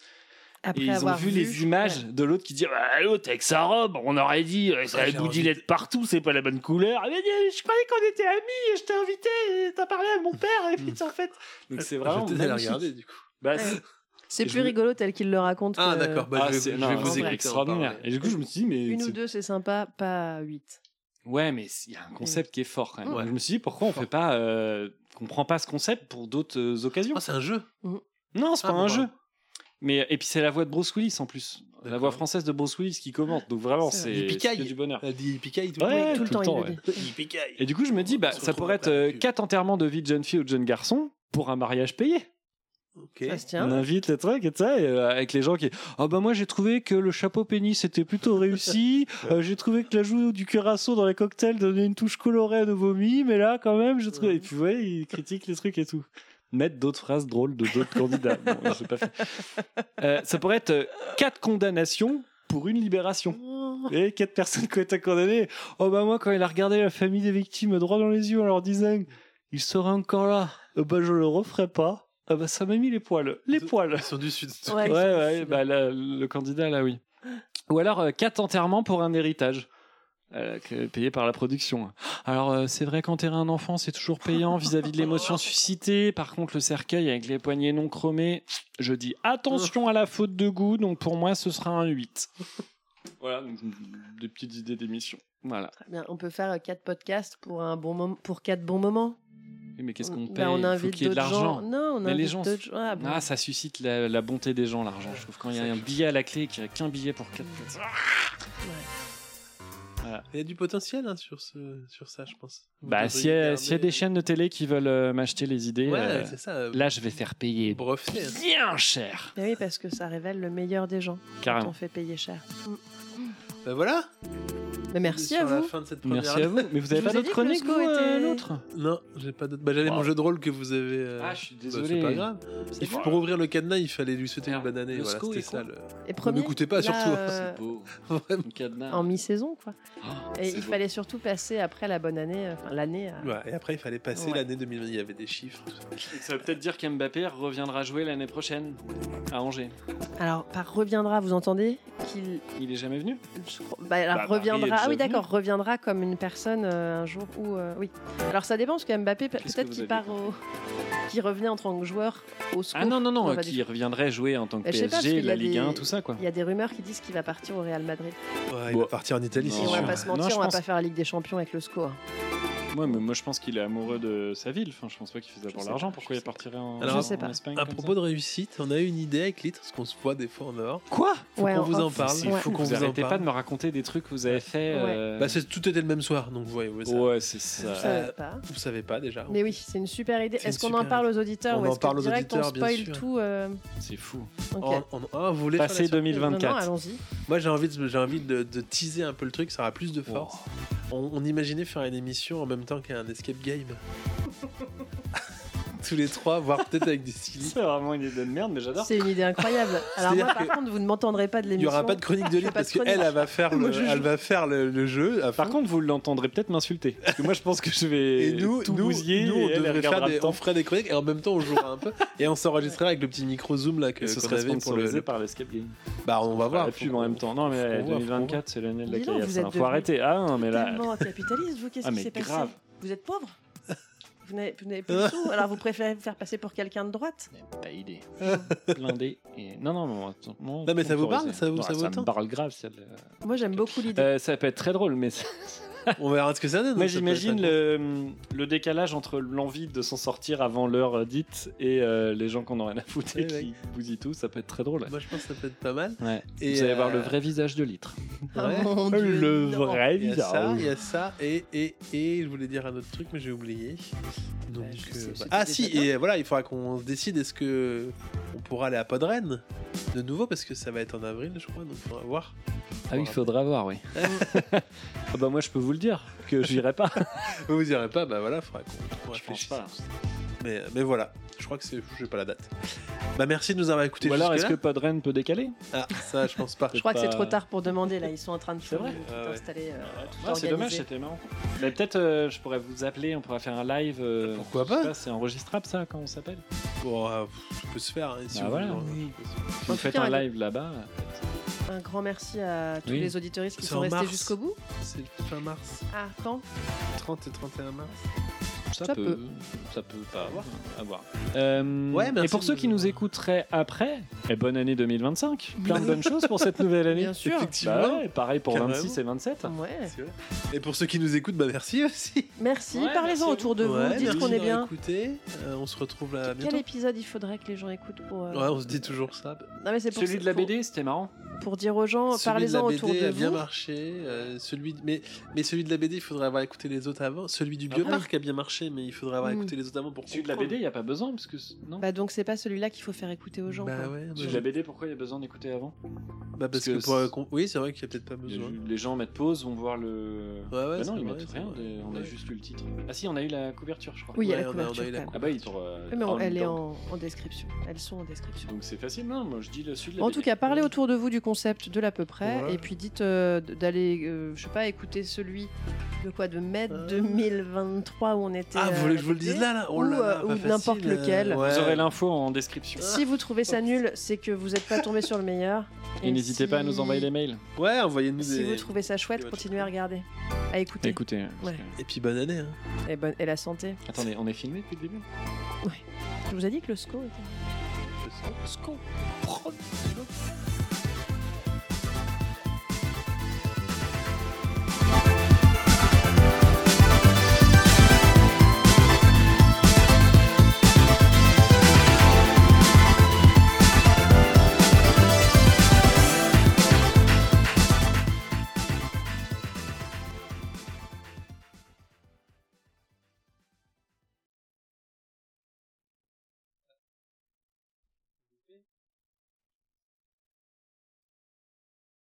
[SPEAKER 3] Après
[SPEAKER 1] et ils ont
[SPEAKER 3] avoir
[SPEAKER 1] vu,
[SPEAKER 3] vu,
[SPEAKER 1] les images de l'autre qui dit ah, l'autre avec sa robe, on aurait dit euh, ça
[SPEAKER 2] Ouais,
[SPEAKER 1] a
[SPEAKER 2] j'ai envie
[SPEAKER 1] boudinette partout, c'est pas la bonne couleur. Ah, mais, euh, je croyais qu'on était amis, et je t'ai invité, et t'as parlé à mon père, et puis en fait. Donc c'est vraiment.
[SPEAKER 2] Je vais peut-être aller
[SPEAKER 1] magnifique.
[SPEAKER 2] regarder du coup.
[SPEAKER 1] Bah, c'est-
[SPEAKER 3] C'est
[SPEAKER 1] Et je
[SPEAKER 3] plus
[SPEAKER 1] me-
[SPEAKER 3] rigolo tel qu'il le raconte.
[SPEAKER 2] Ah,
[SPEAKER 3] que-
[SPEAKER 2] d'accord, bah,
[SPEAKER 1] Ah,
[SPEAKER 2] je vais,
[SPEAKER 1] c'est-
[SPEAKER 2] je
[SPEAKER 1] non,
[SPEAKER 2] vais vous
[SPEAKER 1] c'est
[SPEAKER 2] écouter. en parler.
[SPEAKER 1] extraordinaire. Et du coup, je me suis dit, mais.
[SPEAKER 3] Une
[SPEAKER 1] c'est-
[SPEAKER 3] ou deux, c'est sympa, pas huit.
[SPEAKER 1] Ouais, mais il y a un
[SPEAKER 3] Mm.
[SPEAKER 1] concept qui est fort quand même.
[SPEAKER 3] Ouais.
[SPEAKER 1] Je me suis dit pourquoi on fait pas, euh, qu'on prend pas ce concept pour d'autres euh, occasions.
[SPEAKER 2] Ah, c'est un jeu.
[SPEAKER 1] Non, c'est
[SPEAKER 2] Ah,
[SPEAKER 1] pas un
[SPEAKER 2] bon,
[SPEAKER 1] jeu. Mais et puis c'est la voix de Bruce Willis en plus, la voix française de Bruce Willis qui commente. Donc vraiment,
[SPEAKER 2] C'est
[SPEAKER 1] c'est
[SPEAKER 2] vrai. Il picaille.
[SPEAKER 1] c'est du bonheur.
[SPEAKER 2] Il dit picaille tout,
[SPEAKER 1] Ouais,
[SPEAKER 2] le temps.
[SPEAKER 1] tout le tout le temps, temps, il
[SPEAKER 2] Il picaille.
[SPEAKER 1] Et du coup, je me dis, bah, ça pourrait être euh, quatre enterrements de vie de jeune fille ou de jeune garçon pour un mariage payé.
[SPEAKER 2] Ok.
[SPEAKER 1] On invite le truc et ça, et, euh, avec les gens qui. Ah bah moi j'ai trouvé que le chapeau pénis était plutôt réussi. Euh, j'ai trouvé que la joue du curaçao dans les cocktails donnait une touche colorée à nos vomis, mais là quand même, je trouve. Et puis ouais, ils critiquent les trucs et tout. Mettre d'autres phrases drôles de d'autres candidats. Bon, j'ai pas fait. Euh, ça pourrait être euh, quatre condamnations pour une libération. Et quatre personnes qui ont été condamnées. Oh bah moi quand il a regardé la famille des victimes droit dans les yeux en leur disant il serait encore là. Euh, bah je le referai pas. Ah bah ça m'a mis les poils. Les poils. Ils
[SPEAKER 2] sont du sud.
[SPEAKER 1] Ouais,
[SPEAKER 2] Ouais,
[SPEAKER 1] ouais,
[SPEAKER 2] ils sont du
[SPEAKER 1] bah là, le candidat là oui. Ou alors euh, quatre enterrements pour un héritage. euh, que- payé par la production. Alors euh, c'est vrai qu'enterrer un enfant c'est toujours payant vis-à-vis de l'émotion suscitée. Par contre le cercueil avec les poignées non chromées, je dis attention à la faute de goût. Donc pour moi ce sera un 8. Voilà, donc, des petites idées d'émission. Voilà.
[SPEAKER 3] Bien, on peut faire euh, quatre podcasts pour un bon moment, pour quatre bons moments.
[SPEAKER 1] Oui, Eh, mais qu'est-ce qu'on
[SPEAKER 3] Ben,
[SPEAKER 1] paye
[SPEAKER 3] on
[SPEAKER 1] Il faut
[SPEAKER 3] invite
[SPEAKER 1] qu'il y ait de
[SPEAKER 3] d'autres gens.
[SPEAKER 1] l'argent.
[SPEAKER 3] Non, on
[SPEAKER 1] mais les
[SPEAKER 3] invite
[SPEAKER 1] gens.
[SPEAKER 3] d'autres gens. Ah, bon.
[SPEAKER 1] Ah, ça suscite la, la bonté des gens, l'argent. Je trouve quand il y a un billet à la clé et qu'il n'y a qu'un billet pour 4 places. Voilà.
[SPEAKER 2] Il y a du potentiel hein, sur, ce, sur ça, je pense.
[SPEAKER 1] Bah, s'il y, a- s'il y a des chaînes de télé qui veulent euh, m'acheter les idées,
[SPEAKER 2] euh. Ouais,
[SPEAKER 1] euh,
[SPEAKER 2] c'est ça, euh,
[SPEAKER 1] là je vais faire payer
[SPEAKER 2] Breveté. hein.
[SPEAKER 1] bien cher.
[SPEAKER 3] Mais oui, parce que ça révèle le meilleur des gens.
[SPEAKER 1] Carrément.
[SPEAKER 3] Quand on fait payer cher.
[SPEAKER 2] Bah voilà.
[SPEAKER 3] Mais merci à
[SPEAKER 2] Sur la
[SPEAKER 3] vous.
[SPEAKER 2] fin de cette première
[SPEAKER 1] Merci à vous.
[SPEAKER 2] année.
[SPEAKER 1] Mais vous avez
[SPEAKER 3] Je
[SPEAKER 1] pas
[SPEAKER 3] vous ai
[SPEAKER 1] d'autres
[SPEAKER 3] dit
[SPEAKER 1] chroniques,
[SPEAKER 3] que le SCO
[SPEAKER 1] vous, euh,
[SPEAKER 3] était-
[SPEAKER 1] l'autre
[SPEAKER 2] Non, j'ai pas d'autres. Bah, j'avais mon jeu de rôle que vous avez. euh,
[SPEAKER 1] Ah, je suis
[SPEAKER 2] bah,
[SPEAKER 1] désolé.
[SPEAKER 2] c'est pas grave.
[SPEAKER 1] C'est
[SPEAKER 2] Il faut-
[SPEAKER 1] pas-
[SPEAKER 2] pour ouvrir le cadenas, il fallait lui souhaiter une bonne année.
[SPEAKER 1] le
[SPEAKER 2] Voilà,
[SPEAKER 1] SCO
[SPEAKER 2] c'était
[SPEAKER 1] est
[SPEAKER 2] ça.
[SPEAKER 1] con.
[SPEAKER 2] Le...
[SPEAKER 3] Et
[SPEAKER 2] Ne
[SPEAKER 3] premier,
[SPEAKER 2] m'écoutez pas,
[SPEAKER 3] là,
[SPEAKER 2] surtout. hein.
[SPEAKER 3] euh,
[SPEAKER 1] C'est beau.
[SPEAKER 2] Vraiment.
[SPEAKER 1] Cadenas. Ah,
[SPEAKER 3] En mi-saison, quoi. Et
[SPEAKER 2] c'est
[SPEAKER 3] il
[SPEAKER 2] beau.
[SPEAKER 3] fallait surtout passer après la bonne année, euh, enfin l'année. à-
[SPEAKER 2] Ouais, et après, il fallait passer
[SPEAKER 3] Ouais.
[SPEAKER 2] l'année 2020. Il y avait des chiffres. tout ça.
[SPEAKER 1] Ça veut peut-être dire qu'Mbappé reviendra jouer l'année prochaine à Angers.
[SPEAKER 3] Alors, par reviendra, vous entendez qu'il
[SPEAKER 1] Il est jamais venu
[SPEAKER 3] Je crois- bah, alors,
[SPEAKER 1] Bah, Paris est
[SPEAKER 3] reviendra.
[SPEAKER 1] déjà
[SPEAKER 3] Ah oui,
[SPEAKER 1] venu.
[SPEAKER 3] d'accord, reviendra comme une personne euh, un jour où. euh, oui. Alors ça dépend parce que Mbappé pe-
[SPEAKER 1] Qu'est-ce
[SPEAKER 3] peut-être
[SPEAKER 1] que vous
[SPEAKER 3] qu'il
[SPEAKER 1] avez
[SPEAKER 3] part au, qui revenait en tant que joueur au SCO.
[SPEAKER 1] Ah non, non, non,
[SPEAKER 3] Enfin,
[SPEAKER 1] euh,
[SPEAKER 3] pas du
[SPEAKER 1] qui
[SPEAKER 3] tout.
[SPEAKER 1] reviendrait jouer en tant que
[SPEAKER 3] Bah, je sais pas, parce
[SPEAKER 1] PSG,
[SPEAKER 3] qu'il y
[SPEAKER 1] la
[SPEAKER 3] a
[SPEAKER 1] Ligue
[SPEAKER 3] des-
[SPEAKER 1] 1, tout ça quoi.
[SPEAKER 3] Il y a des rumeurs qui disent qu'il va partir au Real Madrid.
[SPEAKER 2] Ouais, il va partir en Italie,
[SPEAKER 1] Non.
[SPEAKER 2] c'est
[SPEAKER 3] Et on va
[SPEAKER 2] sûr.
[SPEAKER 3] pas se
[SPEAKER 1] Non,
[SPEAKER 3] mentir,
[SPEAKER 1] je
[SPEAKER 3] on va
[SPEAKER 1] pense-
[SPEAKER 3] pas faire la Ligue des Champions avec le SCO. hein.
[SPEAKER 1] Ouais, mais moi je pense qu'il est amoureux de sa ville. Enfin, je pense pas qu'il fait ça pour
[SPEAKER 3] sais
[SPEAKER 1] l'argent.
[SPEAKER 3] pas,
[SPEAKER 1] Pourquoi il partirait en,
[SPEAKER 2] Alors,
[SPEAKER 1] en Espagne
[SPEAKER 2] à
[SPEAKER 1] comme
[SPEAKER 2] propos de réussite, on a eu une idée avec Litre, parce qu'on se voit des fois en dehors.
[SPEAKER 1] Quoi
[SPEAKER 2] Faut
[SPEAKER 3] Ouais,
[SPEAKER 2] qu'on
[SPEAKER 3] en
[SPEAKER 2] vous en
[SPEAKER 3] off.
[SPEAKER 2] parle.
[SPEAKER 1] ça
[SPEAKER 3] de-
[SPEAKER 1] C'est
[SPEAKER 3] Ouais.
[SPEAKER 1] fou que
[SPEAKER 2] Faut qu'on
[SPEAKER 1] vous
[SPEAKER 2] vous en
[SPEAKER 1] arrêtez pas
[SPEAKER 2] parle.
[SPEAKER 1] de me raconter des trucs que vous avez fait.
[SPEAKER 3] Ouais.
[SPEAKER 1] euh,
[SPEAKER 2] Bah, c'est- tout était le même soir, donc vous voyez. vous voyez ça.
[SPEAKER 1] ouais, c'est ça.
[SPEAKER 3] Vous savez pas.
[SPEAKER 2] Vous savez pas déjà.
[SPEAKER 3] Mais oui, c'est une super idée.
[SPEAKER 2] C'est
[SPEAKER 3] Est-ce
[SPEAKER 2] une
[SPEAKER 3] qu'on en
[SPEAKER 2] super
[SPEAKER 3] parle aux auditeurs
[SPEAKER 2] On
[SPEAKER 3] ou
[SPEAKER 2] en
[SPEAKER 3] est-ce que
[SPEAKER 2] parle aux
[SPEAKER 3] direct on
[SPEAKER 2] auditeurs, bien
[SPEAKER 3] spoil
[SPEAKER 2] sûr.
[SPEAKER 3] tout euh,
[SPEAKER 1] C'est fou.
[SPEAKER 3] ok.
[SPEAKER 2] On- on- ah, vous voulez
[SPEAKER 1] Passer
[SPEAKER 2] faire la surprise
[SPEAKER 1] 2024.
[SPEAKER 3] Non, non, allons-y.
[SPEAKER 2] Moi, j'ai envie, de, j'ai envie de, de teaser un peu le truc, ça aura plus de force. On, on imaginait faire une émission en même temps qu'un escape game. tous les trois, voire peut-être avec des stylistes.
[SPEAKER 1] C'est vraiment une idée de merde, mais j'adore.
[SPEAKER 3] C'est une idée incroyable. Alors
[SPEAKER 2] C'est-à-dire
[SPEAKER 3] moi, par
[SPEAKER 2] que
[SPEAKER 3] contre, vous ne m'entendrez pas de
[SPEAKER 2] Il
[SPEAKER 3] l'émission.
[SPEAKER 2] n'y aura pas de chronique de
[SPEAKER 3] Je
[SPEAKER 2] lit
[SPEAKER 3] fais pas de
[SPEAKER 2] parce qu'elle,
[SPEAKER 3] chronique.
[SPEAKER 2] elle va faire
[SPEAKER 3] Moi,
[SPEAKER 2] le,
[SPEAKER 3] je
[SPEAKER 2] elle va faire le, le jeu.
[SPEAKER 1] Par contre, vous l'entendrez peut-être m'insulter. Parce que moi, je pense que je vais
[SPEAKER 2] Et nous,
[SPEAKER 1] tout
[SPEAKER 2] nous,
[SPEAKER 1] bousiller.
[SPEAKER 2] nous, on
[SPEAKER 1] et elle, elle
[SPEAKER 2] devrait faire
[SPEAKER 1] regardera
[SPEAKER 2] des,
[SPEAKER 1] le temps.
[SPEAKER 2] on ferait des chroniques et en même temps on jouera un peu et on s'enregistrera avec le petit micro zoom là que
[SPEAKER 1] Et ce
[SPEAKER 2] qu'on
[SPEAKER 1] serait
[SPEAKER 2] avait pour le,
[SPEAKER 1] sponsorisé
[SPEAKER 2] le-
[SPEAKER 1] par l'escape game.
[SPEAKER 2] Bah on va voir.
[SPEAKER 1] la pub en même temps. Non, mais
[SPEAKER 2] faut voir, faut
[SPEAKER 1] 2024, c'est l'année de la
[SPEAKER 3] Dis donc,
[SPEAKER 1] caillasse.
[SPEAKER 3] vous êtes
[SPEAKER 1] hein. Faut
[SPEAKER 3] devenus
[SPEAKER 1] arrêter. Ah non, mais là.
[SPEAKER 3] Tellement capitaliste, vous, qu'est-ce
[SPEAKER 1] Ah,
[SPEAKER 3] qui
[SPEAKER 1] mais
[SPEAKER 3] s'est passé
[SPEAKER 1] grave.
[SPEAKER 3] Vous êtes pauvre Vous n'avez vous n'avez plus de sous Alors vous préférez me faire passer pour quelqu'un de droite
[SPEAKER 1] Pas idée. Blindé. Et... Non, non, non, attends, non.
[SPEAKER 2] Non, mais ça vous parle,
[SPEAKER 1] autorisé.
[SPEAKER 2] ça vous-
[SPEAKER 1] Ouais,
[SPEAKER 2] ça vous
[SPEAKER 1] me
[SPEAKER 2] tente
[SPEAKER 1] parle grave. Ça, le-
[SPEAKER 3] Moi, j'aime beaucoup l'idée.
[SPEAKER 1] Euh, ça peut être très drôle, mais.
[SPEAKER 2] On verra ce que ça donne. hein,
[SPEAKER 1] Moi,
[SPEAKER 2] ça peut
[SPEAKER 1] j'imagine
[SPEAKER 2] être-
[SPEAKER 1] le, le décalage entre l'envie de s'en sortir avant l'heure euh, dite et euh, les gens qu'on en a rien à foutre et
[SPEAKER 2] Ouais,
[SPEAKER 1] qui bousillent tout. Ça peut être très drôle. ouais.
[SPEAKER 2] Moi je pense que ça peut être pas mal.
[SPEAKER 1] Ouais.
[SPEAKER 2] Et
[SPEAKER 1] Vous allez voir
[SPEAKER 2] euh,
[SPEAKER 1] le vrai visage de litre.
[SPEAKER 3] Ah,
[SPEAKER 2] ouais.
[SPEAKER 3] mon Dieu,
[SPEAKER 1] Oh, le
[SPEAKER 3] non.
[SPEAKER 1] vrai
[SPEAKER 2] Il y a
[SPEAKER 1] visage.
[SPEAKER 2] ça, il y a ça et et et je voulais dire un autre truc mais j'ai oublié. Donc,
[SPEAKER 3] je sais,
[SPEAKER 2] euh,
[SPEAKER 3] je
[SPEAKER 2] bah-
[SPEAKER 3] sais
[SPEAKER 2] ah
[SPEAKER 3] déjà
[SPEAKER 2] si et voilà il faudra qu'on se décide est-ce que on pourra aller à Podren de nouveau parce que ça va être en avril je crois donc faudra voir.
[SPEAKER 1] Ah oui, il faudra voir, oui. ah bah moi, je peux vous le dire que j'irai pas.
[SPEAKER 2] Vous vous irez pas bah voilà faudra qu'on qu'on
[SPEAKER 1] Je pense
[SPEAKER 2] réfléchisse.
[SPEAKER 1] pas.
[SPEAKER 2] Mais, mais voilà, je crois que c'est. Je sais pas la date. Bah merci de nous avoir écoutés.
[SPEAKER 1] Ou alors, est-ce
[SPEAKER 2] jusque-là.
[SPEAKER 1] que Podren peut décaler
[SPEAKER 2] Ah, ça, je pense pas.
[SPEAKER 3] Je crois que c'est
[SPEAKER 1] pas-
[SPEAKER 3] trop tard pour demander là. Ils sont en train de tout,
[SPEAKER 1] C'est vrai.
[SPEAKER 3] tout
[SPEAKER 2] Ah ouais.
[SPEAKER 3] installer. euh, tout
[SPEAKER 1] Ah, c'est
[SPEAKER 3] organiser.
[SPEAKER 1] dommage, c'était marrant. Mais peut-être euh, je pourrais vous appeler, on pourrait faire un live. euh,
[SPEAKER 2] Pourquoi
[SPEAKER 1] je sais
[SPEAKER 2] pas
[SPEAKER 1] C'est enregistrable ça, quand on s'appelle
[SPEAKER 2] Bon, euh, pff, ça peut se faire. hein, si
[SPEAKER 1] Bah
[SPEAKER 2] vous
[SPEAKER 1] voilà.
[SPEAKER 2] voulez.
[SPEAKER 1] Si vous
[SPEAKER 3] tout
[SPEAKER 1] faites
[SPEAKER 3] cas,
[SPEAKER 1] un
[SPEAKER 3] allez.
[SPEAKER 1] live là-bas.
[SPEAKER 3] Un grand merci à tous
[SPEAKER 1] Oui.
[SPEAKER 3] les auditoristes qui
[SPEAKER 2] C'est
[SPEAKER 3] sont
[SPEAKER 2] en
[SPEAKER 3] restés
[SPEAKER 2] mars.
[SPEAKER 3] jusqu'au bout.
[SPEAKER 2] C'est le fin mars.
[SPEAKER 3] Ah, quand
[SPEAKER 2] 30 et 31 mars.
[SPEAKER 1] Ça,
[SPEAKER 3] Ça
[SPEAKER 1] peut,
[SPEAKER 3] peut.
[SPEAKER 1] Ça peut pas.
[SPEAKER 2] À voir.
[SPEAKER 1] À voir. Euh,
[SPEAKER 2] Ouais, merci
[SPEAKER 1] et pour
[SPEAKER 2] de
[SPEAKER 1] ceux
[SPEAKER 2] nous-
[SPEAKER 1] qui nous écouteraient après, et bonne année 2025. Plein de bonnes choses pour cette nouvelle année.
[SPEAKER 3] Bien sûr.
[SPEAKER 2] Effectivement.
[SPEAKER 1] Bah ouais, pareil pour
[SPEAKER 2] Carrément.
[SPEAKER 1] 26 et 27.
[SPEAKER 3] Ah, Ouais.
[SPEAKER 2] C'est vrai. Et pour ceux qui nous écoutent, bah merci aussi.
[SPEAKER 3] Merci,
[SPEAKER 1] Ouais, merci à
[SPEAKER 3] parlez-en autour de vous,
[SPEAKER 2] Ouais,
[SPEAKER 3] dites
[SPEAKER 2] merci
[SPEAKER 3] qu'on est
[SPEAKER 2] d'avoir
[SPEAKER 3] bien.
[SPEAKER 2] écouté. Euh, on se retrouve là
[SPEAKER 3] Quel
[SPEAKER 2] bientôt.
[SPEAKER 3] épisode il faudrait que les gens écoutent pour. euh,
[SPEAKER 2] Ouais, on se dit toujours ça.
[SPEAKER 3] Non, mais c'est pour
[SPEAKER 1] Celui de la
[SPEAKER 3] pour-
[SPEAKER 1] BD, c'était marrant.
[SPEAKER 3] Pour dire aux gens,
[SPEAKER 2] Celui de la
[SPEAKER 3] Oh, parlez-en
[SPEAKER 2] BD
[SPEAKER 3] autour de
[SPEAKER 2] a bien
[SPEAKER 3] vous.
[SPEAKER 2] marché. euh, celui de- mais, mais celui de la BD, il faudrait avoir écouté les autres avant. Celui du Bioparc a bien marché, mais il faudrait avoir
[SPEAKER 3] Mm.
[SPEAKER 2] écouté les autres avant pour
[SPEAKER 1] Ah Celui de la
[SPEAKER 2] comprendre.
[SPEAKER 1] BD, il n'y a pas besoin parce que c'est- non.
[SPEAKER 3] Bah donc c'est pas celui-là qu'il faut faire écouter aux gens.
[SPEAKER 2] Bah
[SPEAKER 3] quoi.
[SPEAKER 2] ouais, bah
[SPEAKER 1] Celui de la BD, pourquoi il y a besoin d'écouter avant
[SPEAKER 2] Bah parce
[SPEAKER 1] Parce
[SPEAKER 2] que,
[SPEAKER 1] que c'est-
[SPEAKER 2] pour, euh, qu'on- oui, c'est vrai qu'il n'y a peut-être pas besoin.
[SPEAKER 1] Les gens mettent pause, vont voir le.
[SPEAKER 2] Ouais, ouais,
[SPEAKER 1] Bah
[SPEAKER 2] c'est
[SPEAKER 1] non, ils
[SPEAKER 2] vrai,
[SPEAKER 1] mettent
[SPEAKER 2] c'est
[SPEAKER 1] rien.
[SPEAKER 2] vrai.
[SPEAKER 1] de- On a
[SPEAKER 2] Ouais.
[SPEAKER 1] juste eu le titre. Ah si, on a eu la couverture, je crois.
[SPEAKER 3] Oui, il y a
[SPEAKER 2] Ouais,
[SPEAKER 3] la
[SPEAKER 2] on a- on a eu la
[SPEAKER 3] couverture. quand même.
[SPEAKER 1] Ah bah, ils sont, euh,
[SPEAKER 3] Mais on-
[SPEAKER 1] en
[SPEAKER 3] elle est
[SPEAKER 1] dedans.
[SPEAKER 3] en, en description. Elles sont en description.
[SPEAKER 1] Donc c'est facile, non Moi je dis le sud.
[SPEAKER 3] En tout cas, parlez autour de vous du concept de l'à peu près,
[SPEAKER 2] Voilà.
[SPEAKER 3] et puis dites euh, d- d'aller, euh, je sais pas, écouter celui de quoi de mai
[SPEAKER 2] Ah.
[SPEAKER 3] 2023 où on était.
[SPEAKER 2] Ah, vous
[SPEAKER 3] euh,
[SPEAKER 2] voulez que je vous le dise là, Oh là là
[SPEAKER 3] Ou,
[SPEAKER 2] là,
[SPEAKER 3] euh,
[SPEAKER 2] pas
[SPEAKER 3] ou
[SPEAKER 2] facile,
[SPEAKER 3] n'importe
[SPEAKER 2] euh,
[SPEAKER 3] lequel.
[SPEAKER 2] ouais.
[SPEAKER 1] Vous aurez l'info en description.
[SPEAKER 3] Si vous trouvez ça nul, c'est que vous n'êtes pas tombé sur le meilleur.
[SPEAKER 1] Et n'hésitez
[SPEAKER 3] si-
[SPEAKER 1] pas à nous envoyer des mails.
[SPEAKER 2] Ouais, envoyez-nous
[SPEAKER 3] Si
[SPEAKER 2] des...
[SPEAKER 3] vous trouvez ça
[SPEAKER 2] des
[SPEAKER 3] chouette,
[SPEAKER 2] bonnes
[SPEAKER 3] continuez à regarder, à écouter.
[SPEAKER 1] Écoutez, hein, parce
[SPEAKER 3] Ouais.
[SPEAKER 1] que-
[SPEAKER 2] Et puis bonne année. hein.
[SPEAKER 3] Et, bonne- et la santé.
[SPEAKER 1] attendez, on est filmé depuis le début
[SPEAKER 3] Je vous ai dit que le SCO était.
[SPEAKER 2] Parce que-